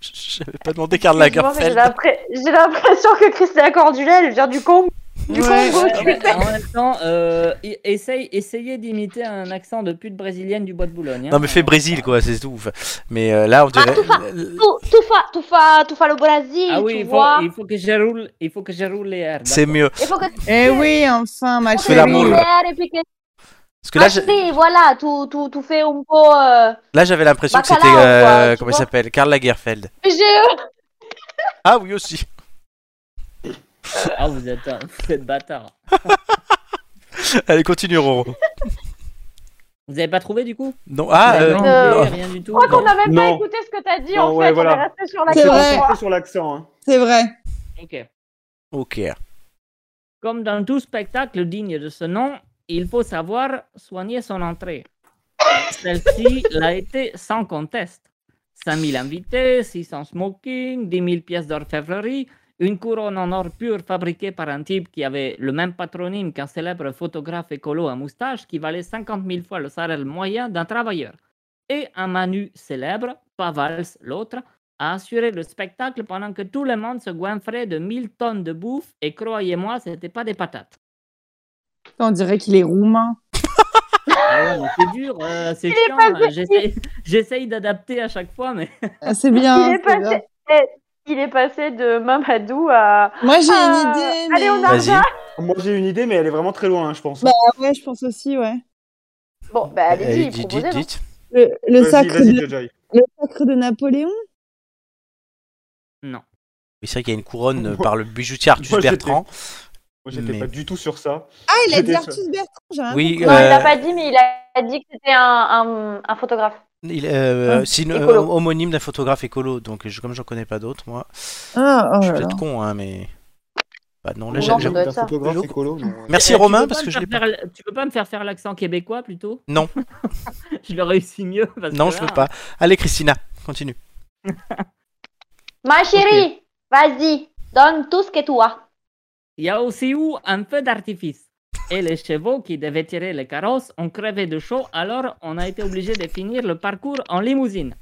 S1: Je n'avais pas demandé Karl
S2: J'ai
S1: Lagerfeld.
S2: l'impré- j'ai l'impression que Christina Cordula, elle vient du Congo. Du Congo,
S10: Ouais, Ah
S2: tu
S10: ouais,
S2: sais.
S10: en même temps, euh, i- essaye, essayez d'imiter un accent de pute brésilienne du bois de Boulogne. hein.
S1: Non, mais fais Brésil, quoi, c'est tout. Enfin, Mais euh, là, on
S2: Ah,
S1: dirait.
S2: Tout, tout fa, tout fa, tout fa le Brésil,
S10: Ah oui,
S2: tu
S10: il faut,
S2: vois.
S10: il faut que je roule, il faut que je roule les airs.
S1: C'est mieux.
S2: Il faut que
S6: Eh oui, enfin, ma
S1: fais la
S6: chérie.
S1: moule. Parce que là, je-
S2: Acheter, Ah, voilà, tout, tout, tout fait un peu. Euh...
S1: là j'avais l'impression que c'était.
S2: Bacalao,
S1: euh,
S2: quoi, tu
S1: comment il
S2: vois.
S1: s'appelle Karl Lagerfeld.
S2: PGE.
S1: Ah oui, aussi.
S10: Ah, vous êtes, un- vous êtes bâtard.
S1: Allez, continue, Roro.
S10: Vous avez pas trouvé du coup
S1: Non, ah,
S10: Bah,
S1: euh,
S10: non,
S2: euh,
S10: oui, rien du tout.
S2: Je crois qu'on n'a même
S5: Non.
S2: pas écouté ce que t'as dit
S5: Non,
S2: en
S5: ouais,
S2: fait.
S5: voilà.
S2: On est resté sur la
S6: C'est vrai.
S5: Pas sur l'accent, hein.
S6: C'est vrai.
S10: Ok.
S1: ok.
S10: Comme dans tout spectacle digne de ce nom, il faut savoir soigner son entrée. Celle-ci l'a été sans conteste. 5000 invités, 600 smoking, 10 000 pièces d'orfèvrerie, une couronne en or pur fabriquée par un type qui avait le même patronyme qu'un célèbre photographe écolo à moustache qui valait 50 000 fois le salaire moyen d'un travailleur. Et un Manu célèbre, pas Valls l'autre, a assuré le spectacle pendant que tout le monde se goinfrait de 1000 tonnes de bouffe et croyez-moi, c'était pas des patates.
S6: On dirait qu'il est roumain.
S10: Ah ouais, mais c'est dur, euh, c'est chiant. euh, j'essaye- J'essaye d'adapter à chaque fois, mais
S6: Ah, C'est bien.
S2: Il est
S6: c'est
S2: passé-
S6: bien.
S2: Il est passé de Mamadou à.
S6: Moi, j'ai
S2: Ah,
S6: une idée.
S2: allez,
S6: mais-
S2: on a-
S1: Vas-y.
S5: Moi j'ai une idée, mais elle est vraiment très loin, hein, je pense.
S6: Bah, Ouais, je pense aussi, ouais.
S2: Bon, bah,
S1: Allez,
S2: allez-y,
S1: Eh, dites,
S2: proposez,
S1: dites,
S2: non
S1: dites.
S6: Le, le
S5: Vas-y,
S6: sacre
S5: vas-y,
S6: de,
S5: Jojoy.
S6: le sacre de Napoléon
S10: non.
S1: Oui, c'est vrai qu'il y a une couronne euh, par le bijoutier Artus
S5: Moi, j'étais-
S1: Bertrand.
S5: Moi j'étais
S1: Mais-
S5: pas du tout sur ça.
S6: Ah, il a
S5: J'étais
S6: dit
S5: sûr.
S6: Artus Bertrand, j'ai rien
S1: Oui,
S2: Non, il
S1: euh,
S2: l'a pas dit, mais il a dit que c'était un, un, un photographe.
S1: il est, euh,
S2: Hein,
S1: signe- euh,
S2: écolo.
S1: homonyme d'un photographe écolo. Donc, je- comme j'en connais pas d'autres, moi,
S6: Ah, oh
S1: je suis
S6: là là.
S1: peut-être con, hein, mais. Bah non, là,
S2: Non,
S1: j'ai-
S2: ça
S1: j'ai-
S2: doit être ça.
S5: photographe
S1: Je-
S5: écolo. non, ouais.
S1: Merci
S10: Eh, tu
S1: Romain
S10: peux
S1: parce
S10: pas
S1: que
S10: me
S1: je l'ai
S10: faire faire- Tu peux pas me faire faire l'accent québécois plutôt
S1: Non.
S10: je le réussis mieux. parce
S1: Non,
S10: que
S1: je
S10: là,
S2: hein.
S1: peux pas. Allez, Christina, continue.
S2: Ma chérie, vas-y, donne tout ce que tu as.
S10: Il y a aussi eu un feu d'artifice. Et les chevaux qui devaient tirer les carrosses ont crevé de chaud, alors on a été obligé de finir le parcours en limousine.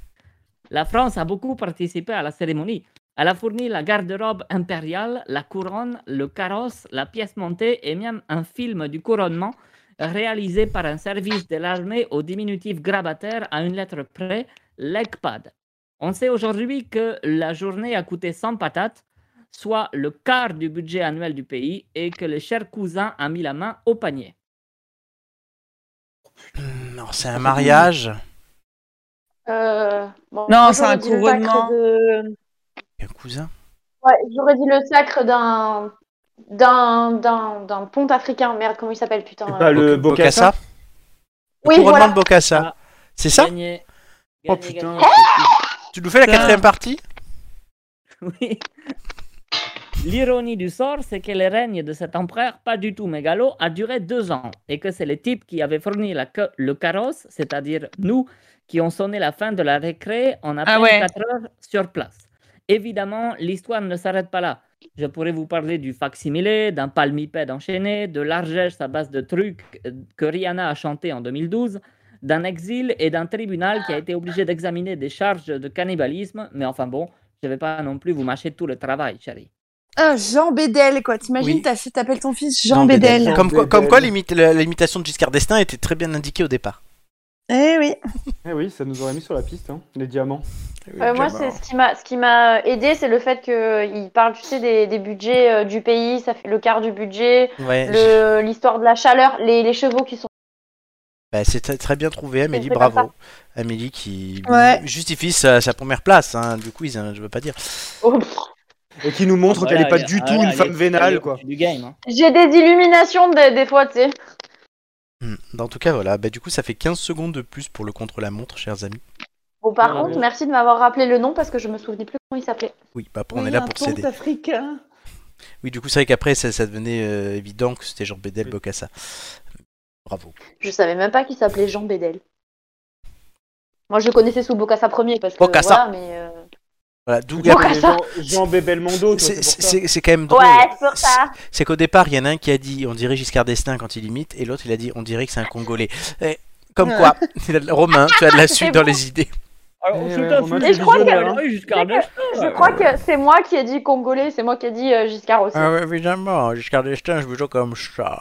S10: La France a beaucoup participé à la cérémonie. Elle a fourni la garde-robe impériale, la couronne, le carrosse, la pièce montée et même un film du couronnement réalisé par un service de l'armée au diminutif grabataire à une lettre près, l'ECPAD. On sait aujourd'hui que la journée a coûté 100 patates, soit le quart du budget annuel du pays et que le cher cousin a mis la main au panier.
S1: Non, c'est un mariage.
S2: Euh, bon,
S6: Non,
S2: moi,
S6: c'est un
S2: j'aurais dit le
S6: couronnement.
S2: sacre de-
S1: Un cousin.
S2: Ouais, j'aurais dit le sacre d'un. D'un, d'un, d'un pont africain, merde, comment il s'appelle, putain.
S5: C'est pas le
S2: euh.
S1: Bo-
S5: Bocassa
S1: Le
S2: Oui,
S1: couronnement
S2: voilà.
S1: de Bocassa. C'est ça
S10: Ah. Gagné.
S5: Oh
S10: Gagné,
S5: putain.
S10: gagné.
S1: Tu nous fais la
S10: Putain.
S1: quatrième partie
S10: Hein. Oui. L'ironie du sort, c'est que le règne de cet empereur, pas du tout mégalo, a duré deux ans et que c'est le type qui avait fourni la ca- le carrosse, c'est-à-dire nous, qui ont sonné la fin de la récré en à peine
S6: Ah ouais.
S10: 4 heures sur place. Évidemment, l'histoire ne s'arrête pas là. Je pourrais vous parler du facsimilé, d'un palmipède enchaîné, de l'argège à base de trucs euh, que Rihanna a chanté en 2012, d'un exil et d'un tribunal qui a été obligé d'examiner des charges de cannibalisme, mais enfin bon, je vais pas non plus vous mâcher tout le travail, chérie.
S6: Ah, Jean Bédel, quoi. T'imagines,
S1: Oui.
S6: t'as fait- t'appelles ton fils Jean
S1: Non, mais-
S6: Bédel.
S1: Comme, quoi-
S5: Jean
S1: comme quoi
S5: Bédel.
S1: l'imite- la- l'imitation de Giscard d'Estaing était très bien indiquée au départ.
S6: Eh oui.
S3: Eh oui, ça nous aurait mis sur la piste, hein, les diamants.
S1: Eh
S2: Euh, moi, c'est ce qui m'a, ce qui m'a aidé, c'est le fait qu'il parle, tu sais, des, des budgets euh, du pays, ça fait le quart du budget,
S1: Ouais, j'ai-
S2: le- l'histoire de la chaleur, les, les chevaux qui sont.
S1: bah, c'est très- très bien trouvé, Amélie,
S2: fait comme
S1: bravo. Amélie qui
S6: Ouais.
S1: justifie sa, sa première place hein, du quiz, hein, je veux pas dire.
S2: Oh,
S5: Et qui nous montre
S10: Ah, Voilà,
S5: qu'elle n'est pas
S10: elle-
S5: du tout
S10: voilà,
S5: une
S10: elle
S5: femme
S10: est- elle est
S5: vénale, quoi.
S10: Du game. hein.
S2: J'ai des illuminations des, des fois, tu sais.
S1: Hmm. En tout cas, voilà, bah, du coup, ça fait 15 secondes de plus pour le contre-la-montre, chers amis.
S2: Bon, par
S10: Ouais,
S2: contre,
S10: ouais.
S2: merci de m'avoir rappelé le nom parce que je me souvenais plus comment il s'appelait.
S1: Oui, bah, après, on est là pour s'aider.
S6: africain.
S1: Oui, du coup, c'est vrai qu'après, ça, ça devenait euh, évident que c'était Jean Bédel, Bocassa. Bravo.
S2: Je savais même pas qu'il s'appelait Jean Bédel. Moi, je le connaissais sous Bocassa premier parce que
S1: Bocassa.
S2: voilà, mais. euh,
S1: Voilà, d'où
S2: Bon,
S1: la-
S2: Bocassa.
S3: Les gens- Jean B. Belmondo, toi,
S1: C'est-
S3: c'est pour ça.
S1: C'est c'est quand même drôle.
S2: Ouais, c'est pour ça.
S1: C'est- C'est qu'au départ, il y en a un qui a dit on dirait Giscard d'Estaing quand il imite, et l'autre il a dit on dirait que c'est un Congolais. Eh, comme
S8: Ouais.
S1: quoi, Romain, tu as de la suite dans
S2: bon.
S1: les idées.
S10: Alors,
S3: Eh
S10: tout
S3: ouais,
S10: à
S3: Romain,
S10: fait,
S2: Et je crois
S10: suis
S2: que-
S10: d'accord jusqu'à là.
S2: Je crois que c'est moi qui ai dit congolais, c'est moi qui ai dit euh, Giscard aussi.
S1: Ah, évidemment, Giscard d'Estaing, je vous joue comme ça.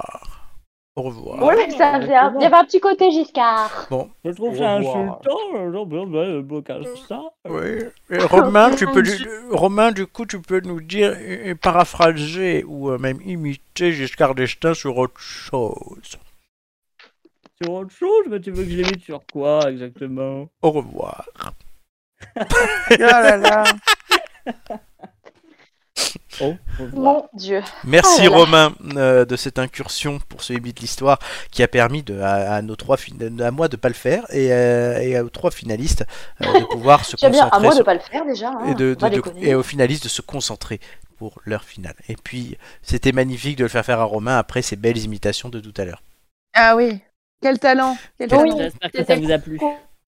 S1: Au revoir.
S2: Ouais, mais ça faisait un- Il y avait un petit côté Giscard.
S10: Je trouve
S3: Au
S10: ça
S3: revoir.
S10: insultant. Blocage ça.
S1: Oui. Et Romain, tu peux lui- euh, Romain, du coup, tu peux nous dire, et- et paraphraser ou euh, même imiter Giscard d'Estaing sur autre chose.
S10: Sur autre chose, mais tu veux que je l'imite sur quoi exactement
S1: Au revoir.
S6: Oh là là.
S10: Oh,
S2: Mon dieu.
S1: Merci
S2: Oh là là.
S1: Romain euh, de cette incursion pour ce Hibit de l'histoire qui a permis de, à, à nos trois fin- à moi de pas le faire et, euh, et aux trois finalistes euh, de pouvoir se
S2: J'aime
S1: concentrer
S2: bien, à moi de
S1: sur-
S2: pas le faire déjà. hein.
S1: et, de-
S2: On va
S1: de- de-
S2: déconner.
S1: et aux finalistes de se concentrer pour leur finale. Et puis c'était magnifique de le faire faire à Romain après ces belles imitations de tout à l'heure.
S6: Ah oui. Quel talent. Quel
S1: Quel-
S6: talent.
S10: J'espère que ça vous a plu.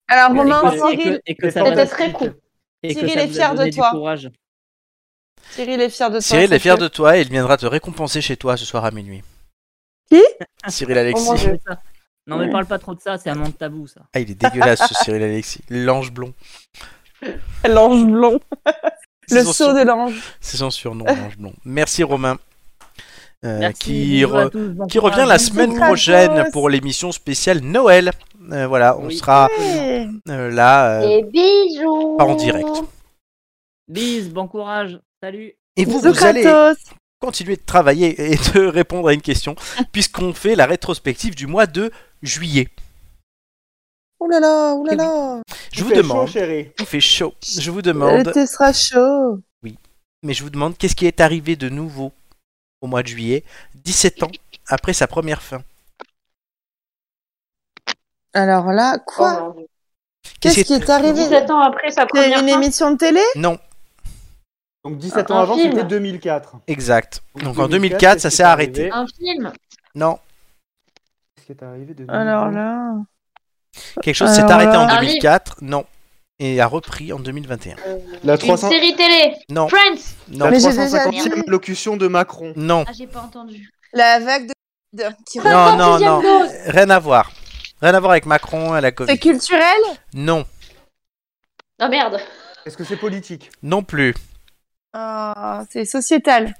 S6: Alors
S10: Et
S6: Romain,
S10: que- et que-
S6: Cyril,
S10: et que ça
S2: C'était
S10: va-
S2: très cool.
S10: et que
S6: Cyril
S10: ça
S6: est
S10: vous a
S6: fier de
S10: donné du
S6: toi.
S10: courage.
S6: Cyril est fier de toi.
S1: Cyril est
S6: sache-le.
S1: fier de toi et il viendra te récompenser chez toi ce soir à minuit.
S6: Qui
S1: Cyril Alexis.
S2: Oh mon Dieu.
S10: Non, mais parle pas trop de ça, c'est un monde tabou ça.
S1: ah, il est dégueulasse ce Cyril Alexis. L'ange blond.
S6: L'ange blond.
S1: C'est
S6: Le
S1: son
S6: saut
S1: surnom.
S6: de l'ange.
S1: C'est son surnom, l'ange blond. Merci Romain. euh,
S10: Merci,
S1: qui
S10: bisous
S1: re-
S10: à tous, bon
S1: qui
S10: courage.
S1: revient la semaine
S6: bisous à
S1: prochaine
S6: tous.
S1: pour l'émission spéciale Noël. Euh, voilà, on
S10: Oui.
S1: sera euh, là. euh,
S2: Et bisous.
S1: Pas en direct.
S10: Bis, bon courage, salut.
S1: et vous, vous allez continuer de travailler et de répondre à une question, puisqu'on fait la rétrospective du mois de juillet.
S6: Oh là là, oh là là.
S1: Je
S3: Il
S1: vous
S3: fait chaud,
S1: demande,
S3: chérie.
S1: il fait chaud, je
S10: Euh,
S1: vous
S6: Le
S1: demande,
S6: thé Euh, sera chaud.
S1: mais je vous demande qu'est-ce qui est arrivé de nouveau au mois de juillet, 17 ans après sa première fin.
S6: Alors là, quoi
S2: Oh,
S6: Qu'est-ce qui est arrivé
S2: 17 ans après sa
S6: C'est
S2: première
S6: une
S2: fin.
S6: émission de télé
S1: Non,
S3: Donc 17
S2: Un-
S3: ans
S2: un
S3: avant,
S2: film.
S3: c'était 2004.
S1: exact. Donc en 2004,
S3: qu'est-ce
S1: ça
S3: qui
S1: s'est
S3: est
S1: arrêté.
S3: arrivé
S2: Un film.
S1: Non,
S3: Qu'est-ce qui est arrivé de
S6: Alors
S3: 2002?
S6: là.
S1: quelque chose s'est
S2: euh,
S6: Alors
S1: arrêté en
S6: là.
S2: Un livre.
S1: 2004. Non. Et a repris en 2021.
S5: La
S2: Une
S5: 300...
S2: série télé.
S1: Non,
S2: Friends.
S1: non,
S6: Mais j'ai déjà
S5: 350e
S6: dit.
S5: locution de Macron.
S1: non,
S2: Ah, j'ai pas entendu.
S6: La vague de. de-
S2: Ah,
S6: qui-
S1: non, non,
S2: 56e
S1: non.
S2: dose.
S1: Rien à voir. Rien à voir avec Macron et la
S6: C'est
S1: Covid.
S6: culturel
S1: Non,
S2: Ah merde.
S3: Est-ce que c'est politique
S1: non plus.
S6: Ah, C'est sociétal.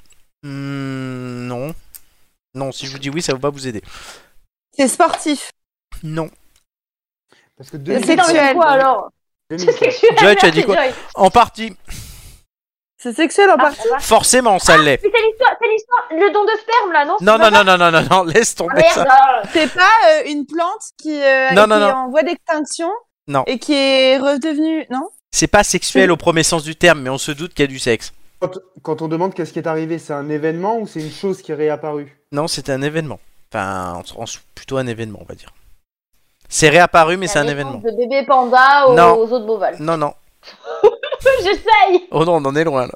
S1: Hmm, non. Non, si je vous dis oui, ça va pas vous aider.
S6: C'est sportif.
S1: Non.
S3: Parce que
S6: C'est
S2: Putain, mais
S3: 2004,
S6: sexuel.
S2: quoi alors Qu'est-ce
S3: 2004.
S2: que tu
S1: Joy, tu as
S2: Merci,
S1: dit quoi
S2: Joy.
S1: En partie.
S6: C'est sexuel en
S2: Ah,
S6: partie.
S2: ça va.
S1: Forcément, ça l'est.
S2: Mais c'est l'histoire, c'est l'histoire, le don de sperme là, non Ah, c'est
S1: Non,
S2: pas
S1: non, non, non, non, non, non, laisse tomber
S2: ça
S1: ça.
S2: Merde. ah.
S6: C'est pas euh, une plante qui, euh,
S1: Non,
S6: qui
S1: non,
S6: est
S1: non.
S6: en voie d'extinction
S1: Non.
S6: et qui est redevenue. Non
S1: C'est pas sexuel au premier sens du terme, mais on se doute qu'il y a du sexe.
S3: Quand, quand on demande qu'est-ce qui est arrivé, c'est un événement ou c'est une chose qui est réapparue
S1: Non, c'est un événement. Enfin, en- en- plutôt un événement, on va dire. C'est réapparu, mais c'est
S2: La
S1: un
S2: naissance
S1: événement.
S2: De bébé panda aux,
S1: Non.
S2: aux eaux de Beauval.
S1: Non, non.
S2: J'essaye.
S1: Oh non, on en est loin là.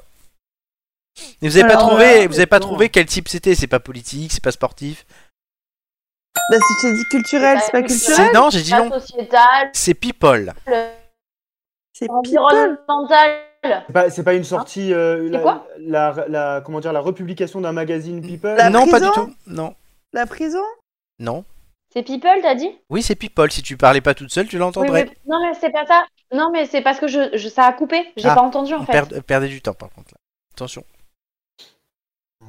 S1: Et vous avez pas
S6: Alors,
S1: trouvé,
S2: euh,
S6: voilà,
S1: vous avez pas
S3: bon.
S1: trouvé quel type c'était. C'est pas politique, c'est pas sportif.
S6: Bah, si je t'ai dit culturel, c'est pas culturel.
S1: C'est- Non, j'ai dit
S2: La
S1: non.
S2: sociétale,
S1: C'est people.
S6: C'est people.
S2: environnementale.
S3: C'est pas, c'est pas une sortie. euh, la,
S2: quoi
S3: la- la- comment dire, la republication d'un magazine People
S6: La
S1: non, pas du
S6: prison
S1: tout. Non,
S6: La prison
S1: non.
S2: C'est people, t'as dit
S1: Oui, c'est people. Si tu parlais pas toute seule, tu
S2: Oui,
S1: l'entendrais.
S2: mais- Non, mais c'est pas ça. Non, mais c'est parce que je, je- ça a coupé. J'ai
S1: Ah,
S2: pas entendu en
S1: On
S2: fait.
S1: perd- euh, perdez du temps par contre. là. Attention.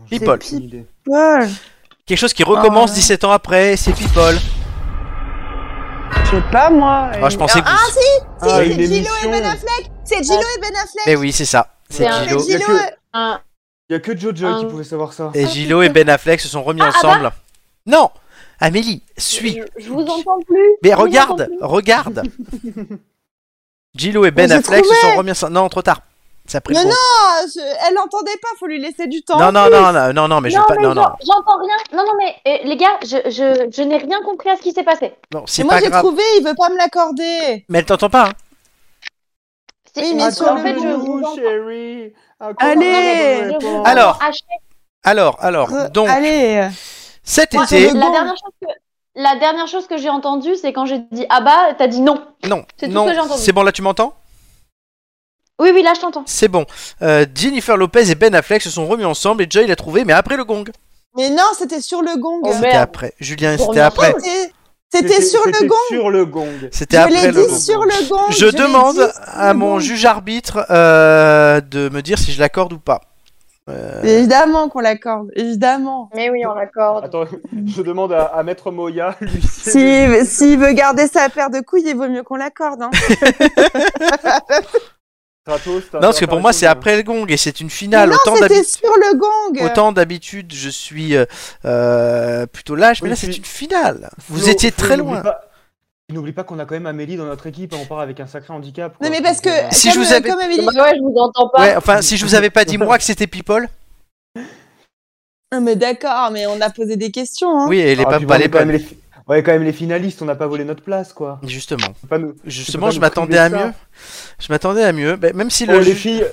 S3: J'ai
S1: People.
S3: aucune idée.
S6: People.
S1: Quelque chose qui recommence 17 ans après, c'est people.
S4: sais pas, moi.
S1: Ah, je pensais que vous-
S6: Ah si, si,
S3: Ah,
S6: c'est
S3: une
S6: Gilo et
S3: émission.
S6: Ben Affleck C'est Gilo et Ben Affleck
S1: Mais Eh oui, c'est ça. C'est
S2: C'est un-
S1: Gilo.
S6: C'est Gilo
S3: Il y a
S6: et-
S2: Un-
S3: Il y a que Jojo qui
S2: Un-
S3: pouvait savoir ça.
S1: Et Gilo et Ben Affleck se sont remis
S2: Ah, ah
S1: ensemble. Non Amélie, suis
S2: Je, je vous entends plus.
S1: Mais
S2: Je vous
S1: regarde, Oh.
S2: entends
S1: regarde Gilo et Ben
S6: j'ai
S1: Affleck se sont
S6: trouvé.
S1: remis ensemble. Non, trop tard. Ça a pris le
S6: Non,
S1: bon.
S6: Ah, je- Elle l'entendait pas, faut lui laisser du temps.
S1: non, non, non, non, non, non, mais je
S2: non,
S1: veux pas.
S2: mais
S1: Non, non,
S2: j'en- j'entends rien. Non, non, mais eh, les gars, je, je, je n'ai rien compris à ce qui s'est passé.
S1: non,
S6: Et
S1: c'est
S6: moi
S1: pas
S6: j'ai
S1: grave.
S6: trouvé, il veut pas me l'accorder.
S1: Mais elle t'entend pas. hein.
S2: C'est-
S6: Oui, mais
S2: en
S6: sur
S2: fait,
S6: le
S2: je
S6: bout,
S2: vous entends-
S3: chérie. Ah,
S6: Allez. Ah,
S2: je vous entends
S1: Alors.
S2: hacher.
S1: Alors, alors,
S2: Euh,
S6: Re-
S1: donc,
S6: Allez
S1: cet
S6: Moi,
S1: été.
S6: je-
S2: la
S6: bon.
S2: dernière chose que la dernière chose que j'ai entendue, c'est quand j'ai dit ah bah, t'as dit non.
S1: Non,
S2: C'est tout
S1: non,
S2: ce que j'ai entendu.
S1: c'est bon, là tu m'entends
S2: Oui, oui, là je t'entends.
S1: C'est bon. Euh, Jennifer Lopez et Ben Affleck se sont remis ensemble et Joy l'a trouvé, mais après le gong.
S6: Mais non, c'était sur le gong.
S2: Oh,
S1: C'était
S2: Merde.
S1: après. Julien,
S2: Pour
S1: c'était
S2: rien.
S1: après.
S6: C'était- C'était sur le
S3: c'était
S6: gong.
S3: Sur le gong.
S1: C'était
S6: Je l'ai
S1: après le
S6: dit
S1: gong.
S6: sur le gong.
S1: Je
S6: l'ai dit
S1: demande
S6: sur
S1: à
S6: le
S1: mon
S6: gong.
S1: juge arbitre euh, de me dire si je l'accorde ou pas. Euh,
S6: Évidemment qu'on l'accorde, évidemment.
S2: Mais oui, on l'accorde.
S3: Attends, je demande à, à Maître Moya, lui. c'est-
S6: S'il s'il veut garder sa paire de couilles, il vaut mieux qu'on l'accorde. Hein.
S3: Kratos, t'as-
S1: Non, parce que
S3: t'as
S1: pour moi,
S3: raison,
S1: c'est
S3: hein.
S1: après le gong et c'est une
S6: Mais
S1: finale.
S6: non,
S1: autant
S6: c'était
S1: d'habitude.
S6: sur le gong.
S1: Autant d'habitude, je suis euh, euh, plutôt lâche, mais
S3: Oui,
S1: là,
S3: puis-
S1: c'est une finale. Vous
S3: Flo,
S1: étiez
S3: Flo,
S1: très
S3: n'oublie
S1: loin.
S3: pas- N'oublie pas qu'on a quand même Amélie dans notre équipe et on part avec un sacré handicap. quoi.
S6: Non mais parce que
S3: Donc, euh,
S1: Si
S6: comme,
S1: je vous avais-
S6: comme Amélie-
S2: Bah ouais, je vous entends pas.
S1: Ouais, enfin, si je vous avais pas dit moi que c'était People,
S6: Ah, mais d'accord, mais on a posé des questions. Hein.
S1: oui, et les
S3: ah,
S1: pas,
S3: puis
S1: pas
S3: bon, on
S1: les
S3: est quand même
S1: bonnes.
S3: les fi- On est quand même les finalistes, on n'a pas volé notre place quoi.
S1: Justement,
S3: Faut pas nous-
S1: justement,
S3: pas
S1: je
S3: nous
S1: m'attendais à
S3: priver de ça.
S1: mieux. Je m'attendais à mieux, Ben, même si
S3: Oh,
S1: le
S3: les
S1: juge-
S3: filles,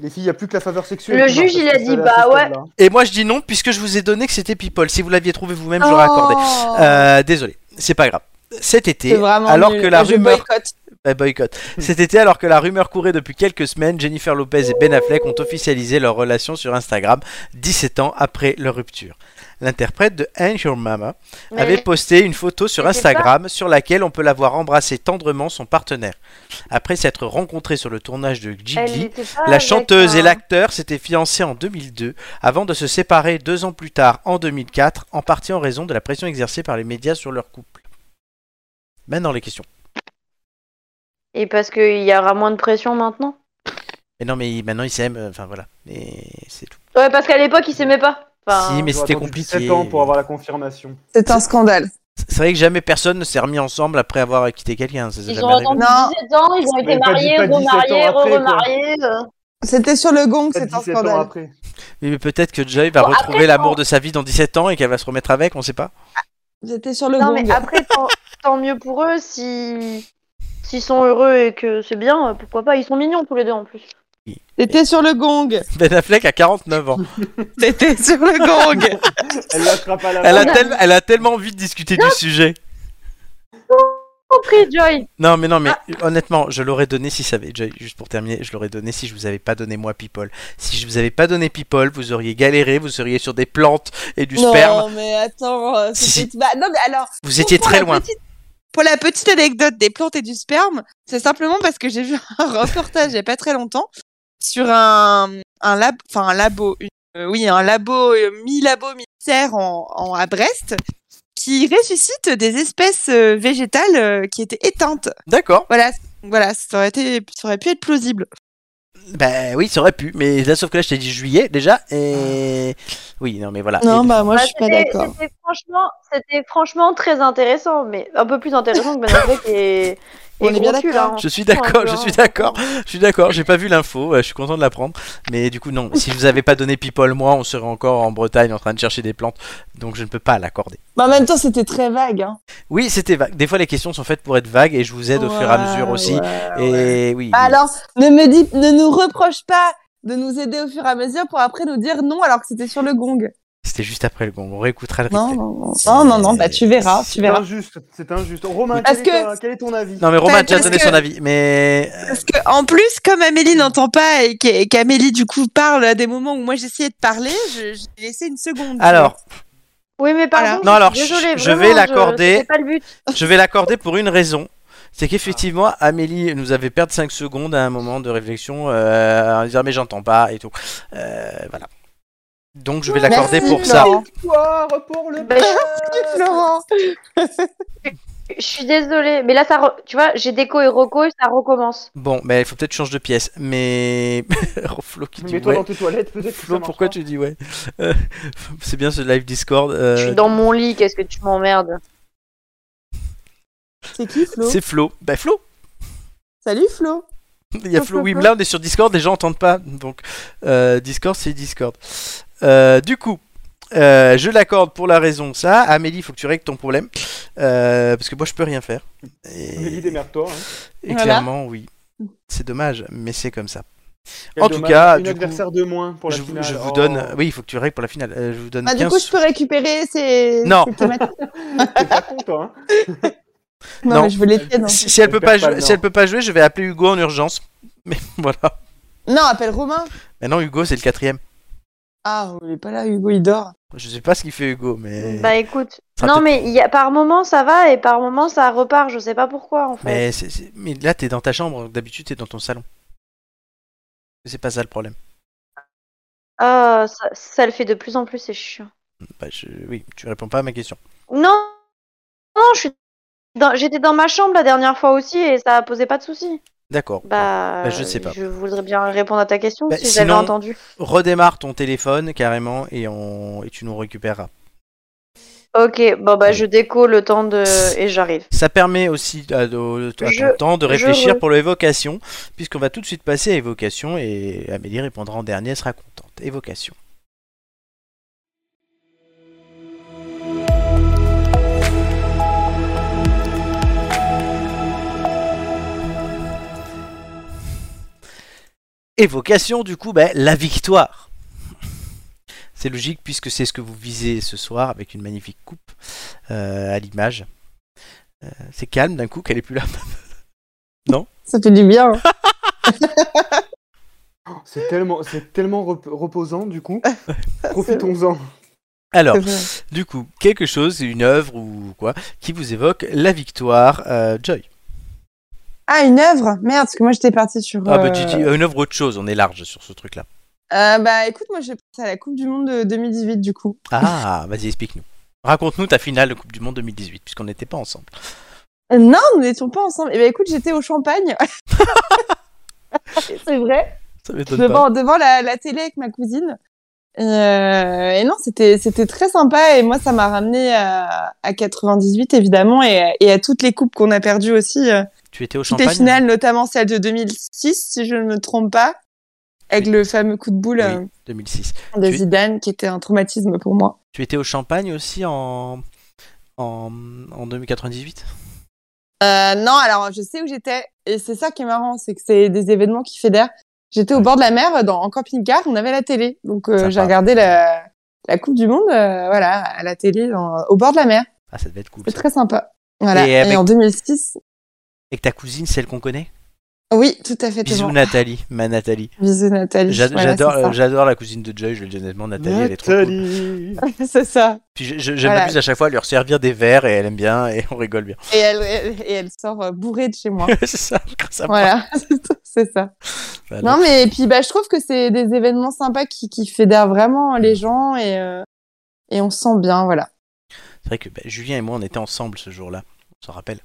S3: les filles, il n'y a plus que la faveur sexuelle.
S2: Le
S3: qui marche,
S2: juge, il
S3: parce
S2: a
S3: que
S2: dit,
S3: ça,
S2: bah
S3: ce
S2: ouais.
S3: stade-là.
S1: et moi je dis non puisque je vous ai donné que c'était People. Si vous l'aviez trouvé vous-même, j'aurais accordé.
S6: Oh,
S1: Euh, désolé, c'est pas grave. Cet été,
S6: c'est vraiment
S1: alors
S6: nul. Ah,
S1: que la
S6: Je
S1: rumeur
S6: boycotte.
S1: Bah, boycott. Cet été, alors que la rumeur courait depuis quelques semaines, Jennifer Lopez et Ben Affleck ont officialisé leur relation sur Instagram 17 ans après leur rupture. L'interprète de Ain't Your Mama
S2: Mais-
S1: avait posté une photo sur
S2: Mais c'est
S1: Instagram sur laquelle on peut la voir embrasser tendrement son partenaire. Après s'être rencontrés sur le tournage de
S2: Elle
S1: Gigli,
S2: était pas
S1: la
S2: avec
S1: chanteuse
S2: un-
S1: et l'acteur s'étaient fiancés en 2002 avant de se séparer deux ans plus tard en 2004 en partie en raison de la pression exercée par les médias sur leur couple. Maintenant les questions.
S2: Et parce qu'il y aura moins de pression maintenant.
S1: Mais non, mais il- maintenant ils s'aiment, euh, enfin voilà. Mais c'est tout.
S2: Ouais, parce qu'à l'époque, il s'aimait pas. Enfin,
S1: si, mais
S3: Ils ont
S1: c'était
S3: attendu
S1: compliqué.
S3: 17 ans pour avoir la confirmation.
S6: C'est un scandale.
S1: C'est vrai que jamais personne ne s'est remis ensemble après avoir quitté quelqu'un. Ça, c'est
S2: Ils
S1: jamais
S2: ont
S1: arrivé.
S2: attendu
S6: Non.
S2: 17 ans, ils ont été
S3: Mais pas dix-
S2: mariés,
S3: pas 17 ans
S2: remariés,
S3: après, quoi.
S2: re-remariés. euh.
S6: C'était sur le gong, c'est un
S3: 17 ans
S6: scandale.
S3: après.
S1: Mais, mais peut-être que Joy va
S2: Bon, après,
S1: retrouver l'amour de sa vie dans 17 ans et qu'elle va se remettre avec, on sait pas.
S6: C'était sur le
S2: Non,
S6: gong.
S2: mais après, tant, tant mieux pour eux si. S'ils sont heureux et que c'est bien, euh, pourquoi pas Ils sont mignons tous les deux en plus.
S6: Ah, C'était sur le gong.
S1: Ben Affleck a 49 ans.
S6: C'était sur le gong.
S3: Elle l'attrape à la
S1: Elle a,
S3: main.
S1: tel- elle a tellement envie de discuter du sujet.
S2: Compris, Joy
S1: Non, mais non, mais
S2: Ah.
S1: honnêtement, je l'aurais donné si ça avait. Joy, juste pour terminer, je l'aurais donné si je vous avais pas donné moi People. Si je vous avais pas donné People, vous auriez galéré, vous seriez sur des plantes et du sperme.
S6: Non, mais attends. euh,
S1: Si,
S6: c'était- bah, non, mais alors.
S1: Vous étiez
S8: Pour
S1: très
S8: la
S1: loin.
S8: petite- Pour la petite anecdote des plantes et du sperme, c'est simplement parce que j'ai vu un reportage il y a pas très longtemps sur un, un lab, enfin un labo, une- euh, oui, un labo, euh, mi-labo, mi-serre en, en- à Brest, qui ressuscite des espèces euh, végétales euh, qui étaient éteintes.
S1: D'accord.
S8: Voilà, c- voilà, ça aurait été, ça aurait pu être plausible.
S1: Ben oui, ça aurait pu, mais là, sauf que là, je t'ai dit juillet déjà, et. Oui, non, mais voilà.
S6: Non,
S1: Et-
S6: bah, moi,
S2: Bah,
S6: je suis pas
S2: c'était-
S6: d'accord.
S2: C'était franchement, c'était franchement très intéressant, mais un peu plus intéressant que Ben Affleck et,
S6: On
S2: et
S6: est
S2: gros
S6: bien
S2: cul,
S6: d'accord.
S2: là, hein.
S1: Je suis d'accord, je
S2: Franchement.
S1: suis d'accord, je suis d'accord, j'ai pas vu l'info, euh, je suis content de l'apprendre, mais du coup, non, si je vous avais pas donné People, moi, on serait encore en Bretagne en train de chercher des plantes, donc je ne peux pas l'accorder.
S6: Mais en même temps, c'était très vague. hein.
S1: Oui, c'était vague. Des fois, les questions sont faites pour être vagues, et je vous aide au fur et à
S6: Ouais,
S1: mesure aussi,
S6: ouais.
S1: et oui.
S6: Bah Alors, ne me dis, ne nous reproche pas de nous aider au fur et à mesure pour après nous dire non alors que c'était sur le gong.
S1: C'était juste après le gong, on réécoutera le
S6: Non,
S1: replay.
S6: non, non, non, non, non, bah tu verras, tu
S3: C'est
S6: verras.
S3: injuste, c'est injuste. Romain,
S6: Parce
S3: quel, est
S6: que-
S3: ta- quel est ton avis
S1: Non, mais Romain a déjà
S8: parce
S1: donné
S8: que-
S1: son avis, mais. euh,
S8: Parce que en plus, comme Amélie n'entend pas et qu'A- qu'Amélie du coup parle à des moments où moi j'essayais de parler, je- j'ai laissé une seconde.
S1: Alors,
S2: Oui, mais pardon.
S8: Voilà.
S1: Non, alors,
S2: désolée,
S1: je- je vais
S2: vraiment,
S1: l'accorder.
S2: c'était pas le but.
S1: Je vais l'accorder pour une raison. C'est qu'effectivement, Amélie nous avait perdu 5 secondes à un moment de réflexion euh, en disant mais j'entends pas et tout. Euh, voilà. Donc je vais l'accorder
S6: Merci,
S1: pour
S2: Bah,
S1: ça.
S6: Florent.
S3: Victoire pour le
S2: Ben,
S3: peuple.
S6: Florent.
S2: Je suis désolée, mais là, ça re- tu vois, j'ai déco et reco et ça recommence.
S1: Bon, mais il faut peut-être changer de pièce. Mais. oh, Flo qui dit
S5: Mets-toi
S1: ouais.
S5: dans tes toilettes, peut-être. que ça
S1: Flo, pourquoi
S5: marchera.
S1: tu dis ouais Euh, C'est bien ce live Discord. euh,
S2: Je suis dans mon lit, qu'est-ce que tu m'emmerdes
S6: C'est qui Flo
S1: C'est Flo. Bah, Flo
S6: Salut Flo.
S1: Il y a
S6: Flo,
S1: Flo
S6: Flo,
S1: Wim,
S6: Flo.
S1: là on est sur Discord, les gens n'entendent pas. Donc euh, Discord c'est Discord. Euh, du coup, euh, je l'accorde pour la raison de ça. Amélie, il faut que tu règles ton problème. Euh, parce que moi je peux rien faire. Et,
S5: Amélie, démerde-toi. hein.
S1: et
S6: Voilà.
S1: clairement, oui. C'est dommage, mais c'est comme ça.
S5: Quel
S1: En tout
S5: dommage,
S1: cas,
S5: une
S1: du
S5: adversaire de moins pour la
S1: je vous,
S5: finale.
S1: je vous
S5: Oh.
S1: donne. Oui, il faut que tu règles pour la finale. Euh, je vous donne
S6: Bah,
S1: 15.
S6: du coup, je peux récupérer ces.
S1: Non.
S6: ces thématiques.
S5: T'es pas content, hein
S6: non,
S1: Non.
S6: mais je veux les tiennes. hein.
S1: si, si elle peut
S5: Elle perd
S1: pas
S5: pas
S1: jouer,
S5: le
S1: si
S5: nord.
S1: elle peut pas jouer, je vais appeler Hugo en urgence. Mais voilà.
S6: Non, appelle Romain.
S1: Maintenant, Hugo, c'est le quatrième.
S6: Ah, il est pas là, Hugo, il dort.
S1: Je sais pas ce qu'il fait, Hugo, mais.
S2: Bah écoute,
S1: Ça
S2: non
S1: peut-
S2: mais il y a... par moment ça va et par moment ça repart, je sais pas pourquoi en fait.
S1: Mais, c'est- c'est- mais là, t'es dans ta chambre. D'habitude, t'es dans ton salon. C'est pas ça le problème.
S2: Ah, ça, ça le fait de plus en plus, c'est chiant.
S1: Bah, je- Oui, tu réponds pas à ma question.
S2: Non, non, je suis dans- j'étais dans ma chambre la dernière fois aussi et ça posait pas de soucis.
S1: D'accord.
S2: Bah,
S1: Bah, je sais pas.
S2: Je voudrais bien répondre à ta question
S1: Bah,
S2: si j'avais
S1: sinon-
S2: entendu.
S1: Redémarre ton téléphone carrément et, on... et tu nous récupéreras.
S2: Ok, bon bah je déco le temps de et j'arrive.
S1: Ça permet aussi à, au- à ton
S2: Je-
S1: temps de
S2: je
S1: réfléchir
S2: re-
S1: pour l'évocation, puisqu'on va tout de suite passer à évocation et Amélie répondra en dernier, elle sera contente. Évocation. Évocation, du coup, ben, la victoire. C'est logique puisque c'est ce que vous visez ce soir avec une magnifique coupe euh, à l'image. Euh, C'est calme d'un coup qu'elle est plus là.
S6: Ça fait du bien. hein.
S5: Oh. C'est tellement, c'est tellement rep- reposant, du coup. Profitons-en.
S1: Alors,
S6: C'est vrai.
S1: du coup, quelque chose, une œuvre ou quoi, qui vous évoque la victoire, euh, Joy.
S6: Ah, une œuvre Merde, parce que moi j'étais partie sur.
S1: Ah bah tu
S6: euh,
S1: dis euh, une œuvre autre chose, on est large sur ce truc-là.
S6: euh, bah écoute, moi j'ai pensé à la Coupe du Monde de 2018 du coup.
S1: Ah, vas-y, explique-nous. Raconte-nous ta finale de Coupe du Monde 2018, puisqu'on n'était pas ensemble.
S6: Euh, Non, nous n'étions pas ensemble. Et bah écoute, j'étais au champagne. C'est vrai.
S1: Ça m'étonne pas.
S6: Devant, devant la, la télé avec ma cousine. Et, euh, et non, c'était c'était très sympa. Et moi, ça m'a ramené à, à 98 évidemment et, et à toutes les coupes qu'on a perdues aussi. euh,
S1: Tu étais au
S6: toutes les
S1: champagne
S6: finales, notamment celle de 2006, si je ne me trompe pas, avec le fameux coup de boule
S1: Oui.
S6: euh,
S1: 2006.
S6: de
S1: Tu-
S6: Zidane, qui était un traumatisme pour moi.
S1: Tu étais au champagne aussi en en, en 2098
S6: Euh, non, alors je sais où j'étais et c'est ça qui est marrant, c'est que c'est des événements qui fédèrent. J'étais au bord de la mer, dans, en camping-car, on avait la télé, donc euh,
S1: Sympa.
S6: j'ai regardé la, la Coupe du Monde, euh, voilà, à la télé, dans- au bord de la mer.
S1: Ah, ça devait être cool.
S6: C'est
S1: ça.
S6: très sympa. Voilà.
S1: Et
S6: Et,
S1: avec-
S6: en 2006,
S1: Et que ta cousine, celle qu'on connaît
S6: oui, tout à fait.
S1: Bisous
S6: Thomas.
S1: Nathalie, ma Nathalie.
S6: Bisous Nathalie.
S1: J'a-
S6: Voilà,
S1: J'adore
S6: c'est ça.
S1: j'adore la cousine de Joy, je le dis honnêtement, Nathalie, elle est trop cool.
S5: Nathalie.
S6: C'est ça.
S1: Puis je- je, je
S6: Voilà.
S1: m'amuse à chaque fois à lui resservir des verres et elle aime bien et on rigole bien.
S6: Et elle, elle- et elle sort euh, bourrée de chez moi.
S1: c'est ça, grâce à moi.
S6: voilà, c'est ça.
S1: Voilà.
S6: Non, mais et puis bah, je trouve que c'est des événements sympas qui, qui fédèrent vraiment
S1: Hmm.
S6: les gens et, euh, et on se sent bien, voilà.
S1: C'est vrai que bah, Julien et moi on était ensemble ce jour-là, on s'en rappelle.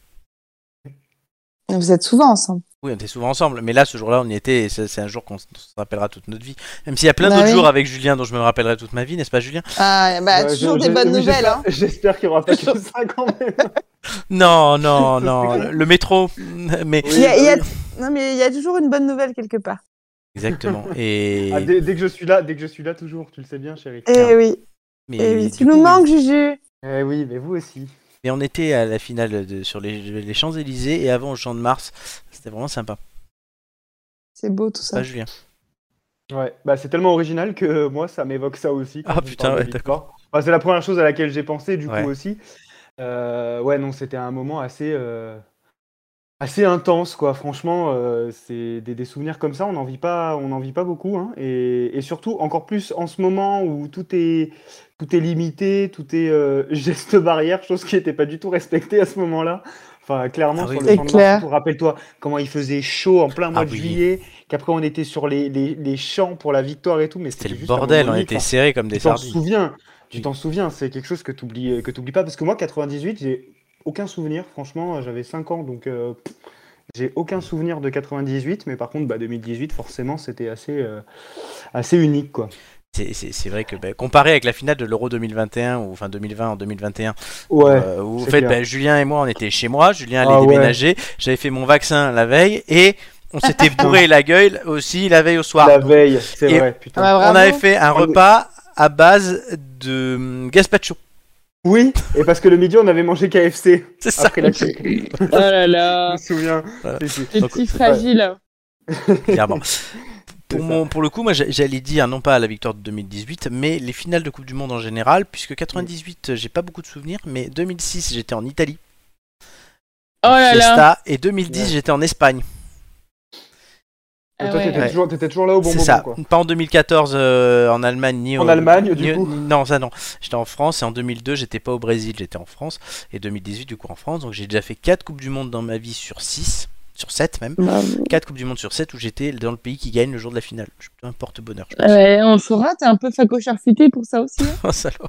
S6: Vous êtes souvent ensemble.
S1: Oui, on était souvent ensemble, mais là ce jour-là on y était et c'est c'est un jour qu'on s- dont on se rappellera toute notre vie. Même s'il y a plein
S6: Bah
S1: d'autres
S6: oui.
S1: jours avec Julien dont je me rappellerai toute ma vie, n'est-ce pas Julien
S6: Ah, bah,
S5: Ouais,
S6: toujours
S5: je-
S6: des
S5: je-
S6: bonnes
S5: oui,
S6: nouvelles.
S5: j'espère-
S6: Hein.
S5: J'espère qu'il n'y aura pas que ça quand même.
S1: Non, non, non, le le métro, mais
S5: Oui,
S6: Il y a- il y a-
S5: bah
S6: Non, mais il y a toujours une bonne nouvelle quelque part.
S1: exactement.
S5: oui.
S1: Et
S5: Ah, dès, dès que je suis là, dès que je suis là, toujours, tu le sais bien, chérie.
S6: Eh oui,
S1: mais
S6: eh oui.
S1: du
S6: Tu nous
S1: coup,
S6: manques, Juju.
S5: Eh oui, mais vous aussi.
S1: mais on était à la finale de, sur les, les Champs Élysées et avant au Champ de Mars, c'était vraiment sympa.
S6: C'est beau tout
S1: C'est
S6: ça.
S1: pas Julien.
S5: Ouais, bah c'est tellement original que euh, moi ça m'évoque ça aussi. quand
S1: Ah,
S5: on
S1: putain,
S5: parle de
S1: ouais,
S5: Victor. Enfin, c'est la première chose à laquelle j'ai pensé du
S1: Ouais.
S5: coup aussi. Euh, ouais, non, c'était un moment assez, euh, assez intense quoi. Franchement, euh, c'est des, des souvenirs comme ça, on n'en vit pas, on n'en vit pas beaucoup. hein. Et, et surtout encore plus en ce moment où tout est, tout est limité, tout est euh, geste barrière, chose qui n'était pas du tout respectée à ce moment-là. Enfin, clairement,
S1: Ah oui,
S5: sur
S1: oui.
S5: le champ de
S6: C'est clair.
S5: Mars, surtout, rappelle-toi comment il faisait chaud en plein mois
S1: Ah
S5: de
S1: oui.
S5: juillet qu'après on était sur les, les, les champs pour la victoire et tout, mais
S1: C'était
S5: c'était
S1: le
S5: juste un
S1: bordel, on
S5: moment unique.
S1: était serrés comme
S5: Enfin,
S1: des
S5: Tu t'en
S1: sardines.
S5: souviens, tu euh,
S1: Oui.
S5: t'en souviens, c'est quelque chose que t'oublies, que t'oublies pas, parce que moi 98, j'ai aucun souvenir, franchement, j'avais 5 ans, donc euh, j'ai aucun souvenir de 98, mais par contre, bah, 2018, forcément, c'était assez, euh, assez unique, quoi.
S1: C'est- C'est c'est vrai que bah, comparé avec la finale de l'Euro 2021 ou enfin 2020 en 2021,
S5: Ouais.
S1: euh, où en
S5: c'est
S1: fait
S5: clair.
S1: bah, Julien et moi on était chez moi, Julien allait
S5: Ah ouais.
S1: déménager, j'avais fait mon vaccin la veille et on s'était bourré la gueule aussi la veille au soir.
S5: La veille, c'est
S1: Et-
S5: vrai, putain.
S8: Ah bah,
S1: on
S8: bravo.
S1: avait fait un
S5: Bravo.
S1: repas à base de hum, gazpacho.
S5: Oui, et parce que le midi, on avait mangé KFC
S1: C'est ça.
S5: après la chute,
S11: Oh là
S5: je me
S11: là,
S5: souviens.
S1: Voilà.
S5: Si, si.
S11: les
S1: Donc,
S11: petits fragiles.
S1: clairement. Pour,
S5: ça.
S1: mon- pour le coup, moi j'a- j'allais dire non pas la victoire de 2018, mais les finales de Coupe du Monde en général, puisque 98, j'ai pas beaucoup de souvenirs, mais 2006, j'étais en Italie.
S11: Oh là là.
S1: Fiesta, et 2010,
S5: Ouais.
S1: j'étais en Espagne.
S11: Ah
S5: toi,
S11: ouais.
S5: t'étais toujours, t'étais toujours là au bon
S1: c'est
S5: moment,
S1: ça.
S5: quoi.
S1: Pas en 2014 euh, en Allemagne ni
S5: En
S1: au-
S5: Allemagne, du
S1: ni-
S5: coup.
S1: ni- non, ça non. J'étais en France et en 2002, j'étais pas au Brésil, j'étais en France et 2018 du coup en France. Donc j'ai déjà fait 4 coupes du monde dans ma vie sur 6 sur 7 même.
S11: Bravo.
S1: 4 coupes du monde sur 7 où j'étais dans le pays qui gagne le jour de la finale. Je suis un porte-bonheur, je pense.
S11: Ouais, on le saura, t'es un peu facochard futé pour ça aussi. hein.
S1: Oh, salaud.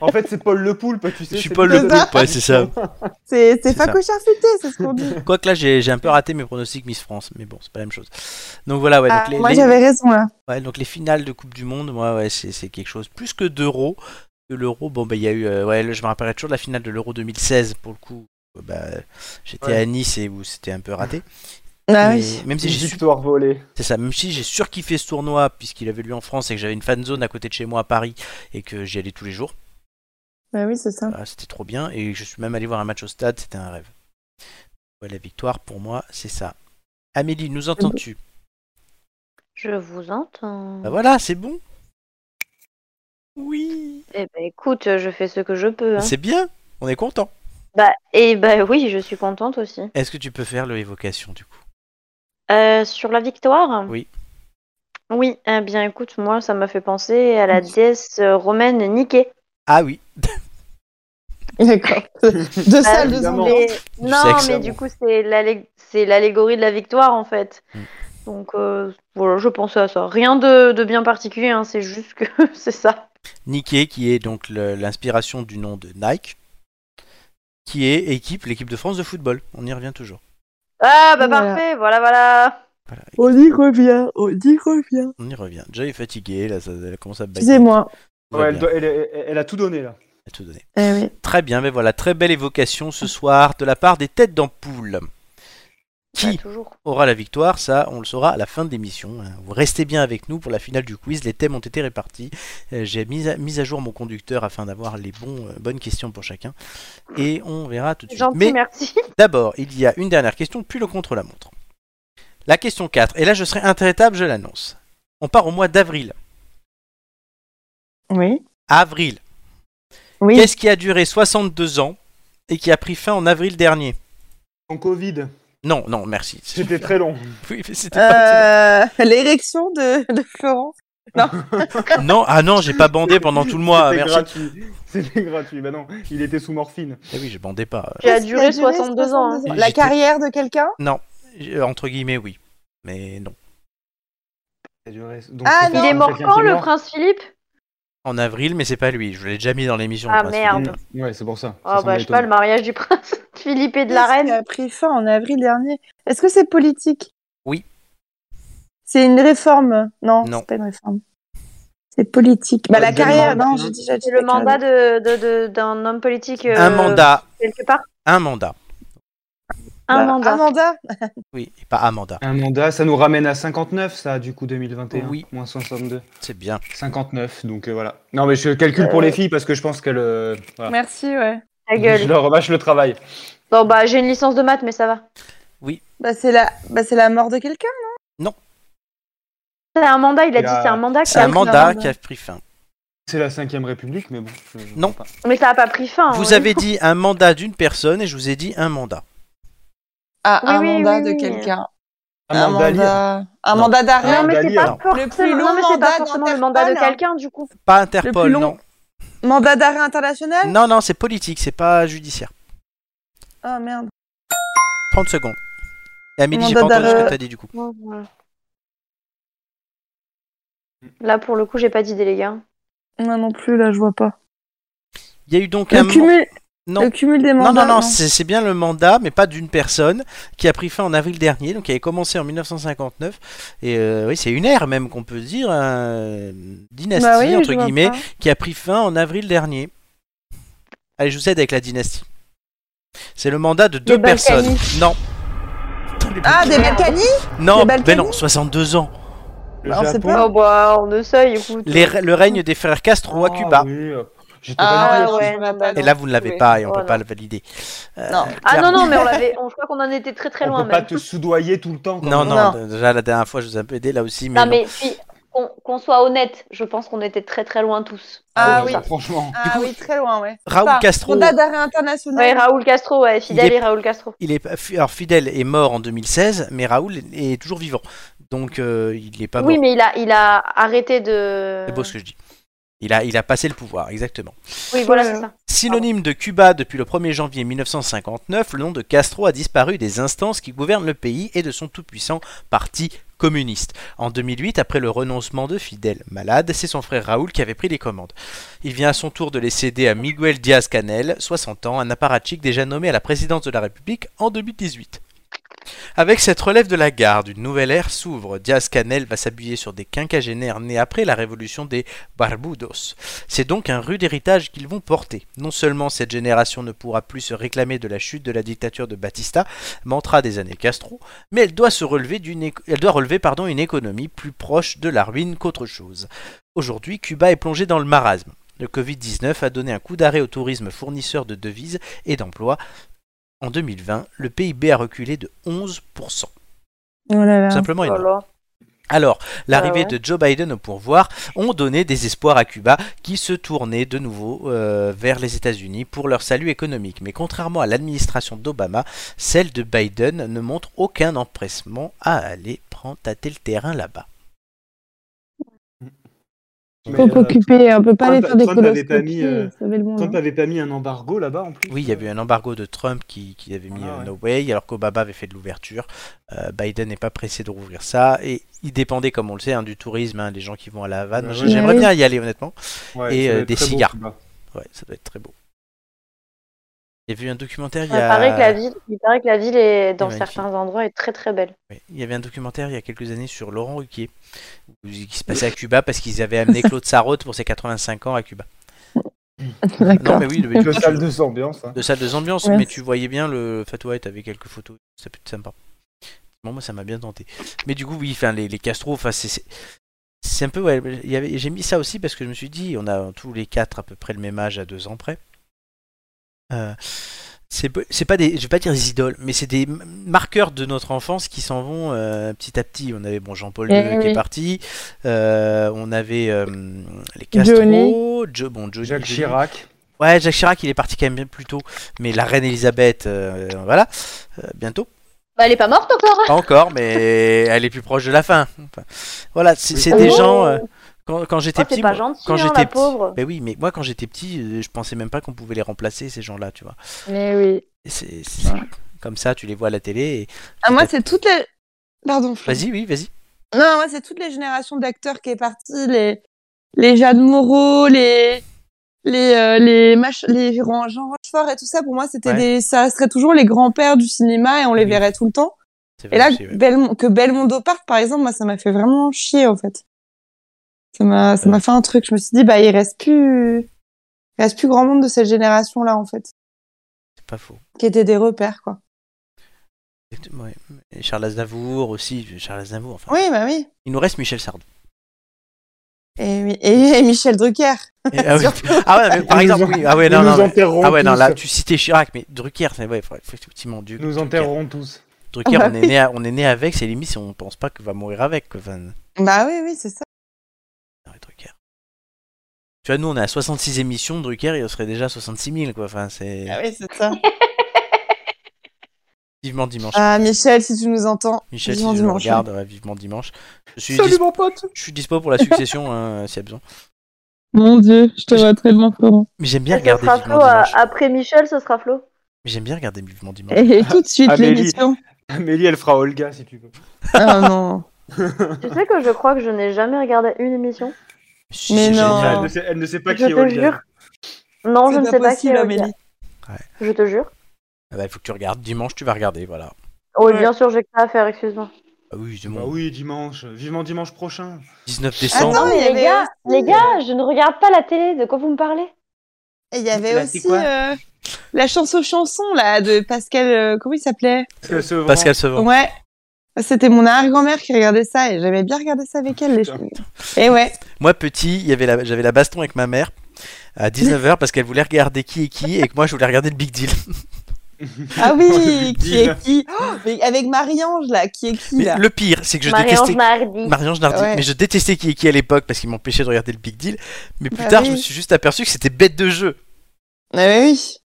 S5: En fait, c'est Paul Le Poulpe, tu sais.
S1: Je suis
S5: c'est
S1: pas
S5: lui
S1: le
S5: qui
S1: groupe, ouais, c'est ça.
S6: C'est
S1: C'est
S6: c'est
S1: ça.
S6: facochard futé, c'est ce qu'on dit.
S1: Quoique là, j'ai j'ai un peu raté mes pronostics Miss France, mais bon, c'est pas la même chose. Donc voilà, ouais,
S6: Ah,
S1: donc les-
S6: moi
S1: les-
S6: j'avais raison là.
S1: Ouais, donc les finales de Coupe du Monde, moi, ouais, c'est c'est quelque chose. Plus que d'euros, que l'euro, bon, bah, il y a eu, euh, ouais, le- je me rappellerai toujours de la finale de l'euro 2016, pour le coup. Euh, Bah, j'étais
S5: Ouais.
S1: à Nice et où c'était un peu raté.
S6: Ah
S1: Mais
S6: oui.
S1: Même si j'ai su-
S5: Victoire volée.
S1: c'est ça, même si j'ai surkiffé ce tournoi, puisqu'il avait lieu en France et que j'avais une fan zone à côté de chez moi à Paris et que j'y allais tous les jours,
S6: Bah oui, c'est ça.
S1: voilà, Ah, c'était trop bien. Et je suis même allé voir un match au stade, c'était un rêve. Ouais, la victoire, pour moi, c'est ça. Amélie, nous
S6: Ah
S1: entends-tu
S2: Je vous entends.
S1: Bah voilà, c'est bon. Oui.
S2: Eh ben écoute, je fais ce que je peux. hein.
S1: C'est bien, on est content.
S2: Bah, et bah oui, je suis contente aussi.
S1: Est-ce que tu peux faire le évocation du coup
S2: Euh, sur la victoire
S1: Oui.
S2: Oui, eh bien écoute, moi ça m'a fait penser à la déesse euh, romaine Niké.
S1: Ah oui,
S6: D'accord. Deux salles, deux
S5: évidemment.
S6: ambiances.
S1: Du
S2: Non,
S1: sexe,
S2: Bah, mais
S1: ah
S2: du
S1: bon.
S2: coup c'est l'allé- c'est l'allégorie de la victoire en fait.
S1: Mm.
S2: Donc euh, voilà, je pensais à ça. Rien de, de bien particulier, hein, c'est juste que c'est ça.
S1: Nike qui est donc le- l'inspiration du nom de Nike, qui est équipe l'équipe de France de football. On y revient toujours.
S2: Ah bah
S6: Voilà.
S2: parfait, voilà voilà.
S1: Voilà,
S6: On y revient, on y revient.
S1: on y revient. Déjà elle est fatiguée, là, ça, elle commence à bailler.
S6: Excusez-moi.
S1: Tout va
S5: Ouais, elle,
S1: bien,
S5: doit- elle- elle- elle a tout donné, là.
S1: elle a tout donné.
S6: Eh oui.
S1: Très bien, mais voilà, très belle évocation ce soir de la part des têtes d'ampoule. Qui
S2: Bah, toujours.
S1: aura la victoire, ça on le saura à la fin de l'émission. hein. Vous restez bien avec nous pour la finale du quiz, les thèmes ont été répartis. Euh, J'ai mis à, mis à jour mon conducteur afin d'avoir les bons, euh, bonnes questions pour chacun. Et on verra tout de suite.
S2: Gentil,
S1: Mais
S2: merci.
S1: d'abord, il y a une dernière question, puis le contre-la-montre. La question 4, et là je serai intraitable, je l'annonce. On part au mois d'avril.
S6: Oui.
S1: Avril.
S6: Oui.
S1: Qu'est-ce qui a duré 62 ans et qui a pris fin en avril dernier
S5: En Covid,
S1: Non, non, merci.
S5: c'était très long.
S1: Oui, mais c'était pas-
S6: Euh, L'érection de, de Florent.
S1: Non, ah non, j'ai pas bandé pendant tout le mois.
S5: C'était
S1: Merci.
S5: gratuit. C'était gratuit. Bah non, il était sous morphine.
S1: Ah oui, je bandais pas.
S2: Qui a
S6: Qu'est-ce
S2: duré 62 ans. hein.
S1: hein.
S6: La
S1: J'étais-
S6: carrière de quelqu'un
S1: Euh, Entre guillemets, oui. Mais non.
S5: Donc,
S6: Ah,
S5: c'est
S6: non.
S2: Il est
S5: quelqu'un
S2: mort
S5: qui est
S2: quand le
S5: mort.
S2: prince Philippe
S1: En avril, mais c'est pas lui. Je l'ai déjà mis dans l'émission.
S2: Ah,
S1: le prince
S2: merde.
S1: Philippe.
S5: Mm. Ouais, c'est pour ça.
S2: Oh bah je sais pas, le mariage du prince Philippe et de la
S6: Qu'est-ce
S2: reine.
S6: qui a pris fin en avril dernier. Est-ce que c'est politique
S1: Oui.
S6: C'est une réforme Non,
S1: Non.
S6: c'est pas une réforme. C'est politique. Bah,
S5: Ouais,
S6: la
S5: c'est le
S6: carrière,
S5: mandat.
S6: non, j'ai déjà dit
S2: C'est le
S6: la carrière.
S2: mandat de- de- de- d'un homme politique. euh,
S1: Un mandat.
S2: Quelque part.
S1: Un mandat.
S2: Un
S6: Bah,
S2: mandat.
S6: Un mandat
S1: Oui, et pas un mandat.
S5: Un mandat, ça nous ramène à 59, ça, du coup, 2021.
S1: Oui.
S5: Moins 62.
S1: C'est bien.
S5: 59, donc euh, voilà. Non, mais je calcule pour les filles parce que je pense qu'elles. euh,
S1: Ah.
S5: voilà.
S6: Merci, ouais.
S2: Ta
S5: Je
S2: gueule.
S5: leur remâche le travail.
S2: Bon bah j'ai une licence de maths, mais ça va.
S6: Bah, c'est la... Bah, c'est la mort de quelqu'un.
S2: C'est un mandat, il a
S5: Il a-
S2: dit c'est un mandat.
S1: C'est un
S6: a pris un
S1: mandat
S6: mandat.
S1: qui a pris fin.
S5: C'est la 5 République, mais bon. je- je
S1: Non.
S5: sais pas.
S2: Mais ça a pas pris fin.
S1: Vous
S2: hein.
S1: avez dit un mandat d'une personne et je vous ai dit un mandat.
S6: Ah,
S2: Oui,
S6: un
S2: oui,
S6: mandat
S2: oui,
S6: de
S2: oui.
S6: quelqu'un.
S5: Un mandat libre.
S6: Un
S1: Non.
S6: mandat
S2: Non
S6: d'arrêt.
S2: mais
S5: Mandat
S2: c'est pas
S5: libre.
S6: Le
S2: forcément,
S6: plus long
S2: non, mais c'est pas
S6: mandat
S2: forcément le mandat de
S6: d'Interpol, hein.
S2: quelqu'un du coup.
S1: Pas
S6: Le
S1: Interpol,
S6: plus long.
S1: non.
S6: Mandat d'arrêt international
S1: Non, non, c'est politique, c'est pas judiciaire.
S6: Oh merde.
S1: 30 secondes. Et Amélie, j'ai pas
S6: Mandat
S1: entendu ce que
S6: d'arrêt.
S1: t'as dit du coup.
S2: Ouais, voilà.
S1: Mm.
S2: Là pour le coup j'ai pas d'idée les gars.
S6: Moi non plus, là, je vois pas.
S1: Il y a eu donc un
S6: Le
S1: man-
S6: cumul,
S1: Non.
S6: Le cumul des
S1: Non,
S6: mandats.
S1: non, non, c'est c'est bien le mandat, mais pas d'une personne, qui a pris fin en avril dernier, donc qui avait commencé en 1959. Et euh, oui, c'est une ère même qu'on peut dire, euh, dynastie,
S6: Bah oui, je
S1: entre
S6: vois
S1: guillemets,
S6: pas.
S1: qui a pris fin en avril dernier. Allez, je vous aide avec la dynastie. C'est le mandat de deux personnes.
S6: Balkany.
S1: Non. Les
S6: Ah,
S1: Balkany.
S6: des Balkany
S1: non,
S6: des Balkany
S1: mais non, 62 ans.
S5: Le
S6: Bah, on sait
S5: Japon.
S6: pas.
S2: Oh, bah, on essaye, écoute.
S1: Les- le règne des frères Castro à
S5: Ah
S1: Cuba.
S5: oui, euh, j'étais pas
S2: Ah,
S5: né là-dessus.
S2: ouais, non, bah,
S1: Et
S2: non.
S1: là, vous ne l'avez
S2: Oui.
S1: pas et on ne peut
S2: Voilà.
S1: pas le valider. Euh,
S6: Non.
S2: Ah non,
S1: clairement.
S2: non, mais on l'avait. On, je crois qu'on en était très très
S5: On
S2: loin
S5: peut pas
S2: même.
S5: te soudoyer tout le temps. quand
S1: Non,
S5: même.
S1: non, déjà la dernière fois, je vous ai un peu aidé là aussi, mais
S2: non,
S1: non.
S2: mais puis, qu'on qu'on soit honnête, je pense qu'on était très très loin tous.
S6: Ah
S5: Ouais,
S6: oui.
S5: ça, Franchement.
S6: Ah oui, très loin, ouais.
S1: Raoul
S6: Ça,
S1: Castro.
S6: Mandat d'arrêt
S2: Ouais,
S6: international.
S2: Raoul Castro, ouais, fidèle
S1: Il est-
S2: et Raoul Castro.
S1: Il est pas- fi- alors Fidel est mort en 2016, mais Raoul est toujours vivant. Donc euh, il n'est pas mort.
S2: oui, mais il a, il a arrêté de.
S1: C'est beau ce que je dis. Il a, il a passé le pouvoir, exactement.
S2: Oui, voilà, c'est ça.
S1: Synonyme de Cuba depuis le 1er janvier 1959, le nom de Castro a disparu des instances qui gouvernent le pays et de son tout-puissant parti communiste. En 2008, après le renoncement de Fidel malade, c'est son frère Raoul qui avait pris les commandes. Il vient à son tour de les céder à Miguel Diaz-Canel, 60 ans, un apparatchik déjà nommé à la présidence de la République en 2018. Avec cette relève de la garde, une nouvelle ère s'ouvre. Diaz-Canel va s'appuyer sur des quinquagénaires nés après la révolution des Barbudos. C'est donc un rude héritage qu'ils vont porter. Non seulement cette génération ne pourra plus se réclamer de la chute de la dictature de Batista, mantra des années Castro, mais elle doit se relever d'une éco- elle doit relever pardon, une économie plus proche de la ruine qu'autre chose. Aujourd'hui, Cuba est plongée dans le marasme. Le Covid-19 a donné un coup d'arrêt au tourisme fournisseur de devises et d'emplois. En 2020, le PIB a reculé de 11%.
S6: Oh là Ah
S1: Tout
S6: là.
S1: simplement énorme.
S2: Voilà.
S1: Alors, l'arrivée
S2: ouais.
S1: de Joe Biden au pourvoir ont donné des espoirs à Cuba qui se tournait de nouveau euh, vers les États-Unis pour leur salut économique. Mais contrairement à l'administration d'Obama, celle de Biden ne montre aucun empressement à aller prendre tâter le terrain là-bas.
S5: Mais,
S11: Faut
S5: euh,
S11: t'occuper, on peut pas aller
S5: Trump-
S11: faire des
S5: Trump avait pas
S11: coloscopies,
S5: mis, euh,
S11: ça avait le bon
S5: Trump
S11: nom.
S5: avait pas mis un embargo là-bas en plus.
S1: Oui, il y avait un embargo de Trump qui, qui avait mis
S5: Voilà,
S1: euh,
S5: Ah ouais.
S1: No Way, alors qu'Obama avait fait de l'ouverture. Euh, Biden n'est pas pressé de rouvrir ça. Et il dépendait, comme on le sait, hein, du tourisme, hein, les gens qui vont à la Havane.
S5: Bah
S1: Moi,
S5: ouais.
S1: J'aimerais
S11: Ouais.
S1: bien y aller, honnêtement.
S5: Ouais,
S1: Et,
S5: ça
S1: euh,
S5: doit être
S1: des
S5: très beau,
S1: cigares.
S5: Cuba.
S1: Ouais, ça doit être très beau. J'ai vu un documentaire il y
S2: Il,
S1: a...
S2: paraît que la ville, il paraît que la ville est, dans
S1: est magnifique.
S2: certains endroits est très très belle.
S1: Oui, Il y avait un documentaire il y a quelques années sur Laurent Ruquier, où- qui se passait à Cuba parce qu'ils avaient amené Claude Sarraute pour ses 85 ans à Cuba. Non,
S11: D'accord.
S1: mais oui, mais
S5: Deux
S1: tu-
S5: salles de ambiance. hein.
S1: de salle de ambiance,
S11: Ouais.
S1: mais tu voyais bien le Fatwa et avait quelques photos, ça peut être sympa. Bon, moi ça m'a bien tenté. Mais du coup, oui, enfin, les, les Castro, enfin, c'est- c'est. C'est un peu, ouais, il y avait- j'ai mis ça aussi parce que je me suis dit, on a tous les quatre à peu près le même âge à deux ans près. Euh, c'est peu- c'est pas des, je vais pas dire des idoles, mais c'est des m- marqueurs de notre enfance qui s'en vont euh, petit à petit. On avait bon Jean-Paul
S11: Eh
S1: II qui est
S11: oui.
S1: parti, euh, on avait euh, les Castro, Jo- bon, Johnny,
S5: Jacques
S1: Johnny.
S5: Chirac.
S1: Ouais, Jacques Chirac, il est parti quand même bien plus tôt. Mais la reine Elisabeth, euh, voilà, euh, bientôt.
S2: Bah, elle est pas morte encore. hein.
S1: Pas encore, mais elle est plus proche de la fin. Enfin, voilà, c'est c'est des
S2: Oh.
S1: gens. euh, quand quand j'étais
S2: Oh, c'est
S1: petit,
S2: pas
S1: moi-
S2: gentil,
S1: quand
S2: hein,
S1: j'étais
S2: la
S1: petit-
S2: pauvre.
S1: Ben oui, mais moi quand j'étais petit, euh, je pensais même pas qu'on pouvait les remplacer ces gens-là, tu vois.
S11: Mais oui.
S1: Et c'est- c'est- Comme ça, tu les vois à la télé. et-
S6: Ah, moi, c'est toutes les. Pardon, Flo.
S1: Vas-y, oui, vas-y.
S6: Non, moi, c'est toutes les générations d'acteurs qui est partie, les, les Jeanne Moreau, les, les, euh, les, mach... les Ro- Jean Rochefort et tout ça. Pour moi, c'était
S1: Ouais.
S6: des, ça serait toujours les grands-pères du cinéma et on les
S1: Oui.
S6: verrait tout le temps.
S1: C'est
S6: Et
S1: vrai
S6: là,
S1: aussi, ouais.
S6: Belmo- que Belmondo parte, par exemple, moi, ça m'a fait vraiment chier, en fait. Ça m'a, ça m'a fait un truc. Je me suis dit, bah, il reste plus, il reste plus grand monde de cette génération-là, en fait,
S1: c'est pas faux.
S6: qui étaient des repères, quoi.
S1: Exactement, ouais. Et Charles Aznavour aussi, Charles Aznavour. Enfin,
S6: Oui, bah oui.
S1: il nous reste Michel Sardou.
S6: Et, oui. et, et Michel Drucker.
S1: Et- ah, oui. Ah ouais, mais par
S5: Ils nous
S1: exemple,
S5: ont-
S1: oui. Ah ouais,
S5: Ils
S1: non,
S5: nous
S1: non. mais-
S5: enterrerons
S1: Ah ouais, non,
S5: tous.
S1: là, tu citais Chirac, mais Drucker, c'est ouais, faut- faut- effectivement, du,
S5: Ils Nous
S1: Drucker,
S5: enterrerons tous.
S1: Drucker,
S6: Ah bah
S1: on, est
S6: oui.
S1: né à- on est né avec, c'est limite, on pense pas qu'il va mourir avec, quoi. Enfin,
S6: Bah oui, oui, c'est ça.
S1: non, mais Drucker. Tu vois, nous, on est à 66 émissions, Drucker, il en serait déjà à 66 000, quoi. Enfin, c'est
S6: Ah oui, c'est ça.
S1: vivement dimanche.
S6: Ah, Michel, si tu nous entends,
S1: Michel, si tu
S6: vivement
S1: nous
S6: dimanche. hein.
S1: regardes, ouais, vivement dimanche. Je suis,
S5: Salut
S1: dis-
S5: mon pote.
S1: je suis dispo pour la succession, hein, s'il y a besoin.
S11: Mon dieu, je te vois très loin, Florent.
S1: Mais j'aime bien
S2: Ce
S1: regarder
S2: sera
S1: vivement
S2: Flo. à-
S1: dimanche.
S2: Après Michel, ce sera Flo.
S1: Mais J'aime bien regarder vivement dimanche.
S11: Et tout de suite,
S5: Amélie.
S11: l'émission.
S5: Amélie, elle fera Olga si tu veux.
S6: Ah non.
S2: Tu sais que je crois que je n'ai jamais regardé une émission.
S1: Si,
S6: Mais
S1: c'est
S6: non.
S5: Elle
S1: génial.
S5: ne sait, elle ne sait pas
S2: Je
S5: qui est
S2: te
S5: Olga.
S2: jure. Non, je ne sais pas qui est Olga. Je te jure.
S1: Ah bah, il faut que tu regardes. Dimanche, tu vas regarder, voilà.
S2: Oui, bien sûr, j'ai que ça à faire, excuse-moi.
S1: Ah oui, c'est
S5: Bah
S1: bon.
S5: oui, dimanche. Vivement dimanche prochain.
S1: 19 décembre.
S6: Attends, il y
S2: les,
S6: avait
S2: gars,
S6: aussi,
S2: les gars, je ne regarde pas la télé, de quoi vous me parlez
S6: Et il y avait
S1: Bah,
S12: Là, c'est
S6: aussi
S12: quoi
S6: euh, la chanson chanson là de Pascal. euh, comment il s'appelait
S5: Pascal Sevran.
S1: Pascal Sevran.
S6: Ouais. C'était mon arrière-grand-mère qui regardait ça et j'avais bien regardé ça avec elle. les
S5: Putain.
S6: choses. Et ouais.
S1: Moi, petit, il y avait la- j'avais la baston avec ma mère à 19h parce qu'elle voulait regarder qui est qui et que moi, je voulais regarder le Big Deal.
S6: Ah
S5: le
S6: oui, qui
S5: deal.
S6: est qui Oh, mais Avec Marie-Ange là, qui est qui
S1: Mais
S6: là
S1: le pire, c'est que je
S2: Marie-Ange
S1: détestais.
S2: Nardi.
S1: Marie-Ange Nardi.
S6: Ouais.
S1: Mais je détestais qui est qui à l'époque parce qu'il m'empêchait de regarder le Big Deal. Mais plus
S6: Bah
S1: tard,
S6: oui.
S1: je me suis juste aperçu que c'était bête de jeu.
S6: Ah oui.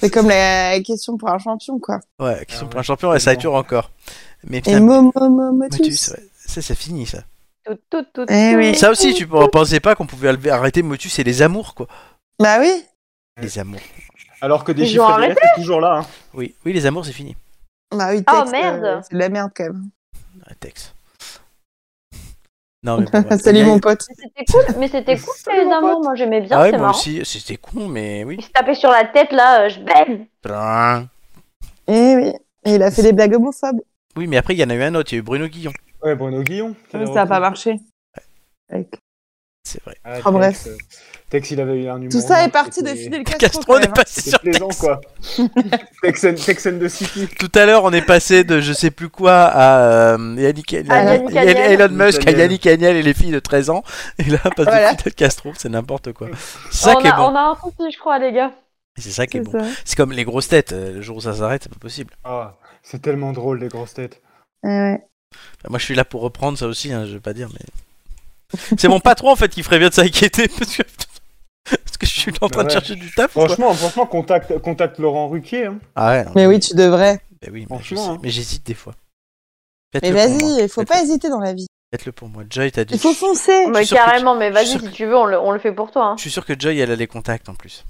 S6: C'est comme la question pour un champion quoi.
S1: Ouais, qui
S5: Ah
S1: sont pour
S5: ouais,
S1: un champion et ça
S5: tellement.
S1: dure encore. Mais
S6: Et
S1: putain,
S6: Momo Momo
S1: Motus,
S6: tous.
S1: ouais, ça, ça finit ça.
S2: Tout, tout, tout,
S6: Eh
S2: tout.
S6: oui.
S1: Ça aussi, tu pensais pas qu'on pouvait enlever- arrêter Motus et les amours, quoi.
S6: Bah oui.
S1: Les amours.
S5: Alors que des
S2: Ils ont
S5: chiffres
S2: arrêté
S5: derrière, c'est toujours là. hein.
S1: Oui, oui, les amours, c'est fini.
S6: Bah oui.
S2: Oh,
S6: texte,
S2: merde.
S6: euh, C'est de la merde quand même.
S1: Ah, Tex. Non, mais bon, voilà.
S6: Salut mon pote.
S2: C'était cool, mais c'était cool les amours, moi j'aimais bien,
S1: Ah ouais,
S2: c'est
S1: moi
S2: marrant.
S1: aussi, c'était con, mais oui.
S2: Il se tapait sur la tête là, euh, je baigne.
S1: Brin.
S6: Eh oui. Et il a fait des blagues homophobes.
S1: Oui, mais après, il y en a eu un autre, il y a eu Bruno Guillon.
S5: Ouais, Bruno Guillon. qui
S13: Ça
S5: l'a
S13: n'a
S5: repris.
S13: pas marché.
S1: C'est vrai.
S5: Ah,
S6: Oh, bref.
S5: Tex, euh, Tex, il avait eu un humour.
S6: Tout ça est
S5: noir,
S6: parti de
S5: c'était-
S6: Fidel Castro.
S1: Castro,
S6: quand
S1: on est
S6: même, hein.
S1: passé
S5: C'était
S1: sur
S5: plaisant,
S1: Tex.
S5: quoi. Tex and, Tex and the City.
S1: Tout à l'heure, on est passé de je sais plus quoi à euh, Yannick,
S2: Yannick
S1: Yann-
S2: Agnel.
S1: Elon Musk à
S5: Agnel.
S1: Yannick Agnel et les filles de 13 ans. Et là, on passe
S6: Voilà.
S1: de Fidel Castro, c'est n'importe quoi. C'est ça
S2: on,
S1: qui est
S2: a,
S1: bon.
S2: on a un souci, je crois, les gars.
S1: C'est ça qui est
S6: C'est
S1: bon.
S6: ça.
S1: C'est comme les grosses têtes. euh, Le jour où ça s'arrête, c'est pas possible.
S5: Ah, c'est tellement drôle, les grosses têtes.
S6: Eh ouais.
S1: Bah, Moi, je suis là pour reprendre ça aussi, hein, je vais pas dire, mais. C'est mon patron en fait qui ferait bien de s'inquiéter parce que... parce que je suis en train de
S5: Ouais.
S1: chercher du taf. ou quoi
S5: Franchement, franchement, contacte, contacte Laurent Ruquier. hein.
S1: Ah ouais, non,
S6: Mais oui, tu devrais.
S1: bah oui, mais je
S5: franchement,
S1: sais,
S5: hein.
S1: mais j'hésite des fois.
S6: Mais
S1: Faites-le pour moi.
S6: vas-y, il faut pas
S1: Faites-le-
S6: hésiter dans la vie.
S1: Faites-le pour moi. Joy, t'as dit.
S6: Il faut
S1: je,
S6: foncer.
S1: suis
S2: Mais
S1: sûr que
S2: carrément, mais
S1: je suis
S2: vas-y,
S1: sûr
S2: si tu veux, on le, on le fait pour toi. hein.
S1: je suis sûr que Joy, elle a les contacts en plus.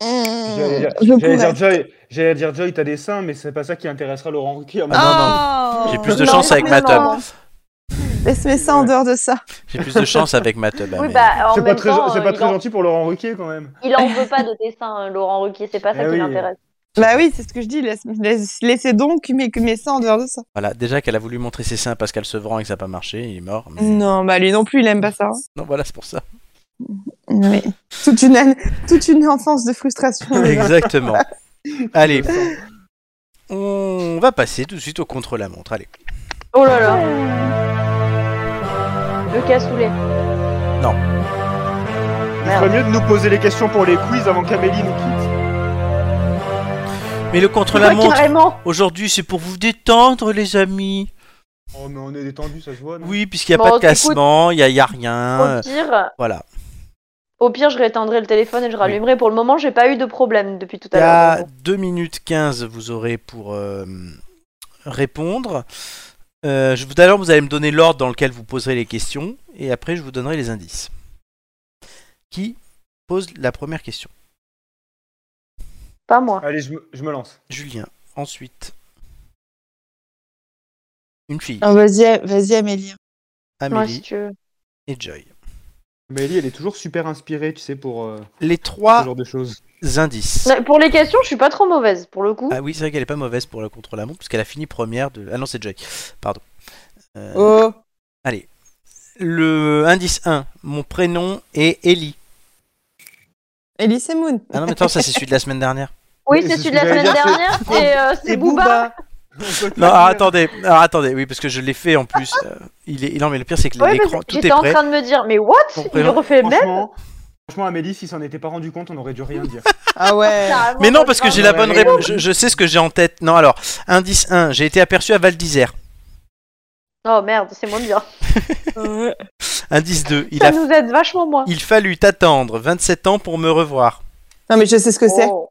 S5: hein. J'allais dire-
S6: Je
S5: J'allais
S6: pourrais.
S5: dire, Joy, j'allais dire Joy, t'as des seins, mais c'est pas ça qui intéressera Laurent Ruquier. à mon avis.
S6: Oh
S1: J'ai plus de
S2: Non,
S1: chance avec ma
S2: non,
S1: teub.
S2: non.
S6: Laisse mes seins en dehors de ça.
S1: J'ai plus de chance avec ma teub. ah,
S2: Oui,
S1: mais-
S2: bah, en
S5: C'est
S2: même
S5: pas très,
S2: temps,
S5: c'est
S2: euh,
S5: pas
S2: il,
S5: très
S2: en,
S5: gentil pour Laurent Ruquier, quand même.
S2: il en veut pas de dessin, hein, Laurent Ruquier, c'est pas ça
S5: Eh
S2: qui
S5: oui.
S2: l'intéresse.
S6: Bah oui, c'est ce que je dis. Laisse, laisse- laissez donc mes, mes seins en dehors de ça.
S1: Voilà, déjà qu'elle a voulu montrer ses seins à Pascal Sevran et que ça n'a pas marché, il est mort. mais-
S6: Non, bah lui non plus, il aime pas ça. hein.
S1: Non, voilà, c'est pour ça.
S6: Oui. Toute une, an- toute une enfance de frustration.
S1: Exactement. Allez. On va passer tout de suite au contre-la-montre. Allez.
S2: Oh là là. Le cassoulet.
S5: Il ferait mieux de nous poser les questions pour les quiz avant qu'Amélie nous quitte.
S1: Mais le
S2: Ouais,
S1: contre-la-montre,
S2: carrément.
S1: aujourd'hui, c'est pour vous détendre, les amis.
S5: Oh, mais on est détendu, ça se voit. non
S1: Oui, puisqu'il n'y a
S2: Bon,
S1: pas de
S2: écoute-
S1: classement, il n'y a, il y a
S2: Au
S1: rien.
S2: pire,
S1: Voilà.
S2: au pire, je rétendrai le téléphone et je rallumerai. Pour le moment, j'ai pas eu de problème depuis tout
S1: Il y
S2: à l'heure.
S1: a 2 minutes 15, vous aurez pour euh, répondre. Euh, je- D'ailleurs, vous allez me donner l'ordre dans lequel vous poserez les questions et après, je vous donnerai les indices. Qui pose la première question
S2: Pas moi.
S5: Allez, je me, je me lance.
S1: Julien. Ensuite, une fille,
S6: Oh, vas-y, vas-y, Amélie.
S2: Moi,
S1: Amélie
S2: si tu veux.
S1: et Joy.
S5: Amélie, elle est toujours super inspirée, tu sais, pour euh,
S1: Les
S5: ce
S1: trois
S5: genre de choses.
S1: indices.
S2: Mais Pour les questions, je suis pas trop mauvaise, pour le coup.
S1: Ah oui, c'est vrai qu'elle est pas mauvaise pour le contre-la-montre, puisqu'elle a fini première de. Ah non, c'est Joy. Pardon. Euh,
S6: Oh,
S1: Le indice 1, mon prénom est Ellie.
S6: Elise et Moon.
S1: Ah non, mais attends, ça c'est celui de la semaine dernière.
S2: Oui,
S5: Mais
S2: c'est
S5: c'est
S2: celui de
S5: ce
S2: la
S5: que j'allais
S2: semaine
S5: dire, c'est-
S2: dernière, c'est euh, c'est Booba.
S5: On peut te
S1: Non,
S5: le dire.
S1: ah, attendez, ah, attendez, oui, parce que je l'ai fait en plus. Euh, il est... Non, mais le pire, c'est que
S2: Ouais,
S1: l'écran,
S2: parce que
S1: tout est
S2: J'étais en
S1: prêt.
S2: train de me dire, mais what
S1: Ton
S2: Il
S1: prénom,
S2: refait le même
S5: Franchement, franchement, Amélie, si s'en était pas rendu compte, on aurait dû rien dire.
S6: Ah ouais.
S2: Carrément,
S1: Mais non,
S2: moi,
S1: parce
S2: je
S1: que
S2: parle
S1: j'ai
S2: de-
S1: la bonne réponse. Je, je sais ce que j'ai en tête. Non, alors, indice 1, j'ai été aperçu à Val d'Isère.
S2: Oh merde, c'est moins bien.
S1: Indice 2, il
S2: Ça
S1: a.
S2: nous aide vachement moins.
S1: Il fallut attendre 27 ans pour me revoir.
S6: Non, mais je sais ce que c'est.
S2: Oh.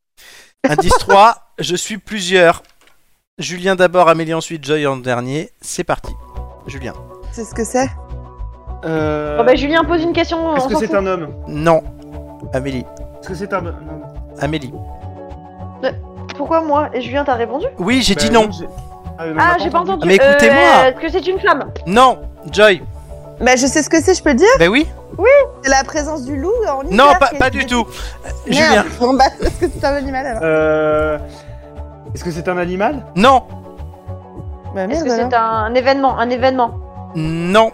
S1: Indice 3, je suis plusieurs. Julien d'abord, Amélie ensuite, Joy en dernier. C'est parti. Julien.
S6: C'est ce que c'est.
S5: Euh...
S2: Bon, bah, Julien pose une question.
S5: Est-ce
S2: On
S5: que
S2: s'en
S5: c'est
S2: fout.
S5: un homme
S1: Non. Amélie.
S5: Est-ce que c'est un. non.
S1: Amélie.
S2: Euh, Pourquoi moi Et Julien, t'as répondu
S1: Oui, j'ai
S5: Bah,
S1: dit non.
S5: j'ai- Ah, non, on
S2: Ah,
S5: a
S2: j'ai pas entendu.
S1: Mais
S2: Euh,
S1: écoutez-moi.
S2: Est-ce que c'est une femme
S1: Non. Joy.
S6: Bah, je sais ce que c'est, je peux le dire
S1: Ben oui
S6: C'est la présence du loup en hiver.
S1: Non, pas,
S6: qui est-
S1: pas du tout
S6: Merde.
S1: Julien
S6: Bon, bah, est-ce que c'est un animal alors
S5: Euh, Est-ce que c'est un animal
S1: Non
S6: Bah,
S2: Est-ce
S6: merde
S2: que
S6: alors.
S2: c'est un événement Un événement
S1: Non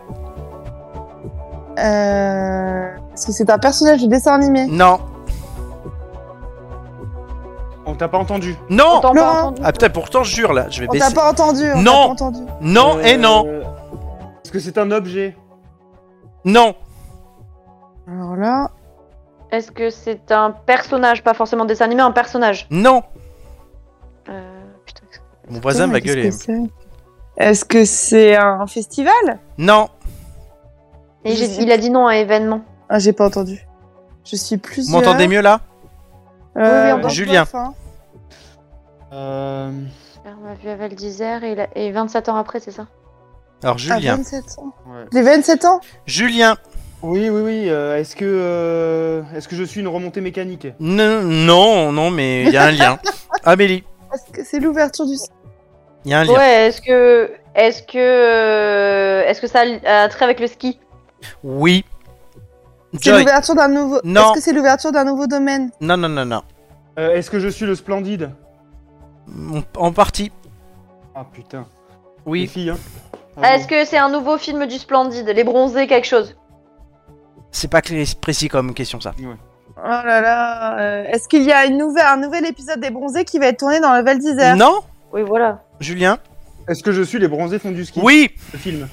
S6: Euh, Est-ce que c'est un personnage de dessin animé
S1: Non
S5: On t'a pas entendu.
S2: On
S1: Non
S2: t'en
S6: Laurent.
S2: pas entendu.
S1: Ah putain, pourtant je jure là, je vais
S6: On t'a
S1: baisser.
S6: pas entendu. on t'a
S1: Non.
S6: pas entendu.
S1: Non
S5: Euh,
S1: et non
S5: Est-ce que c'est un objet
S1: Non
S6: Alors là.
S2: Est-ce que c'est un personnage Pas forcément dessin animé, un personnage.
S1: Non
S2: Euh, putain.
S1: Mon voisin
S6: Putain,
S1: m'a
S6: qu'est-ce
S1: gueulé.
S6: que c'est Est-ce que c'est un festival
S1: Non
S2: Et
S6: Je
S2: j'ai-
S6: sais
S2: il a dit non à événement.
S6: Ah, j'ai pas entendu. Je suis plus.
S1: Vous m'entendez mieux là
S2: Oui, oui, on
S1: t'entend. Julien.
S5: Euh,
S2: Alors, on a vu Aval d'Isère et, il a- et 27 ans après, c'est ça
S1: Alors
S6: À
S1: Julien.
S6: 27 Ah, ans.
S5: ouais.
S6: J'ai 27 ans
S1: Julien
S5: Oui, oui, oui. euh, Est-ce que, euh, est-ce que je suis une remontée mécanique
S1: Non, non, non, mais il y a un lien. Amélie,
S6: Est-ce que c'est l'ouverture du.
S1: il y a un lien.
S2: Ouais, est-ce que. Est-ce que. euh, Est-ce que ça a un trait avec le ski
S1: Oui.
S6: C'est
S1: Joy.
S6: l'ouverture d'un nouveau.
S1: Non.
S6: Est-ce que c'est l'ouverture d'un nouveau domaine
S1: Non, non, non, non.
S5: Euh, Est-ce que je suis le splendide
S1: En- En partie.
S5: Ah putain. Les
S1: Oui.
S5: filles, hein.
S2: Ah, Est-ce que c'est un nouveau film du Splendide Les Bronzés, quelque chose
S1: C'est pas clé- précis comme question ça.
S6: Oh là là. euh, Est-ce qu'il y a une nouvelle, un nouvel épisode des Bronzés qui va être tourné dans le Val d'Isère
S1: Non
S2: Oui, voilà.
S1: Julien
S5: Est-ce que je suis les bronzés font du ski
S1: Oui,
S5: Le film.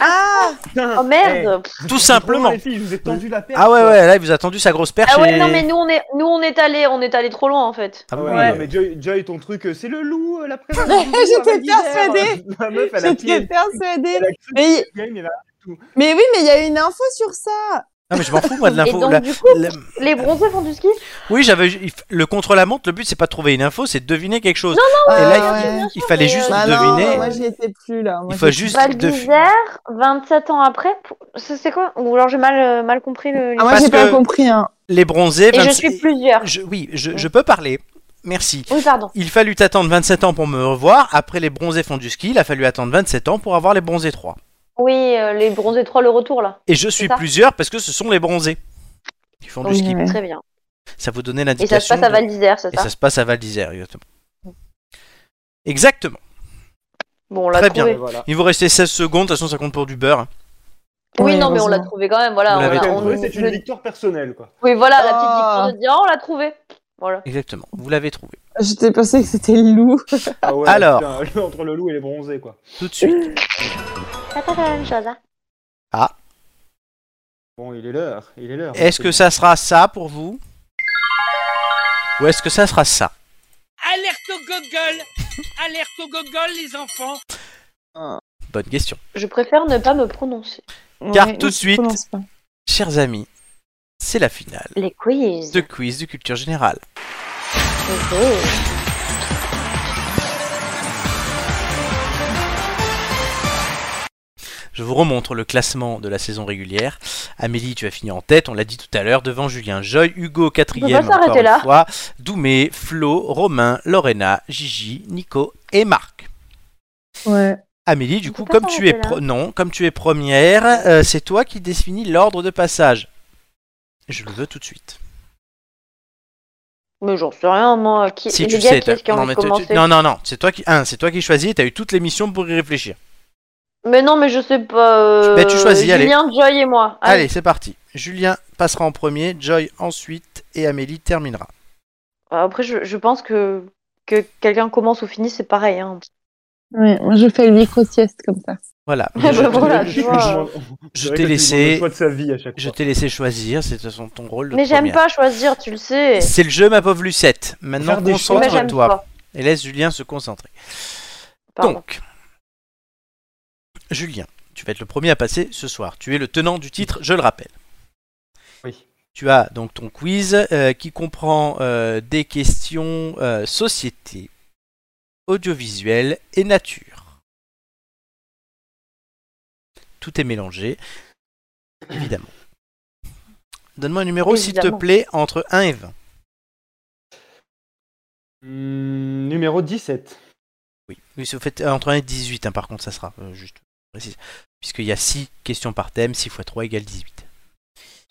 S6: Ah
S5: Putain,
S2: Oh
S5: Eh.
S2: merde
S1: tout
S5: Simplement.
S1: simplement.
S5: Les filles, je vous ai tendu la perche.
S1: Ah ouais,
S5: quoi.
S1: ouais, là, il vous a tendu sa grosse perche.
S2: Ah ouais,
S1: et-
S2: non, mais nous on est, nous, on est allés, on est allés trop loin en fait.
S1: Ah
S5: Ah
S1: oui,
S5: ouais,
S1: oui,
S5: non,
S1: euh,
S5: mais Joy, Joy, ton truc, euh, c'est le loup, euh, la présence.
S6: J'étais persuadée.
S5: La meuf, elle a
S6: J'étais
S5: pied.
S6: persuadée.
S5: Elle a cru
S6: Mais,
S5: que le game, elle a-
S6: mais oui, mais il y a une info sur ça.
S1: non, Ah, mais je m'en fous, moi, de
S2: Et
S1: l'info.
S2: donc,
S1: La-
S2: du coup,
S1: la-
S2: les Bronzés font du ski
S1: Euh, Oui, j'avais il f- le contre la montre. Le but, c'est pas de trouver une info, c'est de deviner quelque chose. et là,
S6: Ah
S1: il-
S6: ouais.
S1: il, fallait
S2: mais, euh,
S1: juste
S6: Bah non,
S1: deviner.
S6: moi j'y étais plus là. Moi,
S1: il faut
S6: j'ai-
S1: juste
S2: Val
S1: de-
S2: d'Isère, 27 ans après, pour- c'est c'est quoi Ou alors j'ai mal, euh, mal compris le.
S6: Ah, moi
S1: parce
S6: j'ai pas
S1: que-
S6: compris. Hein.
S1: les bronzés.
S2: Et je
S1: 26
S2: suis plusieurs.
S1: Je- oui, je, je peux parler. Merci.
S2: Oui, pardon.
S1: Il fallut attendre 27 ans pour me revoir. Après les bronzés font du ski, il a fallu attendre 27 ans pour avoir les bronzés 3.
S2: Oui, euh, les Bronzés 3, le retour là.
S1: Et je suis
S2: ça.
S1: plusieurs parce que ce sont les bronzés qui font du
S6: Oui,
S1: ski.
S6: ouais.
S2: Très bien.
S1: Ça vous donnait
S2: Et
S1: l'indication.
S2: ça se passe à
S1: de-
S2: Val d'Isère, c'est
S1: Et
S2: ça
S1: ça se passe à Val d'Isère, exactement. Exactement.
S2: Bon, on l'a
S1: Très
S2: trouvé.
S1: bien. Il vous restait 16 secondes, de toute façon ça compte pour du beurre. hein.
S2: Oui,
S6: Ouais,
S2: non, mais on l'a
S6: heureusement.
S2: trouvé quand même. Voilà,
S1: Vous
S2: on
S1: l'avez
S2: l'a-
S1: quand
S5: Ouais,
S1: même
S2: on-
S5: ouais, C'est une
S2: le-
S5: victoire personnelle, quoi.
S2: Oui, voilà, la petite
S6: Ah.
S2: victoire de dire, oh, on l'a trouvé. Voilà.
S1: Exactement. Vous l'avez trouvé.
S6: J'étais pensé que c'était le loup.
S5: Ah ouais,
S1: Alors.
S5: putain, entre le loup et les bronzés, quoi.
S1: Tout de suite.
S2: C'est pas la même chose, hein.
S5: Bon, il est l'heure, il est l'heure.
S1: Est-ce que ça sera ça pour vous Ou est-ce que ça sera ça
S7: Alerte au gogol Alerte au gogol, les enfants
S1: Bonne question.
S2: Je préfère ne pas me prononcer.
S1: Car
S6: Ah. Ouais,
S1: tout de
S6: je
S1: suite-
S6: prononce pas.
S1: Chers amis, c'est la finale
S2: Les quiz.
S1: de quiz de culture générale.
S2: Ok.
S1: Je vous remontre le classement de la saison régulière. Amélie, tu as fini en tête, on l'a dit tout à l'heure, devant Julien Joy, Hugo, quatrième,
S2: On peut pas
S1: encore
S2: s'arrêter
S1: une
S2: là.
S1: fois, Doumé, Flo, Romain, Lorena, Gigi, Nico et Marc.
S6: Ouais.
S1: Amélie, du
S2: On
S1: coup,
S2: peut pas
S1: comme tu es
S2: s'arrêter
S1: pro- non, comme tu es première, euh, c'est toi qui définis l'ordre de passage. Je le veux tout de suite.
S2: Mais j'en sais rien, moi. Qui...
S1: Si
S2: les
S1: tu
S2: gars,
S1: sais,
S2: qui est-ce qui
S1: t'as-
S2: a
S1: non,
S2: envie de
S1: mais tu- tu-
S2: commencer
S1: non, non, non, c'est toi qui, un, c'est toi qui choisis. T'as eu toute l'émission pour y réfléchir.
S2: Mais non, mais je sais pas. euh,
S1: Ben, tu choisis, allez.
S2: Julien, Joy et moi.
S1: Allez, c'est parti. Julien passera en premier, Joy ensuite et Amélie terminera.
S2: Bah, Après, je, je pense que, que quelqu'un commence ou finit, c'est pareil. Hein.
S11: Ouais, moi je fais le micro-sieste comme ça.
S1: Voilà.
S2: Ah,
S1: Je-
S2: bah, voilà, tu vois.
S1: Je t'ai laissé.
S5: Le choix de sa vie à chaque
S1: Je
S5: fois.
S1: t'ai laissé choisir, c'est de toute façon ton rôle. de
S2: Mais j'aime
S1: première.
S2: pas choisir, tu le sais.
S1: C'est le jeu, ma pauvre Lucette. Maintenant,
S5: Faire des choix.
S2: Mais j'aime
S1: concentre-toi
S2: pas.
S1: et laisse Julien se concentrer.
S2: Pardon.
S1: Donc, Julien, tu vas être le premier à passer ce soir. Tu es le tenant du titre, je le rappelle.
S5: Oui.
S1: Tu as donc ton quiz euh, qui comprend euh, des questions euh, société, audiovisuel et nature. Tout est mélangé, évidemment. Donne-moi un numéro, s'il te
S2: Évidemment.
S1: plaît, entre 1 et 20.
S5: Hmm, numéro 17.
S1: Oui, oui si vous faites euh, entre 1 et 18, hein, par contre, ça sera euh, juste précis. puisqu'il y a 6 questions par thème, 6 x 3 égale 18.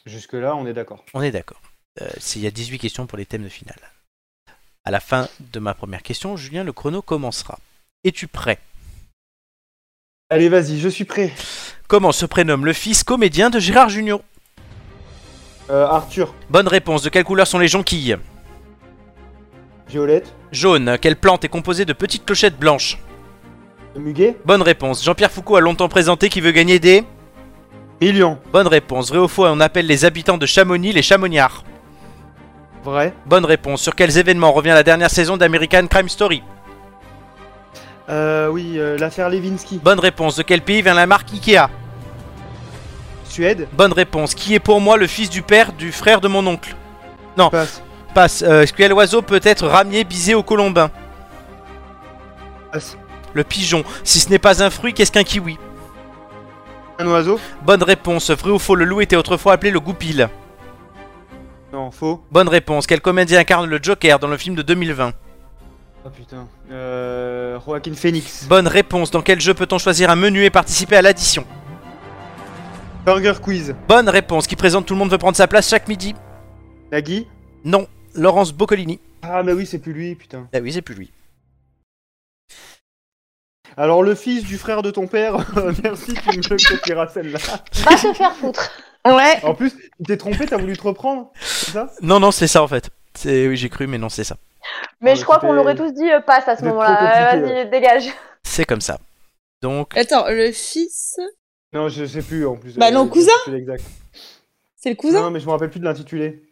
S5: Jusque-là, on est d'accord.
S1: On est d'accord. Euh, S'il y a 18 questions pour les thèmes de finale. À la fin de ma première question, Julien, le chrono commencera. Es-tu prêt
S5: Allez, vas-y, je suis prêt.
S1: Comment se prénomme le fils comédien de Gérard Junior
S5: Euh, Arthur,
S1: Bonne réponse. De quelle couleur sont les jonquilles
S5: Violette,
S1: Jaune. Quelle plante est composée de petites clochettes blanches
S5: Muguet,
S1: Bonne réponse. Jean-Pierre Foucault a longtemps présenté qui veut gagner des.
S5: Million,
S1: Bonne réponse. Vrai ou faux, on appelle les habitants de Chamonix les chamonniards.
S5: vrai.
S1: Bonne réponse. Sur quels événements revient la dernière saison d'American Crime Story
S5: Euh, oui, euh, l'affaire Levinsky,
S1: Bonne réponse. De quel pays vient la marque Ikea
S5: Suède,
S1: Bonne réponse. Qui est pour moi le fils du père du frère de mon oncle Non.
S5: passe.
S1: Passe. Euh, Est-ce que quel oiseau peut être ramier, bisé au colombin
S5: Passe.
S1: Le pigeon. Si ce n'est pas un fruit, qu'est-ce qu'un kiwi
S5: Un oiseau
S1: Bonne réponse. Vrai ou faux, le loup était autrefois appelé le goupil
S5: Non, faux.
S1: Bonne réponse. Quel comédien incarne le Joker dans le film de 2020
S5: Oh putain. Euh, Joaquin Phoenix.
S1: Bonne réponse. Dans quel jeu peut-on choisir un menu et participer à l'addition
S5: Burger Quiz.
S1: Bonne réponse. Qui présente Tout le monde veut prendre sa place chaque midi
S5: Nagui
S1: Non. Laurence Boccolini.
S5: Ah bah oui, c'est plus lui, putain.
S1: Ah oui, c'est plus lui.
S5: Alors le fils du frère de ton père, merci, tu me le copieras celle-là.
S2: Va se faire foutre.
S6: Ouais.
S5: En plus, tu t'es trompé, t'as voulu te reprendre C'est ça
S1: Non, non, c'est ça en fait. C'est oui, j'ai cru, mais non, c'est ça.
S2: Mais
S5: Ah,
S2: je crois
S5: c'était-
S2: qu'on l'aurait tous dit euh, passe à ce
S5: c'était trop
S2: moment-là. Euh,
S5: compliqué,
S2: Vas-y, dégage.
S1: C'est comme ça. Donc,
S6: Attends, le fils,
S5: Non, je sais plus en plus.
S6: Bah non,
S5: le
S6: cousin
S5: titre exact.
S6: c'est le cousin.
S5: Non, mais je me rappelle plus de l'intitulé.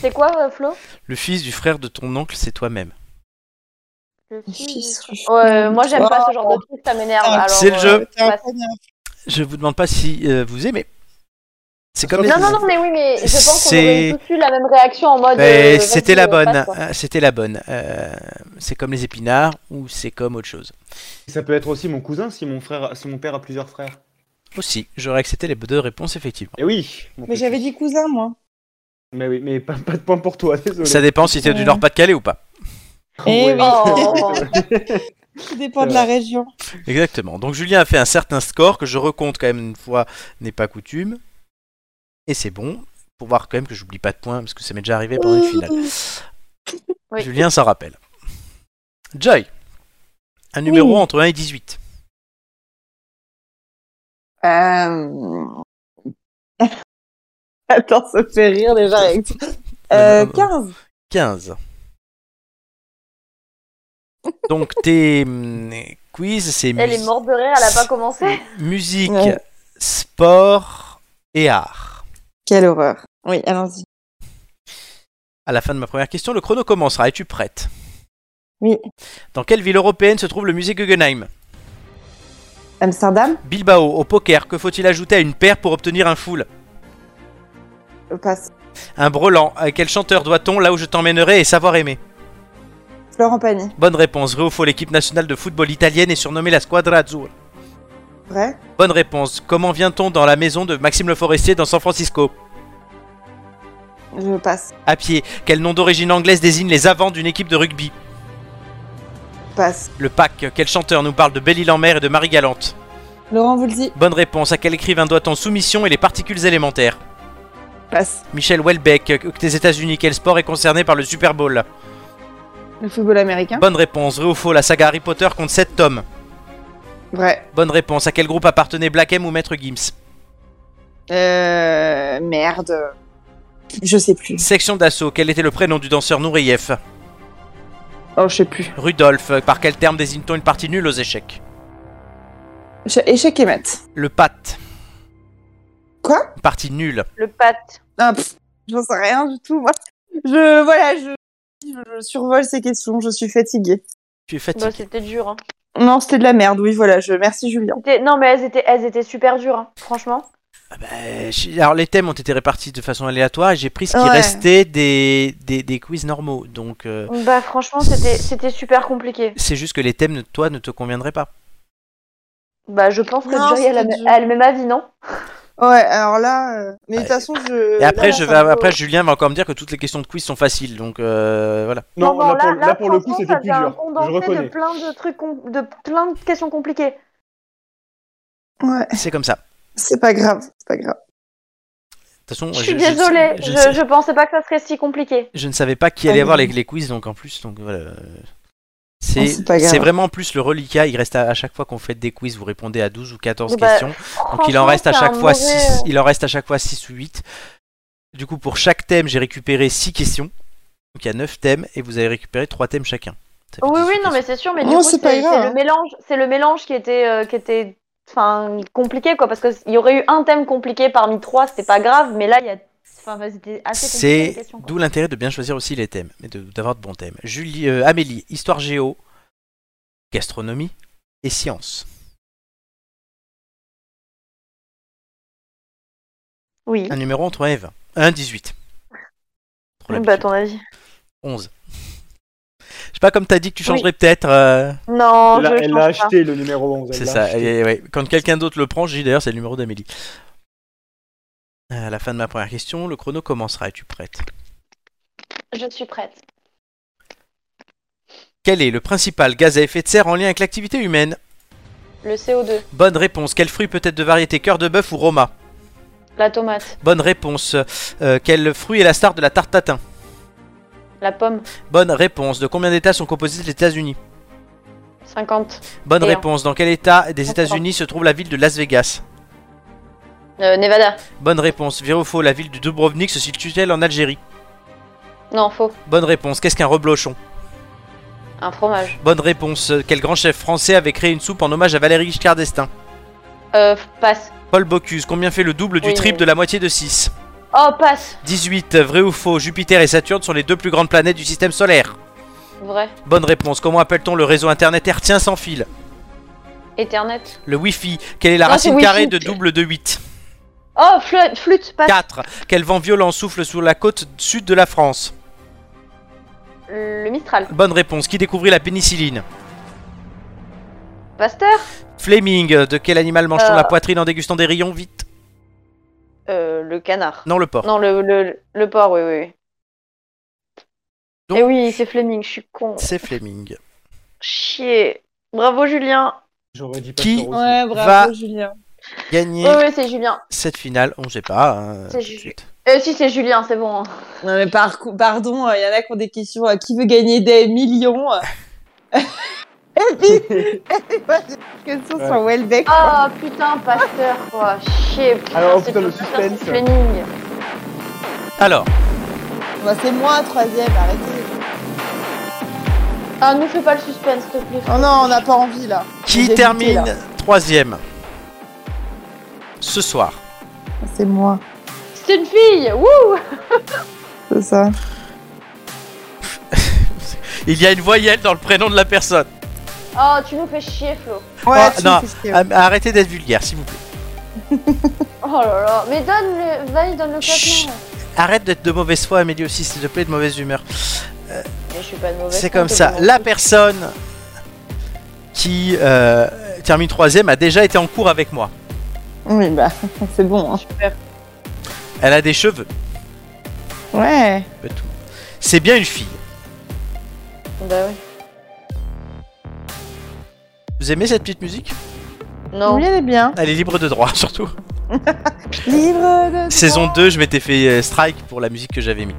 S2: C'est quoi, euh, Flo
S1: le fils du frère de ton oncle, c'est toi-même.
S2: Le
S6: Le fils. du-
S2: Ouais, moi j'aime pas ce genre de truc, ça m'énerve.
S6: Ah,
S2: alors,
S1: Oh.
S2: euh,
S1: c'est le jeu.
S6: T'es un
S2: passe.
S6: cognat.
S1: Je vous demande pas si euh, vous aimez. C'est comme les-
S2: Non, non, non, mais oui, mais je pense qu'on
S1: C'est-
S2: aurait tous eu la même réaction en mode.
S1: Mais
S2: euh, vas-y,
S1: c'était la
S2: euh, passe,
S1: bonne,
S2: quoi.
S1: hein, c'était la bonne. Euh, c'est comme les épinards ou c'est comme autre chose.
S5: Ça peut être aussi mon cousin si mon frère, si mon père a plusieurs frères.
S1: Aussi, j'aurais accepté les deux réponses effectivement.
S5: Et Eh oui. mon
S6: Mais
S5: petit.
S6: j'avais dit cousin, moi.
S5: Mais oui, mais pas, pas de point pour toi, désolé.
S1: Ça dépend si t'es du
S6: Ouais.
S1: Nord-Pas-de-Calais ou pas.
S6: Eh oui.
S2: Oh.
S6: Tout dépend de la région.
S1: Exactement. Donc Julien a fait un certain score que je recompte quand même une fois n'est pas coutume. Et c'est bon pour voir quand même que j'oublie pas de points parce que ça m'est déjà arrivé pendant une finale.
S2: Oui.
S1: Julien s'en rappelle. Joy, un numéro entre 1 et 18.
S6: Euh... Attends, ça me fait rire déjà. Avec... ça. Euh,
S1: Non, non, non.
S6: 15.
S1: 15. Donc tes hum, quiz, c'est
S2: Elle est
S1: mus-
S2: morte de rire, elle a pas commencé.
S1: musique,
S6: Ouais.
S1: sport et art.
S6: Quelle horreur. Oui, allons-y.
S1: À la fin de ma première question, le chrono commencera. Es-tu prête
S6: Oui.
S1: Dans quelle ville européenne se trouve le musée Guggenheim
S6: Amsterdam,
S1: Bilbao, au poker, que faut-il ajouter à une paire pour obtenir un full
S6: euh, passe.
S1: Un brelan, à quel chanteur doit-on là où je t'emmènerai et savoir aimer
S6: Florent Pagny,
S1: Bonne réponse, vrai ou faux, l'équipe nationale de football italienne est surnommée la Squadra Azzurra.
S6: vrai.
S1: Bonne réponse, comment vient-on dans la maison de Maxime Le Forestier dans San Francisco
S6: Je passe.
S1: À pied, quel nom d'origine anglaise désigne les avants d'une équipe de rugby
S6: Passe.
S1: Le PAC, quel chanteur nous parle de Belle-Île-en-Mer et de Marie-Galante
S6: Laurent Voulzy,
S1: Bonne réponse, à quel écrivain doit-on soumission et les particules élémentaires
S6: passe.
S1: Michel Houellebecq, euh, des États-Unis, quel sport est concerné par le Super Bowl
S6: Le football américain,
S1: Bonne réponse, vrai ou faux, la saga Harry Potter compte 7 tomes.
S6: vrai.
S1: Bonne réponse, à quel groupe appartenait Black M ou Maître Gims
S6: Euh, merde. Je sais plus.
S1: Section d'assaut, quel était le prénom du danseur Nourieff
S6: Oh, je sais plus.
S1: Rudolf, euh, par quel terme désigne-t-on une partie nulle aux échecs
S6: Je- Échec et maths.
S1: Le pat.
S6: Quoi
S1: Partie nulle.
S2: Le pâte.
S6: Ah, pff, J'en sais rien du tout, moi. Je, voilà, je, je survole ces questions. Je suis fatiguée.
S1: Tu es fatigué.
S2: Bah, c'était dur. Hein.
S6: Non, c'était de la merde. Oui, voilà. Je... Merci, Julien.
S2: C'était- Non, mais elles étaient, elles étaient super dures, hein, franchement.
S1: Ah bah, j'ai- Alors les thèmes ont été répartis de façon aléatoire et j'ai pris ce qui
S6: Ouais.
S1: restait des, des, des quiz normaux. Donc euh,
S2: Bah, franchement, c'était c'était super compliqué.
S1: c'est juste que les thèmes, ne- toi, ne te conviendraient pas.
S2: Bah, je pense que
S6: Non,
S2: Joy, elle a,
S6: c'était
S2: le-
S6: dur.
S2: elle a le même avis, non
S6: Ouais, alors là, euh, mais de
S1: Ouais.
S6: toute façon, je.
S1: Et après,
S6: là,
S1: je
S6: ça
S1: vais,
S6: me-
S1: après Julien va encore me dire que toutes les questions de quiz sont faciles. Donc euh, voilà.
S5: Non,
S2: bon,
S5: là, pour, là, pour le coup,
S2: franchement,
S5: c'était
S2: ça
S5: plus
S2: faisait un
S5: dur. Je
S2: condensé de
S5: reconnais.
S2: plein de trucs, com- de plein de questions compliquées.
S6: Ouais,
S1: C'est comme ça. De
S6: c'est pas grave, c'est pas grave.
S1: toute façon,
S2: Je suis désolée,
S1: je,
S2: je,
S1: ne sais-
S2: je pensais pas que ça serait si compliqué.
S1: je ne savais pas
S2: Ah
S1: qui allait avoir les, les quiz, donc en plus, donc voilà. euh, C'est
S6: c'est pas grave.
S1: c'est vraiment en plus le reliquat. Il reste à, à chaque fois qu'on fait des quiz, vous répondez à 12 ou 14
S2: Bah,
S1: questions. Donc il en
S2: Franchement,
S1: reste à
S2: c'est
S1: chaque
S2: un
S1: fois
S2: mauvais,
S1: 6,
S2: euh,
S1: il en reste à chaque fois 6 ou 8. Du coup, pour chaque thème, j'ai récupéré 6 questions. Donc il y a 9 thèmes et vous avez récupéré 3 thèmes chacun. Ça fait
S2: Oui,
S1: 18
S2: oui, non, mais
S1: questions.
S2: c'est sûr, mais du
S6: Non,
S2: coup,
S6: c'est
S2: c'est
S6: pas
S2: c'est
S6: grave, hein.
S2: le mélange, c'est le mélange qui était, euh, qui était, enfin, compliqué, quoi, parce que il y aurait eu un thème compliqué parmi trois, c'était pas grave, mais là, il y a, enfin, ouais, Ah, c'était assez compliqué. les
S1: C'est
S2: questions, quoi.
S1: d'où l'intérêt de bien choisir aussi les thèmes et de- d'avoir de bons thèmes. Julie, euh, Amélie, histoire géo, gastronomie et sciences.
S2: Oui.
S1: Un numéro entre 1 et 20. 1 18. Trop
S2: Bah,
S1: l'habitude.
S2: ton avis.
S1: 11. Je sais pas, comme t'as dit que tu changerais peut-être. euh,
S2: Non,
S5: elle a,
S2: je
S5: elle
S2: change
S5: l'a
S2: pas.
S5: acheté le numéro 11. elle
S1: C'est
S5: l'a
S1: ça.
S5: acheté.
S1: et ouais, Quand quelqu'un d'autre le prend, je dis d'ailleurs c'est le numéro d'Amélie. À la fin de ma première question, le chrono commencera. Es-tu prête
S2: Je suis prête.
S1: Quel est le principal gaz à effet de serre en lien avec l'activité humaine
S2: Le CO2,
S1: Bonne réponse. Quel fruit peut être de variété cœur de bœuf ou roma
S2: la tomate,
S1: Bonne réponse. Euh, quel fruit est la star de la tarte tatin
S2: la pomme,
S1: Bonne réponse. De combien d'États sont composés les États-Unis
S2: 50.
S1: Bonne
S2: Et un.
S1: réponse. Dans quel État des
S2: Encore.
S1: États-Unis se trouve la ville de Las Vegas
S2: Euh, Nevada.
S1: Bonne réponse. Vrai ou faux, la ville de Dubrovnik se situe-t-elle en Algérie
S2: Non, faux.
S1: Bonne réponse. Qu'est-ce qu'un reblochon
S2: Un fromage.
S1: Bonne réponse. Quel grand chef français avait créé une soupe en hommage à Valéry Giscard d'Estaing
S2: Euh, passe.
S1: Paul Bocuse, combien fait le double du
S2: Oui,
S1: triple
S2: mais-
S1: de la moitié de 6
S2: Oh, passe.
S1: 18. Vrai ou faux, Jupiter et Saturne sont les deux plus grandes planètes du système solaire
S2: Vrai.
S1: Bonne réponse. Comment appelle-t-on le réseau internet hertien sans fil
S2: Ethernet.
S1: Le Wi-Fi. Quelle est la
S2: Non, c'est
S1: racine
S2: Ah, Wi-Fi.
S1: carrée de double de 8
S2: Oh, flu- flûte, passe.
S1: 4. Quel vent violent souffle sur la côte sud de la France
S2: Le Mistral.
S1: Bonne réponse. Qui découvrit la pénicilline
S2: Pasteur.
S1: Fleming. Euh, De quel animal mange-t-on
S2: Euh.
S1: la poitrine en dégustant des rayons Vite.
S2: Euh, le canard.
S1: Non, le porc.
S2: Non, le, le, le porc, oui, oui.
S1: Donc-
S2: Et Eh oui, c'est Fleming, je suis con.
S1: C'est Fleming.
S2: Chier. Bravo Julien.
S5: J'aurais dit
S1: Qui-
S5: Pasteur aussi.
S6: Ouais, bravo,
S1: Va-
S6: Julien.
S1: Gagner
S2: Oui, oui, c'est Julien.
S1: cette finale. On ne sait pas. hein,
S2: C'est
S1: tout de
S2: Juju.
S1: suite.
S2: Euh, si, c'est Julien, c'est bon. hein.
S6: Non, mais par cou- pardon, il y en a qui ont des questions. euh, qui veut gagner des millions euh. Et puis, et puis, moi, j'ai une question sur Welbeck.
S2: Ah putain, pasteur, quoi. Chier. Putain,
S5: Alors, oh,
S2: c'est
S5: putain, le
S2: putain,
S5: suspense.
S2: c'est Fleming.
S1: Alors,
S6: Bah, c'est moi, troisième, arrêtez.
S2: Ah, nous fais pas le suspense, s'il te plaît.
S6: Oh non, on n'a pas envie, là.
S1: qui
S6: J'ai
S1: termine
S6: hésité,
S1: troisième ce soir
S6: C'est moi,
S2: C'est une fille. Wouh.
S6: c'est ça.
S1: Il y a une voyelle dans le prénom de la personne.
S2: Oh, tu nous fais chier, Flo.
S1: Ah,
S6: tu
S1: non,
S6: fais ce que-
S1: Am- Arrêtez d'être vulgaire, s'il vous plaît.
S2: Oh là là. Mais donne le. Vas-y, donne le
S1: Chut.
S2: classement.
S1: Arrête d'être de mauvaise foi, Amélie aussi, s'il te plaît, de mauvaise humeur.
S2: Mais je suis pas de mauvaise.
S1: C'est
S2: foi,
S1: comme
S2: t'es
S1: ça.
S2: bon.
S1: La personne qui euh, termine troisième a déjà été en cours avec moi.
S6: Oui, bah, c'est bon. hein.
S1: Elle a des cheveux.
S6: Ouais.
S1: c'est tout. C'est bien une fille.
S2: Bah oui.
S1: Vous aimez cette petite musique
S2: Non.
S6: Oui, elle est bien.
S1: Elle est libre de droit, surtout.
S6: Livre de...
S1: Saison 2, je m'étais fait euh, strike pour la musique que j'avais mis.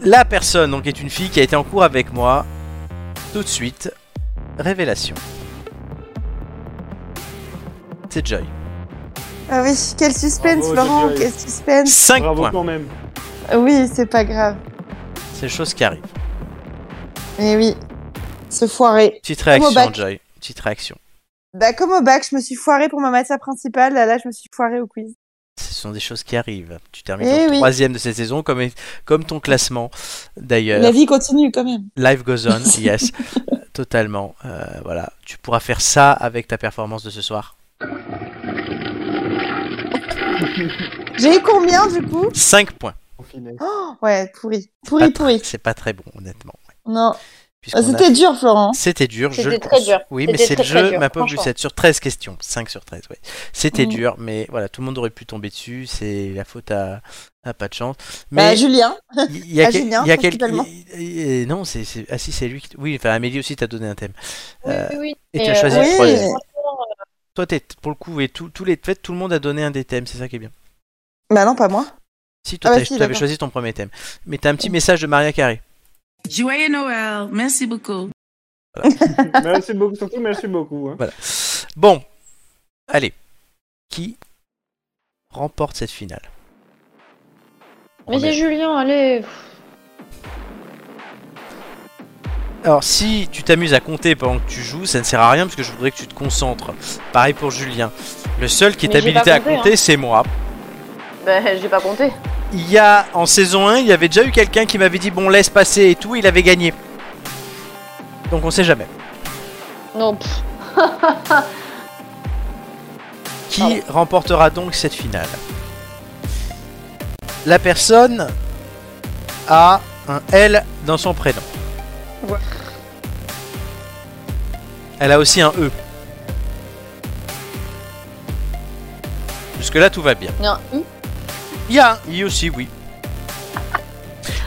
S1: La personne donc est une fille qui a été en cours avec moi. Tout de suite, révélation. C'est Joy.
S6: Ah oui, quel suspense,
S5: Bravo,
S6: Laurent,
S5: Jojo.
S6: quel suspense.
S1: 5
S5: Bravo
S1: points.
S5: quand même.
S6: Oui, c'est pas grave.
S1: C'est chose qui arrive.
S6: Mais oui, se foirer.
S1: Petite
S6: Comme au
S1: réaction,
S6: bac.
S1: Joy. Petite réaction.
S6: Bah, comme au bac, je me suis foirée pour ma matière principale. Là, là je me suis foirée au quiz.
S1: Ce sont des choses qui arrivent. Tu termines
S6: Eh
S1: donc
S6: oui.
S1: troisième de cette saison, comme, comme ton classement d'ailleurs.
S6: La vie continue quand même.
S1: Life goes on, yes, Euh, totalement. Euh, voilà, tu pourras faire ça avec ta performance de ce soir.
S6: J'ai eu combien du coup
S1: 5 points.
S5: En finesse.
S6: Ouais, pourri. Pourri, pourri.
S1: C'est pas très bon, honnêtement.
S6: Non.
S1: puisqu'on a-
S6: Ah, C'était dur, Florent.
S1: C'était dur, je
S2: C'était
S1: le
S2: très
S1: conçois.
S2: dur.
S1: Oui, mais
S2: C'était
S1: c'est le
S2: très, très
S1: jeu,
S2: dur,
S1: ma pauvre
S2: franchement.
S1: Lucette, sur 13 questions. 5 sur 13, ouais. C'était
S6: Mm.
S1: dur, mais voilà, tout le monde aurait pu tomber dessus. C'est la faute à, à pas de chance.
S6: Bah,
S1: Mais
S6: Julien.
S1: il y a,
S6: à
S1: quel-
S6: Julien,
S1: il y a quel-
S6: principalement.
S1: il- il- il- Non, c'est. c'est- Ah si, c'est lui qui. Oui, enfin, Amélie aussi t'a donné un thème. Euh,
S2: oui, oui.
S1: et
S2: mais,
S1: tu as choisi
S2: euh,
S1: le
S6: oui.
S1: troisième.
S2: franchement, euh,
S1: Toi, t'es, pour le coup, et tout, tous les fêtes, tout le monde a donné un des thèmes, c'est ça qui est bien.
S6: Bah non, pas moi.
S1: Si, toi,
S6: Ah bah
S1: t'as-
S6: si,
S1: t'avais
S6: d'accord.
S1: choisi ton premier thème. Mais t'as un petit message de Maria Carré.
S14: Joyeux Noël, merci beaucoup.
S5: Merci beaucoup, surtout merci beaucoup. hein.
S1: Voilà. Bon, allez. Qui remporte cette finale
S2: Mais
S1: On est-
S2: c'est Julien, allez. pff,
S1: Alors, si tu t'amuses à compter pendant que tu joues, ça ne sert à rien parce que je voudrais que tu te concentres. Pareil pour Julien. Le seul qui est
S2: Mais j'ai
S1: habilité
S2: pas
S1: à
S2: compté, hein.
S1: compter, c'est moi.
S2: Bah, j'ai pas compté.
S1: Il y a, en saison 1, il y avait déjà eu quelqu'un qui m'avait dit bon, laisse passer et tout, il avait gagné. Donc, on sait jamais.
S2: Non, pff,
S1: Qui remportera donc cette finale La personne a un L dans son prénom.
S4: Ouais.
S1: Elle a aussi un E. Jusque-là, tout va bien.
S2: non. I.
S1: Il y a un I aussi, oui.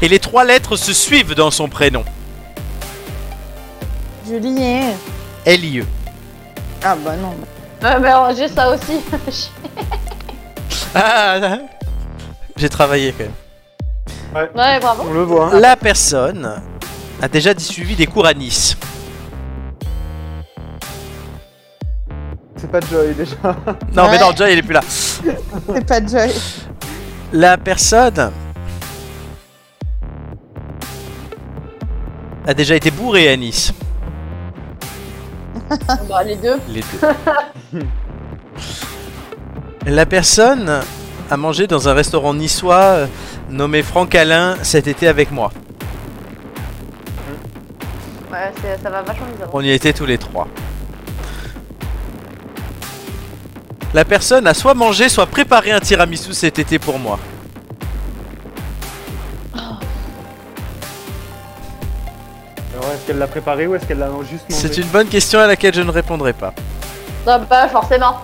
S1: Et les trois lettres se suivent dans son prénom.
S6: Julien.
S1: L-I-E.
S6: Ah bah non.
S2: Ah, bah, j'ai ça aussi.
S1: Ah, ah. J'ai travaillé quand même.
S2: ouais, bravo.
S5: On le voit. hein.
S1: La personne a déjà suivi des cours à Nice.
S5: C'est pas Joy déjà.
S1: Non, mais
S6: Ouais.
S1: non, Joy, il est plus là.
S6: C'est pas Joy.
S1: La personne a déjà été bourrée à Nice.
S2: Bah, les deux.
S1: Les deux. La personne a mangé dans un restaurant niçois euh, nommé Franck Alain cet été avec moi.
S2: Ouais, c'est- ça va vachement hein. bizarre.
S1: On y était tous les trois. La personne a soit mangé, soit préparé un tiramisu cet été pour moi.
S5: Alors est-ce qu'elle l'a préparé ou est-ce qu'elle l'a juste mangé
S1: C'est une bonne question à laquelle je ne répondrai pas.
S2: Non, bah, forcément.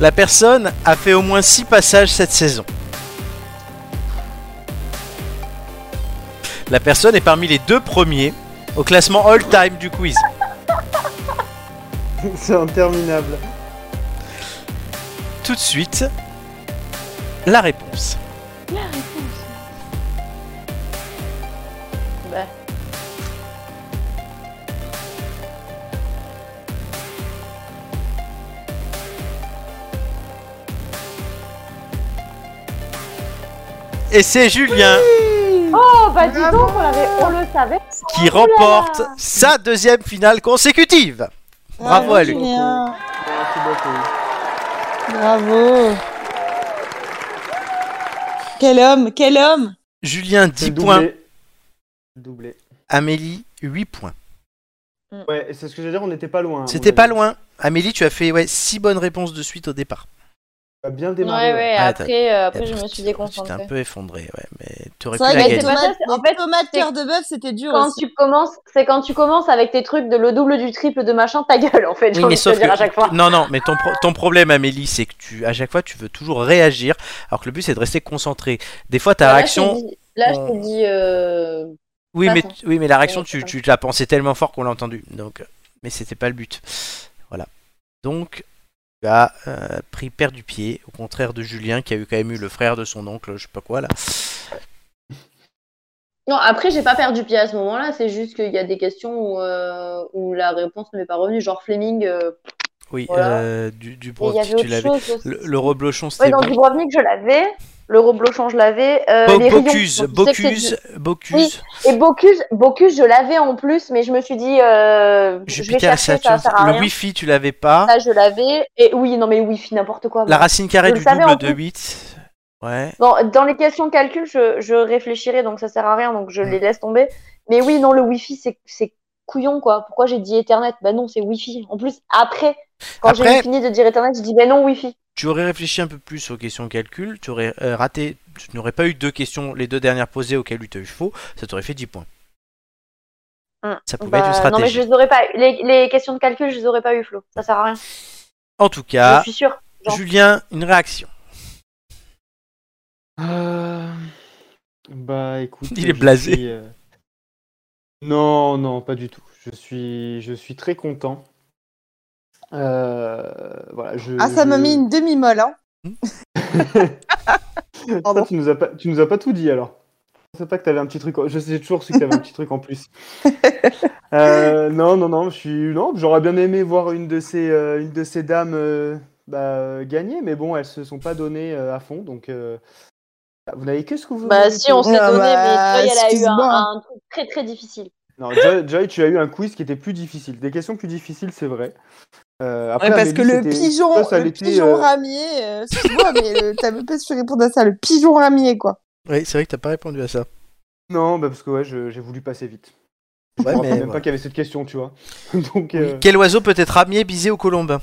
S1: La personne a fait au moins 6 passages cette saison. La personne est parmi les deux premiers au classement all-time du quiz.
S5: C'est interminable.
S1: Tout de suite, la réponse.
S2: Bah.
S1: Et c'est Julien
S2: Oh, bah, dis donc, on, l'avait- on le savait.
S1: qui remporte sa deuxième finale consécutive. Bravo à lui.
S6: Julien.
S5: Merci beaucoup.
S6: Bravo. Quel homme, quel homme.
S1: Julien 10
S5: Doublé.
S1: points,
S5: Doublé.
S1: Amélie 8 points.
S6: Mm.
S5: Ouais, c'est ce que je veux dire, on n'était pas loin. hein.
S1: C'était
S5: on
S1: pas
S5: avait-
S1: loin. Amélie, tu as fait ouais, 6 bonnes réponses de suite au départ.
S5: on a bien
S2: Ouais,
S5: démarré.
S2: ouais,
S1: Ah,
S2: après, euh, après, je me
S1: Après, tu-
S2: suis
S1: Tu t'es
S2: déconcentrée.
S1: un peu effondré, ouais, mais tu aurais
S6: C'est
S1: pu
S6: vrai
S1: la
S6: que les
S1: gagner.
S2: c'est pas
S6: tomates,
S2: ça, c'est- en
S6: les
S2: fait,
S6: tomates
S2: c'est-
S6: cœur de bœuf, c'était dur
S2: Quand
S6: aussi.
S2: tu commences, c'est quand tu commences avec tes trucs de le double du triple de machin, ta gueule en fait.
S1: Oui,
S2: j'ai envie
S1: mais
S2: de te
S1: sauf
S2: dire
S1: que-
S2: à chaque fois.
S1: Non, non, mais ton, pro- ton problème, Amélie, c'est que tu, à chaque fois, tu veux toujours réagir, alors que le but, c'est de rester concentré. Des fois, ta
S2: Là,
S1: réaction.
S2: je t'ai dit- Là, je
S1: on-
S2: t'ai dit. euh,
S1: Oui,
S2: pas
S1: mais,
S2: ça.
S1: oui, mais la réaction,
S2: Ouais,
S1: tu,
S2: c'est
S1: tu l'as pensé tellement fort qu'on l'a entendu. Donc, euh, mais c'était pas le but. Voilà. Donc, tu as euh, pris père du pied, au contraire de Julien, qui a eu quand même eu le frère de son oncle, je sais pas quoi, là.
S2: Non, après, j'ai pas perdu pied à ce moment-là, c'est juste qu'il y a des questions où, euh, où la réponse ne m'est pas revenue, genre Fleming. euh,
S1: Oui,
S2: Voilà.
S1: euh, du, du
S2: et il y
S1: Brovnik,
S2: avait
S1: tu
S2: autre
S1: l'avais.
S2: chose aussi.
S1: Le, le reblochon,
S2: Ouais,
S1: c'était.
S2: dans Dubrovnik, je l'avais. Le Roblochon, je l'avais. Euh,
S1: Bo-
S2: les rayons,
S1: Bocuse,
S2: donc je sais que
S1: Bocuse, Bocuse.
S2: Oui, c'est- Et Bocuse, Bocuse, je l'avais en plus, mais je me suis dit, euh, je vais
S1: Jupiter,
S2: chercher, ça Ah,
S1: Saturne,
S2: sert à
S1: le
S2: rien.
S1: Wi-Fi, tu l'avais pas.
S2: Ça, je l'avais. Et oui, non, mais Wi-Fi, n'importe quoi.
S1: La racine carrée
S2: Je le
S1: du
S2: savais, en
S1: double de
S2: plus.
S1: 8. Ouais.
S2: Dans, dans les questions de calcul, je, je réfléchirai, donc ça sert à rien, donc je les laisse tomber. Mais oui, non, le Wi-Fi, c'est- c'est couillon, quoi. Pourquoi j'ai dit Ethernet Bah non, c'est Wi-Fi. En plus, après, quand
S1: Après-
S2: j'ai fini de dire Ethernet, je dis, bah non, Wi-Fi.
S1: Tu aurais réfléchi un peu plus aux questions de calcul, tu aurais euh, raté, tu n'aurais pas eu deux questions, les deux dernières posées auxquelles tu as eu faux, ça t'aurait fait 10 points. Ça pouvait être une
S2: Bah, Non, mais
S1: stratégie.
S2: je les aurais pas eu. Les, les questions de calcul, je les aurais pas eu, Flo. Ça sert à rien.
S1: En tout cas,
S2: Je suis sûre. Genre.
S1: Julien, une réaction.
S5: Euh, Bah écoute.
S1: Il est
S5: je
S1: blasé.
S5: suis, euh, Non, non, pas du tout. Je suis, je suis très content. Euh, Voilà, je,
S6: Ah, ça
S5: je-
S6: m'a mis une demi-molle, hein.
S5: Ça, tu, nous as pas, tu nous as pas tout dit alors. Je pensais pas que t'avais un petit truc. en- Je sais j'ai toujours su que t'avais un petit truc en plus. Euh, non, non, non, je suis. Non, j'aurais bien aimé voir une de ces, euh, une de ces dames euh, bah, euh, gagner, mais bon, elles se sont pas données euh, à fond, donc. euh, Vous n'avez que ce que vous. euh,
S2: Bah, si, on s'est
S6: Ah
S2: donné,
S6: bah,
S2: mais Joy, elle a eu
S6: excuse-moi.
S2: un, un truc très très difficile.
S5: Non, Joy, Joy, tu as eu un quiz qui était plus difficile. Des questions plus difficiles, c'est vrai. Euh, après,
S6: Ouais, parce
S5: Amélie,
S6: que le
S5: c'était-
S6: pigeon,
S5: ça, ça
S6: le
S5: l'était,
S6: pigeon
S5: euh,
S6: ramier, euh, excuse-moi, mais euh, t'as même pas su répondre à ça, le pigeon ramier, quoi.
S1: Oui, c'est vrai que t'as pas répondu à ça.
S5: Non, bah, parce que ouais, je- j'ai voulu passer vite.
S1: Ouais,
S5: je me rappelais
S1: mais
S5: même
S1: voilà.
S5: pas qu'il y avait cette question, tu vois. Donc,
S1: Oui.
S5: euh,
S1: Quel oiseau peut être ramier, bisé ou colombin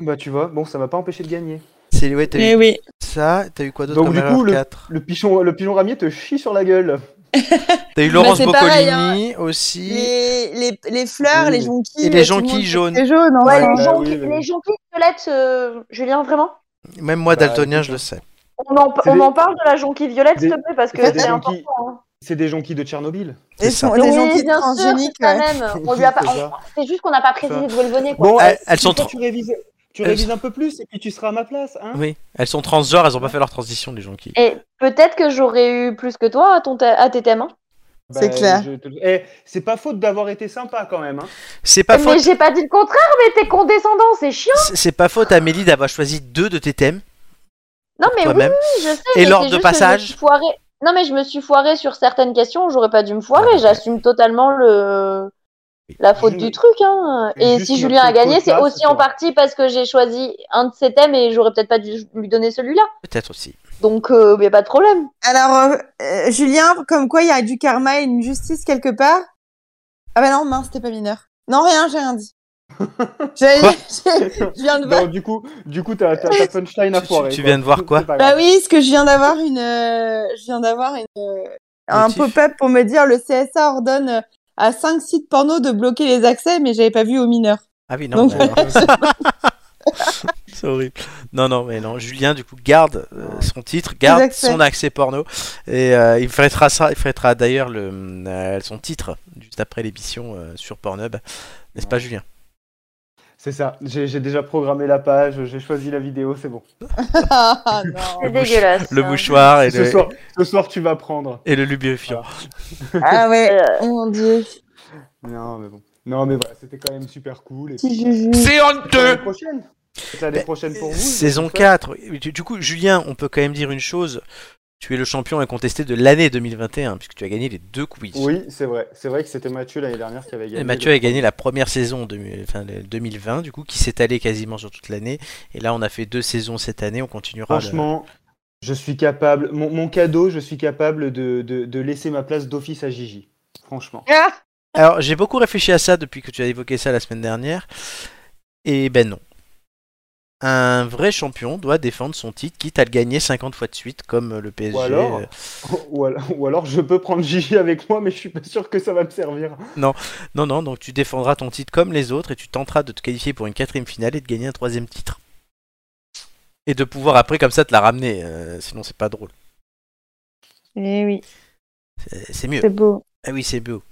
S5: bah, tu vois, bon, ça m'a pas empêché de gagner.
S1: C'est ouais,
S5: Eh
S1: t'as eu
S6: oui.
S1: ça, t'as eu quoi d'autre
S5: Donc,
S1: comme
S5: du
S1: erreur
S5: coup, le,
S1: 4
S5: le pigeon, le pigeon ramier te chie sur la gueule.
S1: T'as eu
S6: Bah,
S1: Laurence
S6: c'est
S1: Boccolini
S6: pareil, hein.
S1: aussi.
S6: Les, les, les fleurs,
S5: Oui.
S6: les jonquilles.
S1: Et les
S6: tout le monde
S1: jonquilles
S6: sait
S1: jaunes.
S6: que C'est jaune,
S2: Ouais,
S6: enfin.
S2: les,
S5: bah
S2: gens,
S5: oui,
S2: qui-
S5: mais-
S2: les gens qui violette, euh, Julien, vraiment
S1: Même moi,
S5: Bah,
S1: daltonien,
S5: écoute,
S1: je le sais.
S2: on en,
S5: C'est
S2: on
S5: des-
S2: en parle de la jonquille violette, s'il
S5: des-
S2: te plaît, parce que
S5: C'est des,
S2: c'est important. hein.
S5: jonquilles- c'est des jonquilles de Tchernobyl.
S1: C'est
S6: Les,
S1: ça.
S6: gens-
S2: Oui,
S6: les jonquilles
S2: bien sûr,
S6: transgéniques,
S2: c'est ça
S6: ouais.
S2: même. On lui a pas-
S5: C'est ça.
S2: on- C'est juste qu'on n'a pas précisé d'où elle venait. Quoi.
S5: Bon,
S1: Elles-
S5: eh,
S1: elles sont
S5: toi,
S1: tro-
S5: tu révises, tu
S1: elles-
S5: révises un peu plus et puis tu seras à ma place, hein
S1: Oui, elles sont transgenres, elles ont pas fait leur transition, les gens qui.
S2: Et peut-être que j'aurais eu plus que toi à, ton thè- à tes thèmes. hein.
S6: C'est clair.
S5: Bah, je te- eh, c'est pas faute d'avoir été sympa quand même. Hein.
S1: C'est pas
S2: Eh, mais
S1: faute,
S2: j'ai pas dit le contraire, mais t'es condescendant, c'est chiant.
S1: c'est- c'est pas faute Amélie d'avoir choisi deux de tes thèmes
S2: Non, mais oui,
S1: toi-même.
S2: oui, je sais.
S1: Et
S2: mais
S1: l'ordre
S2: c'est juste que je
S1: de
S2: me
S1: passage
S2: suis foirée- Non, mais je me suis foirée sur certaines questions, j'aurais pas dû me foirer. J'assume totalement le... la faute
S5: Juste-
S2: du truc. Hein.
S5: c'est
S2: Et
S5: juste
S2: si
S5: notre
S2: Julien a gagné, c'est
S5: podcast,
S2: aussi
S5: quoi.
S2: en partie parce que j'ai choisi un de ses thèmes et j'aurais peut-être pas dû lui donner celui-là.
S1: Peut-être aussi.
S2: Donc, euh, y a pas de problème.
S6: Alors, euh, euh, Julien, comme quoi il y a du karma et une justice quelque part Ah bah non, mince, c'était pas mineur. Non, rien, j'ai rien dit. J'ai-
S1: Quoi
S6: j'ai- Je viens de voir.
S5: Non, du coup, du coup, t'as t'as ta punchline à
S1: Tu- tu-
S5: foirer.
S1: tu
S5: quoi.
S1: viens de voir quoi
S5: C'est pas
S6: Bah
S5: grave.
S6: oui, parce que je viens d'avoir une, euh, je viens d'avoir une, euh, un
S1: Notif.
S6: pop-up pour me dire le CSA ordonne euh, à cinq sites porno de bloquer les accès, mais j'avais pas vu aux mineurs.
S1: Ah oui, non.
S6: Donc,
S1: bah, non. C'est horrible. Non, non, mais non. Julien, du coup, garde euh, son titre, garde
S6: accès.
S1: son accès porno. Et euh, il fêtera ça, il fêtera d'ailleurs le, euh, son titre juste après l'émission euh, sur Pornhub. N'est-ce pas, Julien
S5: C'est ça. J'ai j'ai déjà programmé la page, j'ai choisi la vidéo, c'est bon.
S6: Ah, non.
S2: C'est
S1: bouche-
S2: dégueulasse.
S1: Le
S2: hein.
S1: mouchoir et
S5: Ce
S1: le,
S5: soir, ce soir, tu vas prendre.
S1: et le lubrifiant.
S6: Ah ouais,
S2: Euh,
S6: mon dieu,
S5: Non, mais bon. Non, mais voilà, c'était quand même super cool. Et
S6: petit
S5: puis,
S6: juju.
S14: C'est
S5: peut-être l'année
S14: honteux.
S5: prochaine. Peut-être L'année
S1: Ben,
S5: prochaine pour vous.
S1: Saison
S5: je sais pas.
S1: 4. Du, du coup, Julien, on peut quand même dire une chose. Tu es le champion incontesté de l'année 2021, puisque tu as gagné les deux quiz.
S5: Oui, c'est vrai. C'est vrai que c'était Mathieu l'année dernière qui avait gagné.
S1: Et Mathieu
S5: le-
S1: a gagné la première saison de, enfin, le 2020, du coup, qui s'étalait quasiment sur toute l'année. Et là, on a fait deux saisons cette année, on continuera. le-
S5: Franchement, je suis capable. Mon, mon cadeau, je suis capable de, de- de laisser ma place d'office à Gigi. Franchement.
S6: Ah,
S1: Alors, j'ai beaucoup réfléchi à ça depuis que tu as évoqué ça la semaine dernière. Et ben non. Un vrai champion doit défendre son titre, quitte à le gagner 50 fois de suite, comme le PSG.
S5: Ou alors,
S1: euh,
S5: ou, alors, ou alors, je peux prendre Gigi avec moi, mais je suis pas sûr que ça va me servir.
S1: Non, non, donc tu défendras ton titre comme les autres et tu tenteras de te qualifier pour une quatrième finale et de gagner un troisième titre. Et de pouvoir après comme ça te la ramener, euh, sinon c'est pas drôle.
S11: Eh oui,
S1: Euh, C'est c'est mieux.
S11: c'est beau.
S1: Ah oui, c'est beau.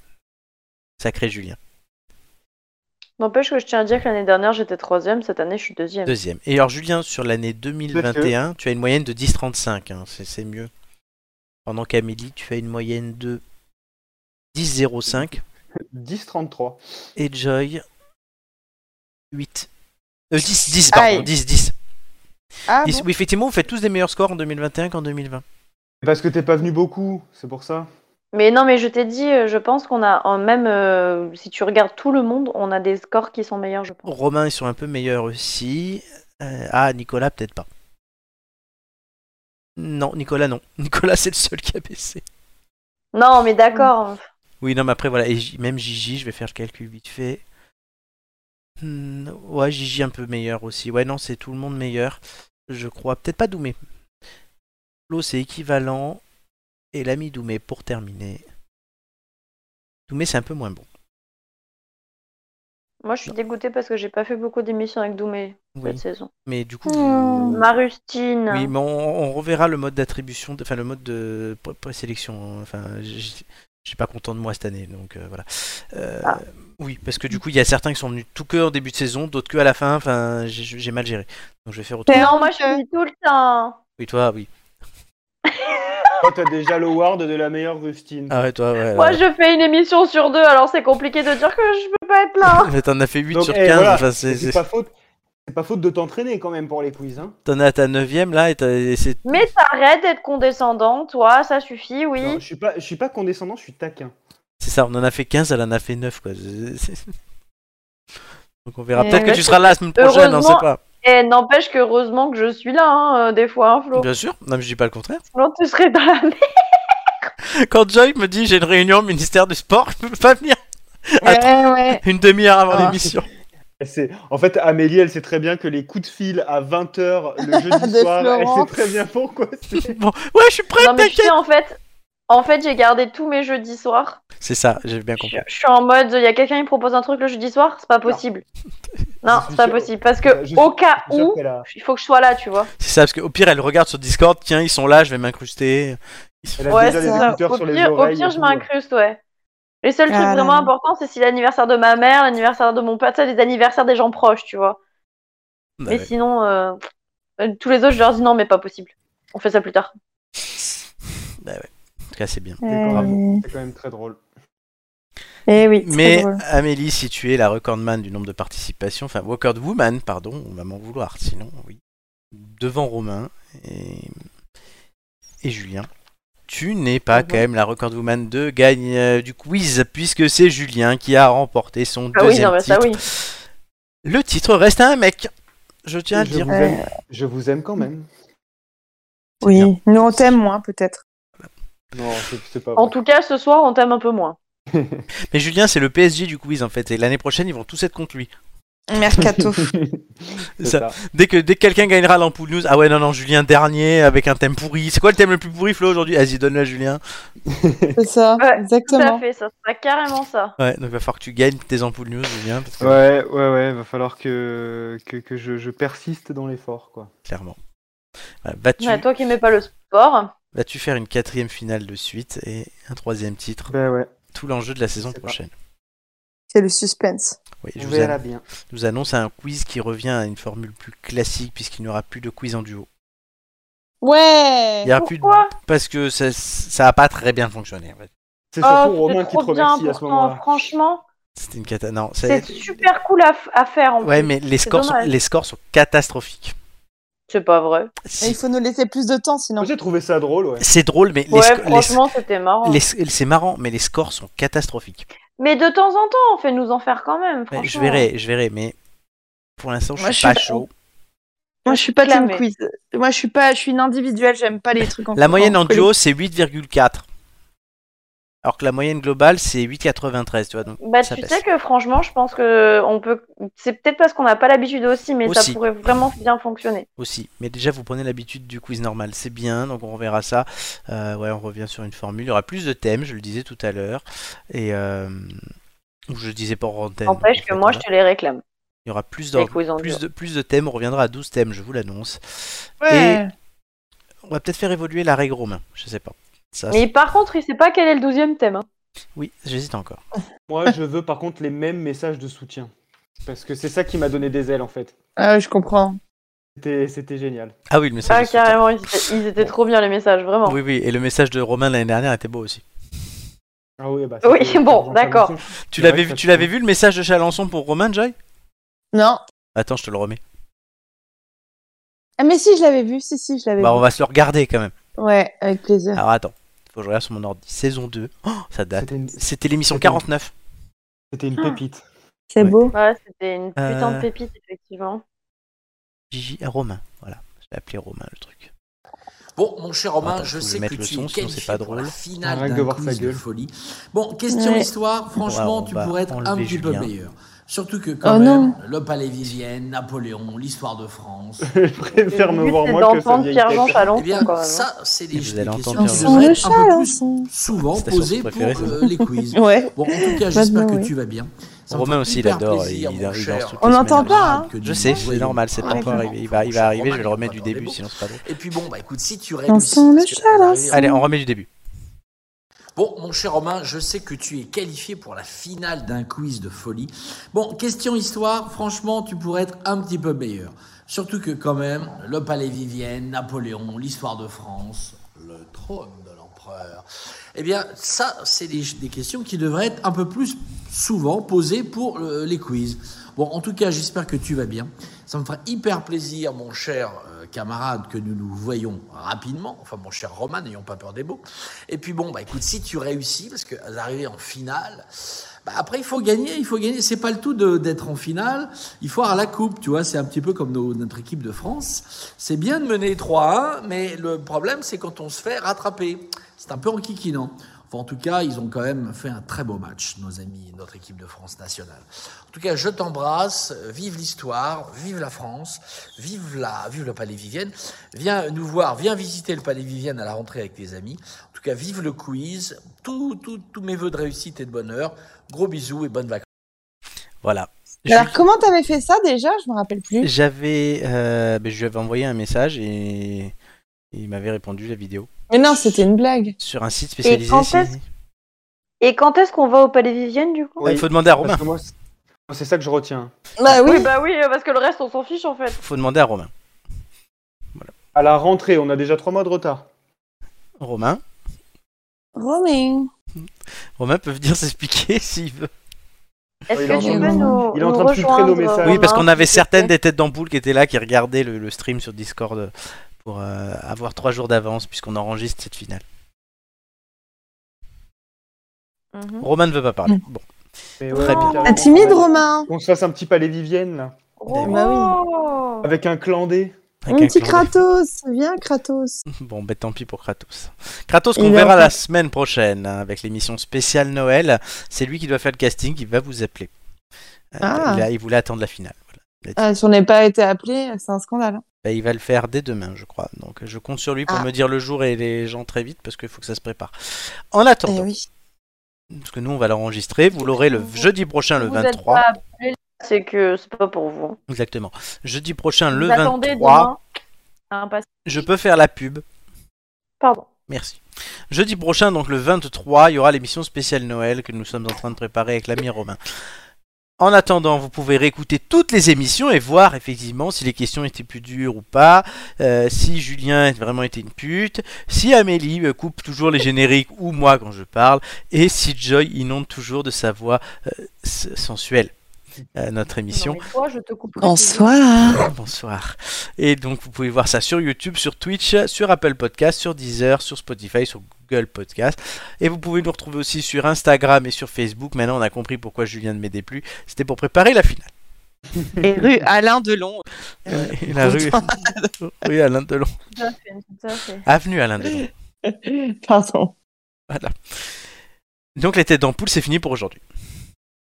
S1: Sacré Julien.
S2: N'empêche que je tiens à dire que l'année dernière, j'étais troisième. Cette année, je suis deuxième.
S1: Deuxième. Et alors Julien, sur l'année 2021, tu as une moyenne de 10,35. hein, c'est- c'est mieux. Pendant qu'Amélie, tu as une moyenne de 10,05.
S5: 10-33.
S1: Et Joy, 8. Euh, 10, 10, pardon.
S6: Aïe.
S1: 10, 10.
S6: ah bon
S1: 10. Oui, effectivement, vous faites tous des meilleurs scores en 2021 qu'en 2020.
S5: Parce que t'es pas venu beaucoup, c'est pour ça.
S2: Mais non, mais je t'ai dit, euh, je pense qu'on a, en même euh, si tu regardes tout le monde, on a des scores qui sont meilleurs, je pense.
S1: Romain, ils sont un peu meilleurs aussi. Euh, ah, Nicolas, peut-être pas. Non, Nicolas, non. Nicolas, c'est le seul qui a baissé.
S2: Non, mais d'accord.
S1: Oui, non, mais après, voilà. Et J- même Gigi, je vais faire le calcul vite fait. Hmm, ouais, Gigi un peu meilleur aussi. Ouais, non, c'est tout le monde meilleur. Je crois. Peut-être pas Doumé. Flo, c'est équivalent. Et l'ami Doumé, pour terminer. Doumé, c'est un peu moins bon.
S2: Moi, je suis dégoûtée parce que j'ai pas fait beaucoup d'émissions avec Doumé cette saison.
S1: Mais du coup,
S2: Hmm.
S1: vous-
S2: Marustine.
S1: Oui, mais on, on reverra le mode d'attribution, de- enfin le mode de pré- présélection. hein. Enfin, j- je suis pas content de moi cette année, donc euh, voilà. Euh,
S2: Ah.
S1: Oui, parce que du coup, il y a certains qui sont venus tout que en début de saison, d'autres que à la fin. Enfin, j'ai- j'ai mal géré. Donc je vais faire autre chose.
S2: Non, moi, je suis tout le temps.
S1: Oui, toi, oui.
S5: Toi, t'as déjà l'award de la meilleure rustine.
S1: Ah ouais, toi, ouais.
S2: Moi,
S1: ouais.
S2: je fais une émission sur deux, alors c'est compliqué de dire que je peux pas être là.
S1: Mais t'en as fait 8
S5: Donc,
S1: sur
S5: eh,
S1: 15.
S5: voilà,
S1: enfin, c'est-
S5: c'est
S1: c'est-
S5: pas faute. C'est pas faute de t'entraîner quand même pour les quiz. Hein.
S1: T'en as ta 9ème là, et, t'as- et c'est.
S2: Mais t'arrêtes d'être condescendant, toi, ça suffit, oui.
S5: Non, je suis pas, je suis pas condescendant, je suis taquin.
S1: C'est ça, on en a fait 15, elle en a fait 9. Quoi. C'est- c'est- Donc on verra.
S2: Eh,
S1: Peut-être que
S2: ouais,
S1: tu seras là la semaine prochaine, on sait
S2: Heureusement-
S1: pas.
S2: Et n'empêche que heureusement que je suis là, hein, euh, des fois, hein, Flo.
S1: Bien sûr, non, mais je dis pas le contraire.
S2: Sinon, tu serais dans la merde.
S1: Quand Joy me dit j'ai une réunion au ministère du Sport, je peux pas venir.
S5: Eh,
S11: Ouais, ouais.
S1: Une demi-heure avant
S11: Ah.
S1: l'émission.
S5: C'est- En fait, Amélie, elle sait très bien que les coups de fil à 20h le
S2: De
S5: jeudi soir,
S2: Florent.
S5: elle sait très bien pourquoi c'est.
S1: Ouais, je suis prête,
S2: Non, mais tu sais, en fait, en fait j'ai gardé tous mes jeudis soirs.
S1: C'est ça, j'ai bien compris.
S2: Je suis en mode, il y a quelqu'un qui me propose un truc le jeudi soir, c'est pas possible. Non, c'est pas possible. Parce
S5: Bah,
S2: que, au cas où, il faut que je sois là, tu vois.
S1: C'est ça, parce qu'au pire, elle regarde sur Discord, tiens, ils sont là, je vais m'incruster.
S5: Elle a
S2: Ouais,
S5: déjà les
S2: c'est ça.
S5: écouteurs
S2: Au
S5: sur les
S2: pire, au
S5: oreilles
S2: pire,
S5: et
S2: je
S5: tout,
S2: m'incruste, ouais. Les seuls trucs
S5: Ah là
S2: vraiment
S5: là.
S2: importants, c'est si l'anniversaire de ma mère, l'anniversaire de mon père, tu sais, les anniversaires des gens proches, tu vois.
S1: Bah
S2: mais
S1: ouais.
S2: sinon, euh, euh, tous les autres, je leur dis non, mais pas possible. On fait ça plus tard.
S1: Bah ouais. En tout cas, c'est bien.
S5: C'est
S2: Euh,
S5: quand, même, c'est quand même très drôle.
S11: Eh oui, très
S1: Mais
S11: drôle.
S1: Amélie, si tu es la recordman du nombre de participations, enfin, record woman, pardon, on va m'en vouloir, sinon, oui. Devant Romain et, et Julien. Tu n'es pas quand même la record woman de gagne euh, du quiz, puisque c'est Julien qui a remporté son
S2: Ah oui,
S1: deuxième
S2: non, mais ça
S1: titre.
S2: oui.
S1: Le titre reste à un mec. Je tiens à le
S5: Je
S1: dire.
S5: vous aime. Je vous aime quand même.
S6: Oui, nous on t'aime moins peut-être.
S5: Non, c'est c'est pas
S2: En tout cas, ce soir, on t'aime un peu moins.
S1: Mais Julien, c'est le PSG du quiz en fait. Et l'année prochaine, ils vont tous être contre lui.
S6: Mercato.
S1: Ça. Dès que dès que quelqu'un gagnera l'ampoule news, ah ouais, non, non, Julien dernier avec un thème pourri. C'est quoi le thème le plus pourri, Flo, aujourd'hui Vas-y, donne-le à Julien.
S6: C'est ça,
S2: Tout à
S6: exactement.
S2: fait, ça sera carrément ça.
S1: Ouais, donc il va falloir que tu gagnes tes ampoules news, Julien. Parce que,
S5: Ouais, ouais, ouais, va falloir que, que, que je, je persiste dans l'effort, quoi.
S1: Clairement. Voilà, Vas-tu
S2: Ouais, toi qui n'aimais pas le sport,
S1: vas-tu faire une quatrième finale de suite et un troisième titre
S6: Ben
S1: Tout l'enjeu de la saison prochaine.
S6: C'est le suspense.
S1: Oui,
S6: On
S1: je, vous
S6: verra
S1: ann-
S6: bien.
S1: je vous annonce un quiz qui revient à une formule plus classique puisqu'il n'y aura plus de quiz en duo.
S6: Ouais.
S1: Il y aura plus de- Parce que ça ça a pas très bien fonctionné. en fait.
S5: C'est
S2: oh, c'était trop bien pourtant, franchement,
S1: C'était une cata. Non, c'est-
S2: c'est super cool à, f- à faire en
S1: Ouais,
S2: plus.
S1: mais les
S2: C'est
S1: scores, sont,
S2: dommage.
S1: les scores sont catastrophiques.
S2: C'est pas vrai.
S1: Il
S6: faut nous laisser plus de temps sinon.
S5: J'ai trouvé ça drôle, ouais.
S1: C'est drôle, mais les
S2: Ouais,
S1: sco- les-
S2: franchement, c'était marrant.
S1: les- c'est marrant, mais les scores sont catastrophiques.
S2: Mais de temps en temps, on fait nous en faire quand même.
S1: Mais je
S2: franchement.
S1: verrai, je verrai, mais pour l'instant, je
S6: Moi,
S1: suis
S6: je
S1: pas
S6: suis
S1: chaud.
S6: Moi je suis pas team
S2: Clamé.
S6: quiz. Moi je suis pas, je suis une individuelle, j'aime pas les trucs en
S1: La moyenne en
S6: collectif.
S1: duo, c'est 8,4. Alors que la moyenne globale, c'est 8,93, tu vois. Donc,
S2: Bah,
S1: ça
S2: tu
S1: baisse.
S2: sais que franchement, je pense que on peut. C'est peut-être parce qu'on n'a pas l'habitude aussi, mais
S1: Aussi.
S2: ça pourrait vraiment bien fonctionner.
S1: Aussi. Mais déjà, vous prenez l'habitude du quiz normal. C'est bien, donc on reverra ça. Euh, ouais, on revient sur une formule. Il y aura plus de thèmes, je le disais tout à l'heure. Et. euh, ou je le disais pas en hein. thème.
S2: N'empêche que moi, je te les réclame.
S1: Il y aura plus,
S2: Les
S1: d'or-
S2: quiz en duo.
S1: plus, de, plus de thèmes, on reviendra à 12 thèmes, je vous l'annonce.
S2: Ouais.
S1: Et on va peut-être faire évoluer la règle romain, je sais pas. Ça,
S2: Mais par contre, il sait pas quel est le douzième thème. hein.
S1: Oui, j'hésite encore.
S5: Moi, je veux par contre les mêmes messages de soutien. Parce que c'est ça qui m'a donné des ailes, en fait.
S6: Ah, je comprends.
S5: C'était c'était génial.
S1: Ah oui, le message.
S2: Ah,
S1: de soutien.
S2: carrément, ils étaient, ils étaient trop bien les messages, vraiment.
S1: Oui, oui, et le message de Romain l'année dernière était beau aussi.
S5: Ah oui, bah,
S2: Oui,
S5: c'était-
S2: bon, d'accord.
S1: Tu l'avais vu, tu l'avais vu le message de Chalençon pour Romain, Joy
S6: Non.
S1: Attends, je te le remets.
S6: Ah mais si je l'avais vu, si si je l'avais
S1: Bah,
S6: vu.
S1: on va se le regarder quand même.
S6: Ouais, avec plaisir.
S1: Alors attends, faut que je regarde sur mon ordi. Saison 2, Oh, ça date. C'était l'émission 49.
S5: C'était
S2: Ah.
S5: une
S1: pépite.
S6: C'est beau.
S2: Ouais, c'était une putain
S1: Euh.
S2: de pépite, effectivement.
S1: Gigi à Romain, voilà. Je l'ai appelé Romain le truc.
S15: Bon, mon cher Romain,
S1: Attends, faut
S15: je
S1: que je
S15: sais
S1: mette
S15: que
S1: le
S15: tu es
S1: son, sinon c'est
S15: qualifié
S1: pas
S15: pour
S1: drôle.
S15: la finale
S1: Arrête
S15: d'un
S1: de voir
S15: quiz
S1: sa
S15: de
S1: gueule.
S15: folie. Bon, question
S1: Ouais.
S15: histoire, franchement,
S1: Ouais, on
S15: tu
S1: va
S15: pourrais être un
S1: enlever
S15: petit peu
S1: Julien.
S15: meilleur. Surtout que quand
S6: Oh
S15: même,
S6: non.
S15: le Palais Vivienne, Napoléon, l'histoire de France.
S5: je préfère
S2: Le me but, voir c'est moi que d'entendre sa vieille Pierre-Jean tête. Chalençon,
S15: Eh bien,
S2: quand même, hein.
S15: ça, c'est des
S1: Et vous
S15: questions
S1: allez entendre
S15: qui
S1: Pierre-Jean.
S15: devraient
S1: Le
S15: être un peu plus
S6: Chalençon.
S15: souvent
S1: C'était son
S15: posées
S1: préféré,
S15: pour
S1: c'est
S15: euh,
S1: ça.
S15: les quiz.
S6: Ouais.
S15: Bon, en tout cas,
S6: Maintenant,
S15: j'espère que
S6: oui.
S15: tu vas bien. Ça me
S1: Romain
S15: fait
S1: aussi, il
S15: hyper
S1: adore.
S15: plaisir,
S1: il,
S15: mon
S1: il
S15: cher.
S1: danse toutes
S6: On
S1: les
S6: n'entend
S1: semaines.
S6: pas, hein.
S1: Je sais, c'est normal, c'est
S15: Ouais,
S1: pas encore
S15: vraiment.
S1: arrivé. Il va, il va arriver, je vais le remettre du début, sinon c'est pas drôle.
S15: Et puis bon, bah écoute, si tu
S6: On
S15: réussis.
S6: sent le
S15: parce que ça va
S6: chaleur.
S15: arriver.
S1: Allez, on remet du début.
S15: Bon, mon cher Romain, je sais que tu es qualifié pour la finale d'un quiz de folie. Bon, question histoire, franchement, tu pourrais être un petit peu meilleur. Surtout que quand même, le palais Vivienne, Napoléon, l'histoire de France, le trône de l'empereur. Eh bien, ça, c'est des, des questions qui devraient être un peu plus souvent posées pour euh, les quiz. Bon, en tout cas, j'espère que tu vas bien. Ça me fera hyper plaisir, mon cher euh, camarade, que nous nous voyons rapidement. Enfin, mon cher Romain, n'ayons pas peur des mots. Et puis bon, bah écoute, si tu réussis, parce que arriver en finale, bah, après il faut gagner, il faut gagner. C'est pas le tout de- d'être en finale. Il faut avoir la coupe, tu vois. C'est un petit peu comme nos- notre équipe de France. C'est bien de mener 3-1, mais le problème c'est quand on se fait rattraper. C'est un peu en kikinant. Enfin, en tout cas, ils ont quand même fait un très beau match, nos amis, notre équipe de France nationale. En tout cas, je t'embrasse. euh, Vive l'histoire, vive la France, vive, la, vive le Palais Vivienne. Viens nous voir, viens visiter le Palais Vivienne à la rentrée avec tes amis. En tout cas, vive le quiz. Tous tous- tous mes voeux de réussite et de bonheur. Gros bisous et bonnes vacances.
S1: Voilà.
S6: Alors, comment t'avais fait ça déjà Je me rappelle plus.
S1: J'avais, euh, ben, je lui avais envoyé un message et il m'avait répondu la vidéo
S6: Mais non, c'était une blague.
S1: sur un site spécialisé.
S2: quand
S1: si-
S2: est-ce- Et quand est-ce qu'on va au Palais Vivienne du coup
S1: Ah, il faut demander à Romain.
S5: Parce que moi, c'est- moi, c'est ça que je retiens.
S6: Bah oui.
S2: bah oui, euh, parce que le reste on s'en fiche en fait.
S1: Faut demander à Romain.
S5: À la rentrée, on a déjà trois mois de retard.
S1: Romain,
S6: Romain.
S1: Romain peut venir s'expliquer s'il veut.
S2: Est-ce
S5: il est
S2: que
S5: en
S2: tu
S5: train
S2: peux
S5: de-
S2: nous,
S5: il est en
S2: nous
S5: train de filtrer nos
S2: rejoindre
S5: messages.
S1: Oui, parce
S2: Romain,
S1: qu'on avait
S2: s'il te plaît
S1: certaines des têtes d'ampoule qui étaient là, qui regardaient le, le stream sur Discord pour euh, avoir trois jours d'avance puisqu'on enregistre cette finale.
S2: Mhm.
S1: Romain ne veut pas parler. Bon,
S5: Mais
S1: Très bien.
S5: carrément,
S6: Intimide,
S5: faudrait
S6: Ah, Romain.
S5: Qu'on se fasse un petit palais Vivienne, là.
S1: oui.
S6: Oh.
S2: Romain.
S5: Avec un clan D.
S1: avec
S6: Eh ben Mon
S1: un
S6: petit
S1: clan de-
S6: Kratos. Viens, Kratos.
S1: Bon, ben tant pis pour Kratos. Kratos qu'on
S6: Il est
S1: verra
S6: en-
S1: la semaine prochaine hein, avec l'émission spéciale Noël. C'est lui qui doit faire le casting, il va vous appeler. Euh,
S6: Ah.
S1: il, a- il voulait attendre la finale. voilà. Il a dit-
S6: Ah, si on n'avait pas été appelé, c'est un scandale.
S1: Ben, il va le faire dès demain, je crois. Donc je compte sur lui pour
S6: Ah.
S1: me dire le jour et les gens très vite parce qu'il faut que ça se prépare. En attendant,
S6: Eh oui.
S1: parce que nous on va l'enregistrer, vous l'aurez le jeudi prochain le
S2: Vous êtes
S1: 23.
S2: pas appelés, C'est que c'est pas pour vous.
S1: Exactement. Jeudi prochain le
S2: Vous attendez
S1: 23.
S2: demain. Ah, Impatient.
S1: Je peux faire la pub.
S2: Pardon.
S1: Merci. Jeudi prochain, donc le 23, il y aura l'émission spéciale Noël que nous sommes en train de préparer avec l'ami Romain. En attendant, vous pouvez réécouter toutes les émissions et voir effectivement si les questions étaient plus dures ou pas, euh, si Julien a vraiment été une pute, si Amélie euh, coupe toujours les génériques ou moi quand je parle, et si Joy inonde toujours de sa voix euh, s- sensuelle euh, notre émission.
S2: Non, mais toi, je te couperai
S6: Bonsoir.
S1: Bonsoir. Et donc vous pouvez voir ça sur YouTube, sur Twitch, sur Apple Podcast, sur Deezer, sur Spotify, sur Google Podcast. Et vous pouvez nous retrouver aussi sur Instagram et sur Facebook. Maintenant on a compris pourquoi Julien ne m'aidait plus. C'était pour préparer la finale.
S8: Et rue Alain Delon.
S1: Et la rue... oui, Alain Delon.
S2: Tout à fait, tout à fait.
S1: Avenue Alain Delon.
S6: Pardon.
S1: Voilà. Donc les têtes d'ampoule, c'est fini pour aujourd'hui.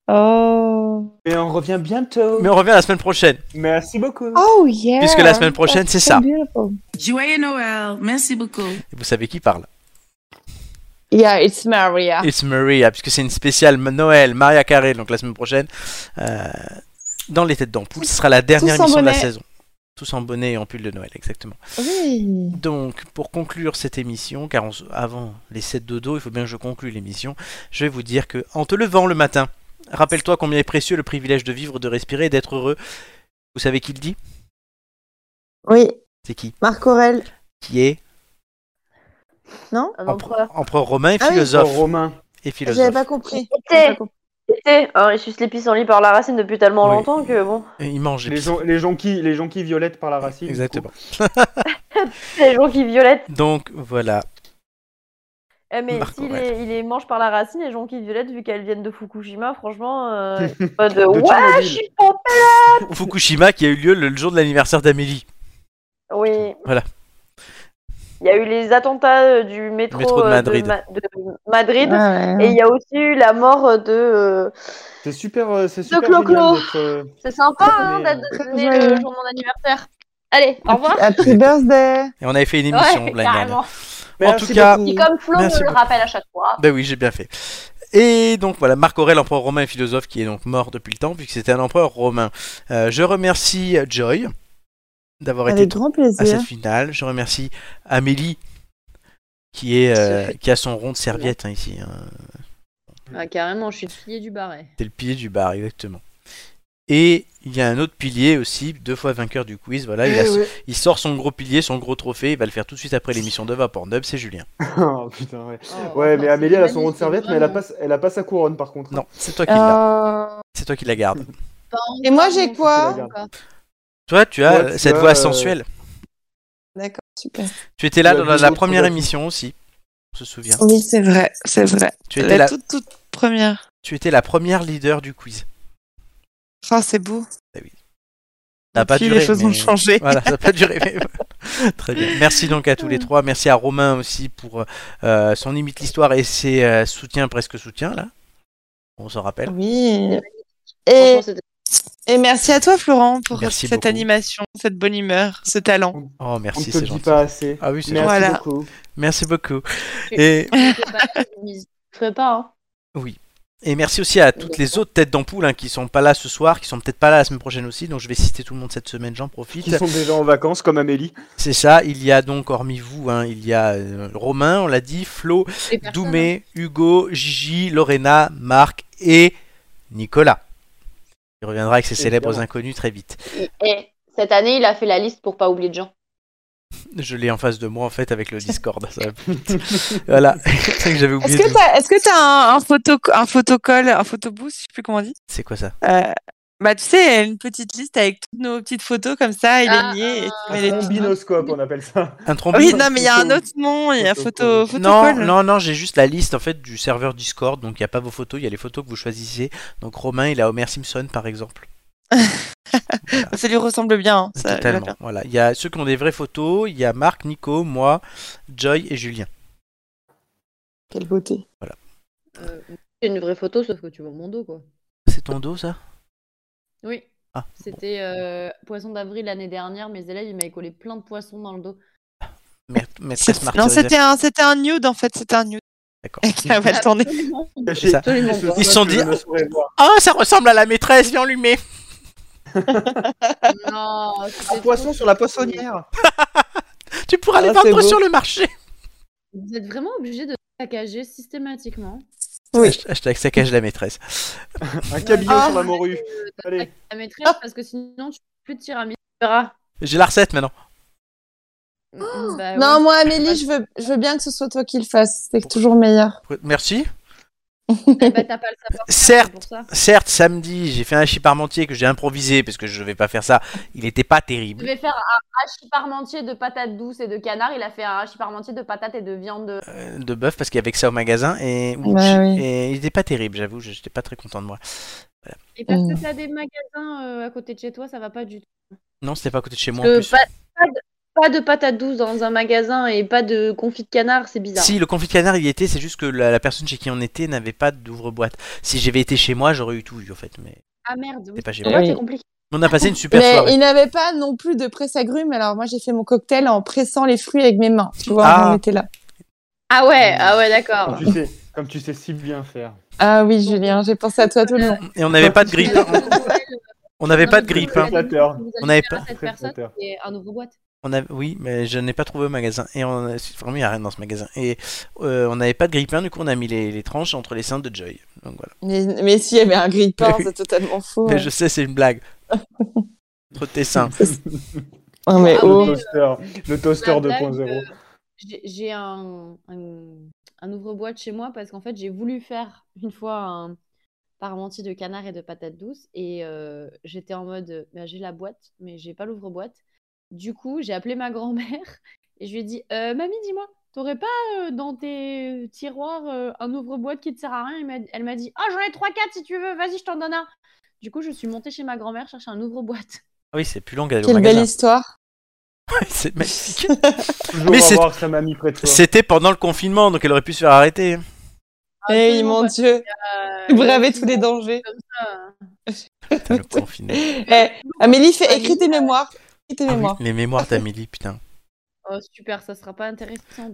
S6: Oh.
S5: Mais on revient bientôt.
S1: Mais on revient la semaine prochaine.
S5: Merci beaucoup.
S6: Oh yeah.
S1: Puisque la semaine prochaine, c'est
S6: That's so
S1: ça.
S6: beautiful.
S14: Joyeux Noël. Merci beaucoup.
S1: Et vous savez qui parle.
S6: Yeah, it's Maria.
S1: It's Maria, puisque c'est une spéciale Noël, Maria Carré, donc la semaine prochaine, euh, dans les têtes d'ampoule. Ce sera la dernière
S6: Tous en
S1: émission de la
S6: bonnet.
S1: saison. Tous en bonnet et en pull de Noël, exactement.
S6: Oui.
S1: Donc, pour conclure cette émission, car on se- avant les 7 dodo, il faut bien que je conclue l'émission, je vais vous dire que, en te levant le matin, rappelle-toi combien est précieux le privilège de vivre, de respirer et d'être heureux. Vous savez qui le dit
S6: Oui.
S1: C'est qui
S6: Marc Aurel.
S1: Qui est
S6: Non
S2: Un
S1: empereur,
S2: empereur.
S1: empereur romain
S6: Ah
S1: et
S6: oui. Ah,
S5: Oh,
S1: philosophe.
S5: Romain.
S1: et
S6: J'avais
S1: philosophe.
S6: pas compris. J'avais
S2: C'était,
S6: pas compris.
S2: c'était Horatius Lépis en lit par la racine depuis tellement
S1: Oui.
S2: longtemps que bon,
S1: Il mange.
S5: Les, gens, les gens qui, les gens qui violettent par la racine. du
S1: Exactement.
S5: coup.
S2: les gens qui violettent.
S1: Donc, voilà.
S2: Eh, mais
S1: Marc
S2: s'il
S1: Aurèle.
S2: est, il est mange par la racine, les gens qui violettent, vu qu'elles viennent de Fukushima, franchement, euh, pas de
S5: De
S2: ouais,
S5: Tchernobyl.
S2: je suis pompée.
S1: Fukushima qui a eu lieu le le jour de l'anniversaire d'Amélie.
S2: Oui.
S1: Voilà.
S2: Il y a eu les attentats euh, du métro,
S1: Métro de
S2: euh,
S1: Madrid.
S2: Ma- de Madrid.
S6: Ah ouais.
S2: Et il y a aussi eu la mort de. euh,
S5: C'est super, euh, c'est super
S2: Clo-Clo.
S5: génial d'être, euh,
S2: C'est sympa hein,
S5: Mais, euh,
S2: de
S6: Très
S2: donner le
S6: joyeux.
S2: jour de mon anniversaire. Allez,
S16: Ah,
S2: au revoir.
S6: Happy birthday.
S1: Et on avait fait une émission
S2: Ouais,
S1: l'année dernière.
S2: carrément.
S1: En
S5: Merci
S1: tout cas,
S5: beaucoup.
S2: Qui, comme Flo,
S1: Merci
S2: me le
S1: beaucoup.
S2: rappelle à chaque fois.
S1: ben oui, j'ai bien fait. Et donc voilà, Marc Aurèle, empereur romain et philosophe, qui est donc mort depuis le temps, puisque c'était un empereur romain. Euh, je remercie Joy d'avoir
S6: Avec
S1: été
S6: grand plaisir.
S1: à Ah, cette finale. Je remercie Amélie, qui, est, euh, qui a son rond de serviette hein, ici. hein. Bah,
S2: Ah, carrément, je suis le pilier du barret.
S1: C'était le pilier du bar, exactement. Et il y a un autre pilier aussi, deux fois vainqueur du quiz. Voilà, il,
S5: Eh
S1: a-
S5: ouais.
S1: il sort son gros pilier, son gros trophée. Il va le faire tout de suite après l'émission de Vapornub. C'est Julien.
S5: oh putain, ouais. ouais, mais Amélie, elle a son rond de serviette, mais elle a, pas, elle a pas sa couronne par contre.
S1: Non, c'est
S6: Euh.
S1: toi qui l'as.
S2: Euh,
S1: C'est toi qui la garde.
S6: Et moi, j'ai quoi
S1: Toi, tu as
S5: Ouais, tu
S1: cette
S5: as,
S1: voix
S5: euh,
S1: sensuelle.
S6: D'accord, super.
S1: Tu étais là
S6: Tu as
S1: dans la,
S6: deux
S1: la
S6: autres
S1: première
S6: relations.
S1: émission aussi. On se souvient.
S6: Oui, c'est vrai, c'est vrai.
S1: Tu étais la,
S6: toute, toute première.
S1: tu étais la première leader du quiz.
S6: Oh, c'est beau.
S1: Ça n'a pas
S6: Puis
S1: duré.
S6: les choses ont
S1: mais-
S6: changé.
S1: Voilà, ça n'a pas duré. mais voilà. Très bien. Merci donc à tous les trois. Merci à Romain aussi pour euh, son imite l'histoire et ses euh, soutiens, presque soutiens là. On s'en rappelle.
S6: Oui. Et, et merci à toi, Florent, pour
S1: Merci
S6: cette
S1: beaucoup.
S6: animation, cette bonne humeur, ce talent.
S1: Oh,
S5: On
S1: merci,
S5: te
S1: c'est
S5: le dit
S1: gentil.
S5: pas assez.
S1: Ah oui, c'est
S5: Merci
S1: gentil.
S5: beaucoup.
S1: Merci beaucoup. Et
S16: Je ferais pas. hein.
S1: oui. Et merci aussi à toutes les autres têtes d'ampoule hein, qui sont pas là ce soir, qui sont peut-être pas là la semaine prochaine aussi. Donc je vais citer tout le monde cette semaine, j'en profite.
S5: Ils sont déjà en vacances comme Amélie.
S1: C'est ça, il y a donc, hormis vous, hein, il y a euh, Romain, on l'a dit, Flo, Doumé,
S6: hein.
S1: Hugo, Gigi, Lorena, Marc et Nicolas. Il reviendra avec ses célèbres
S16: Évidemment.
S1: inconnus très vite.
S16: Et- Et cette année, il a fait la liste pour pas oublier de gens.
S1: Je l'ai en face de moi en fait avec le Discord. ça va plus vite. voilà, c'est ça que j'avais
S6: Est-ce
S1: oublié. de-
S6: que t'as, est-ce que t'as un, un photo, un photocall, un photobooth, je sais plus comment on dit.
S1: C'est quoi ça
S6: Euh, bah, tu sais, une petite liste avec toutes nos petites photos comme ça, il est lié.
S5: Un trombinoscope, Ah, on appelle ça.
S6: Ah Oui,
S1: Un trombone
S6: non, mais il y a un autre nom, il y a photo, photocall.
S1: Non, non, non, j'ai juste la liste en fait du serveur Discord, donc il n'y a pas vos photos, il y a les photos que vous choisissez. Donc Romain, il a Homer Simpson par exemple.
S6: Ça lui ressemble bien. hein, ça, il va
S1: Totalement.
S6: faire.
S1: Voilà. Il y a ceux qui ont des vraies photos, il y a Marc, Nico, moi, Joy et Julien.
S6: Quelle beauté.
S1: Voilà.
S2: Euh, J'ai une vraie photo, sauf que tu vois mon dos, quoi.
S1: C'est ton dos ça
S2: Oui.
S1: Ah,
S2: C'était euh, poisson d'avril l'année dernière. Mes élèves, ils m'avaient collé plein de poissons dans le dos.
S1: Merde, maîtresse
S6: Non,
S1: martyrisée.
S6: c'était un, c'était un nude en fait, c'était un nude.
S1: D'accord.
S6: Avec la balle tournée.
S1: C'est ça.
S2: Absolument pas.
S1: Ils se sont dit
S5: Bah, Je ne saurais voir.
S1: Ah, ça ressemble à la maîtresse, viens l'humer
S2: Non,
S5: Ah.
S2: c'était
S5: Un poisson
S2: trop-
S5: sur la poissonnière.
S1: Tu pourras
S5: Ah,
S1: les
S5: c'est beau.
S1: vendre sur le marché
S2: Vous êtes vraiment obligé de packager systématiquement.
S1: Hasht- Hashtag saccage la maîtresse.
S5: Un cabillaud
S6: Ah.
S5: sur la morue.
S2: Euh,
S5: Allez. Ah.
S2: La maîtresse, parce que sinon, tu fais plus de tiramisu. Vera.
S1: J'ai la recette maintenant.
S2: Bah,
S6: Non,
S2: ouais.
S6: moi, Amélie, je veux, je veux bien que ce soit toi qui le fasses. C'est toujours meilleur.
S1: Merci.
S2: Eh bah, t'as pas le savoir.
S1: Certes,
S2: pour ça.
S1: certes, samedi, j'ai fait un hachis parmentier que j'ai improvisé parce que je vais pas faire ça. Il était pas
S16: Je
S1: terrible.
S16: vais faire un hachis parmentier de patates douces et de canard. Il a fait un hachis parmentier de patates et de viande.
S1: Euh, De bœuf parce qu'il y avait que ça au magasin et,
S6: Bah oui.
S1: et il était pas terrible, j'avoue. J'étais pas très content de moi.
S2: Et parce que t'as des magasins euh, à côté de chez toi, ça va pas du tout.
S1: Non, c'était pas à côté de chez moi en
S2: Euh,
S1: plus.
S2: pas, pas de, pas de patates douces dans un magasin et pas de confit de canard, c'est bizarre.
S1: Si, le confit de canard, il y était, c'est juste que la, la personne chez qui on était n'avait pas d'ouvre-boîte. Si j'avais été chez moi, j'aurais eu tout eu, en fait. Mais
S2: Ah merde, oui.
S1: c'est pas chez
S2: Ouais,
S1: moi.
S2: c'est compliqué.
S1: On a passé une super
S6: Mais
S1: soirée.
S6: il n'avait pas non plus de presse agrumes. Alors moi, j'ai fait mon cocktail en pressant les fruits avec mes mains. Tu vois,
S1: Ah.
S6: on était là.
S2: Ah ouais, ah ouais, d'accord.
S5: Comme tu sais, comme tu sais si bien faire.
S6: Ah oui, Julien, j'ai pensé à toi tout le long.
S1: Et on n'avait pas de grille.
S2: Alors, Noël,
S1: On n'avait pas de
S2: Noël,
S1: grille. hein.
S2: vous allez
S5: Flatteur.
S2: faire
S1: On n'avait
S2: à
S1: pas-
S2: cette personne
S5: flatteur.
S2: et un ouvre-boîte.
S1: On a... Oui, mais je n'ai pas trouvé au magasin. Et on... c'est Vraiment, il n'y a rien dans ce magasin. Et euh, on n'avait pas de grille pain, du coup, on a mis les, les tranches entre les seins de Joy. Donc voilà.
S6: Mais, mais si, il y avait un grille-pain,
S1: Oui.
S6: c'est totalement faux.
S1: Mais je sais, c'est une blague. Entre tes seins.
S6: Ah, mais
S2: Ah,
S6: oh.
S2: mais-
S5: Le toaster, le toaster
S2: La blague,
S5: 2.0.
S2: euh, j'ai- J'ai un, un, un ouvre-boîte chez moi parce qu'en fait, j'ai voulu faire une fois un parmentier de canard et de patates douces et euh, j'étais en mode euh, bah, j'ai la boîte, mais j'ai pas l'ouvre-boîte. Du coup, j'ai appelé ma grand-mère et je lui ai dit Euh, Mamie, dis-moi, t'aurais pas euh, dans tes tiroirs euh, un ouvre-boîte qui te sert à rien Elle m'a- Elle m'a dit Ah, j'en ai 3-4 si tu veux, vas-y, je t'en donne un. Du coup, je suis montée chez ma grand-mère chercher un ouvre-boîte.
S1: Ah oui, c'est plus long d'aller au
S6: Quelle belle
S1: magasin.
S6: histoire.
S1: C'est magnifique.
S5: Toujours
S1: Mais c'est-
S5: avoir sa mamie près de toi.
S1: C'était pendant le confinement, donc elle aurait pu se faire arrêter.
S6: Eh oui,
S2: Absolument
S6: mon
S2: pas.
S6: Dieu.
S2: Euh,
S6: Braver tous les dangers.
S2: comme ça.
S1: Putain, le confinement.
S6: Eh, Amélie, fais, écris tes mémoires. Écris tes
S1: Ah oui,
S6: mémoires.
S1: les mémoires d'Amélie, putain.
S2: Oh, super, ça sera pas intéressant.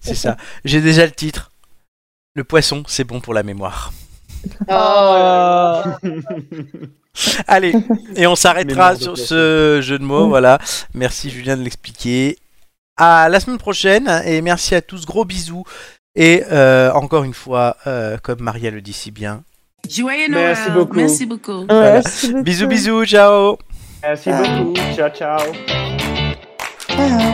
S1: C'est ça. J'ai déjà le titre. Le poisson, c'est bon pour la mémoire.
S2: Oh.
S6: Oh.
S1: Allez, et on s'arrêtera
S5: Mémoire de
S1: sur
S5: poisson.
S1: ce jeu de
S6: Mmh.
S1: mots. Voilà. Merci Julien de l'expliquer. À la semaine prochaine et merci à tous. Gros bisous. Et euh, encore une fois, euh, comme Maria le dit si bien.
S14: Joyeux Noël.
S1: Merci beaucoup.
S14: euh, Merci beaucoup.
S1: voilà. Bisous, bisous, ciao.
S5: Merci beaucoup. Ciao, ciao.
S14: Ciao.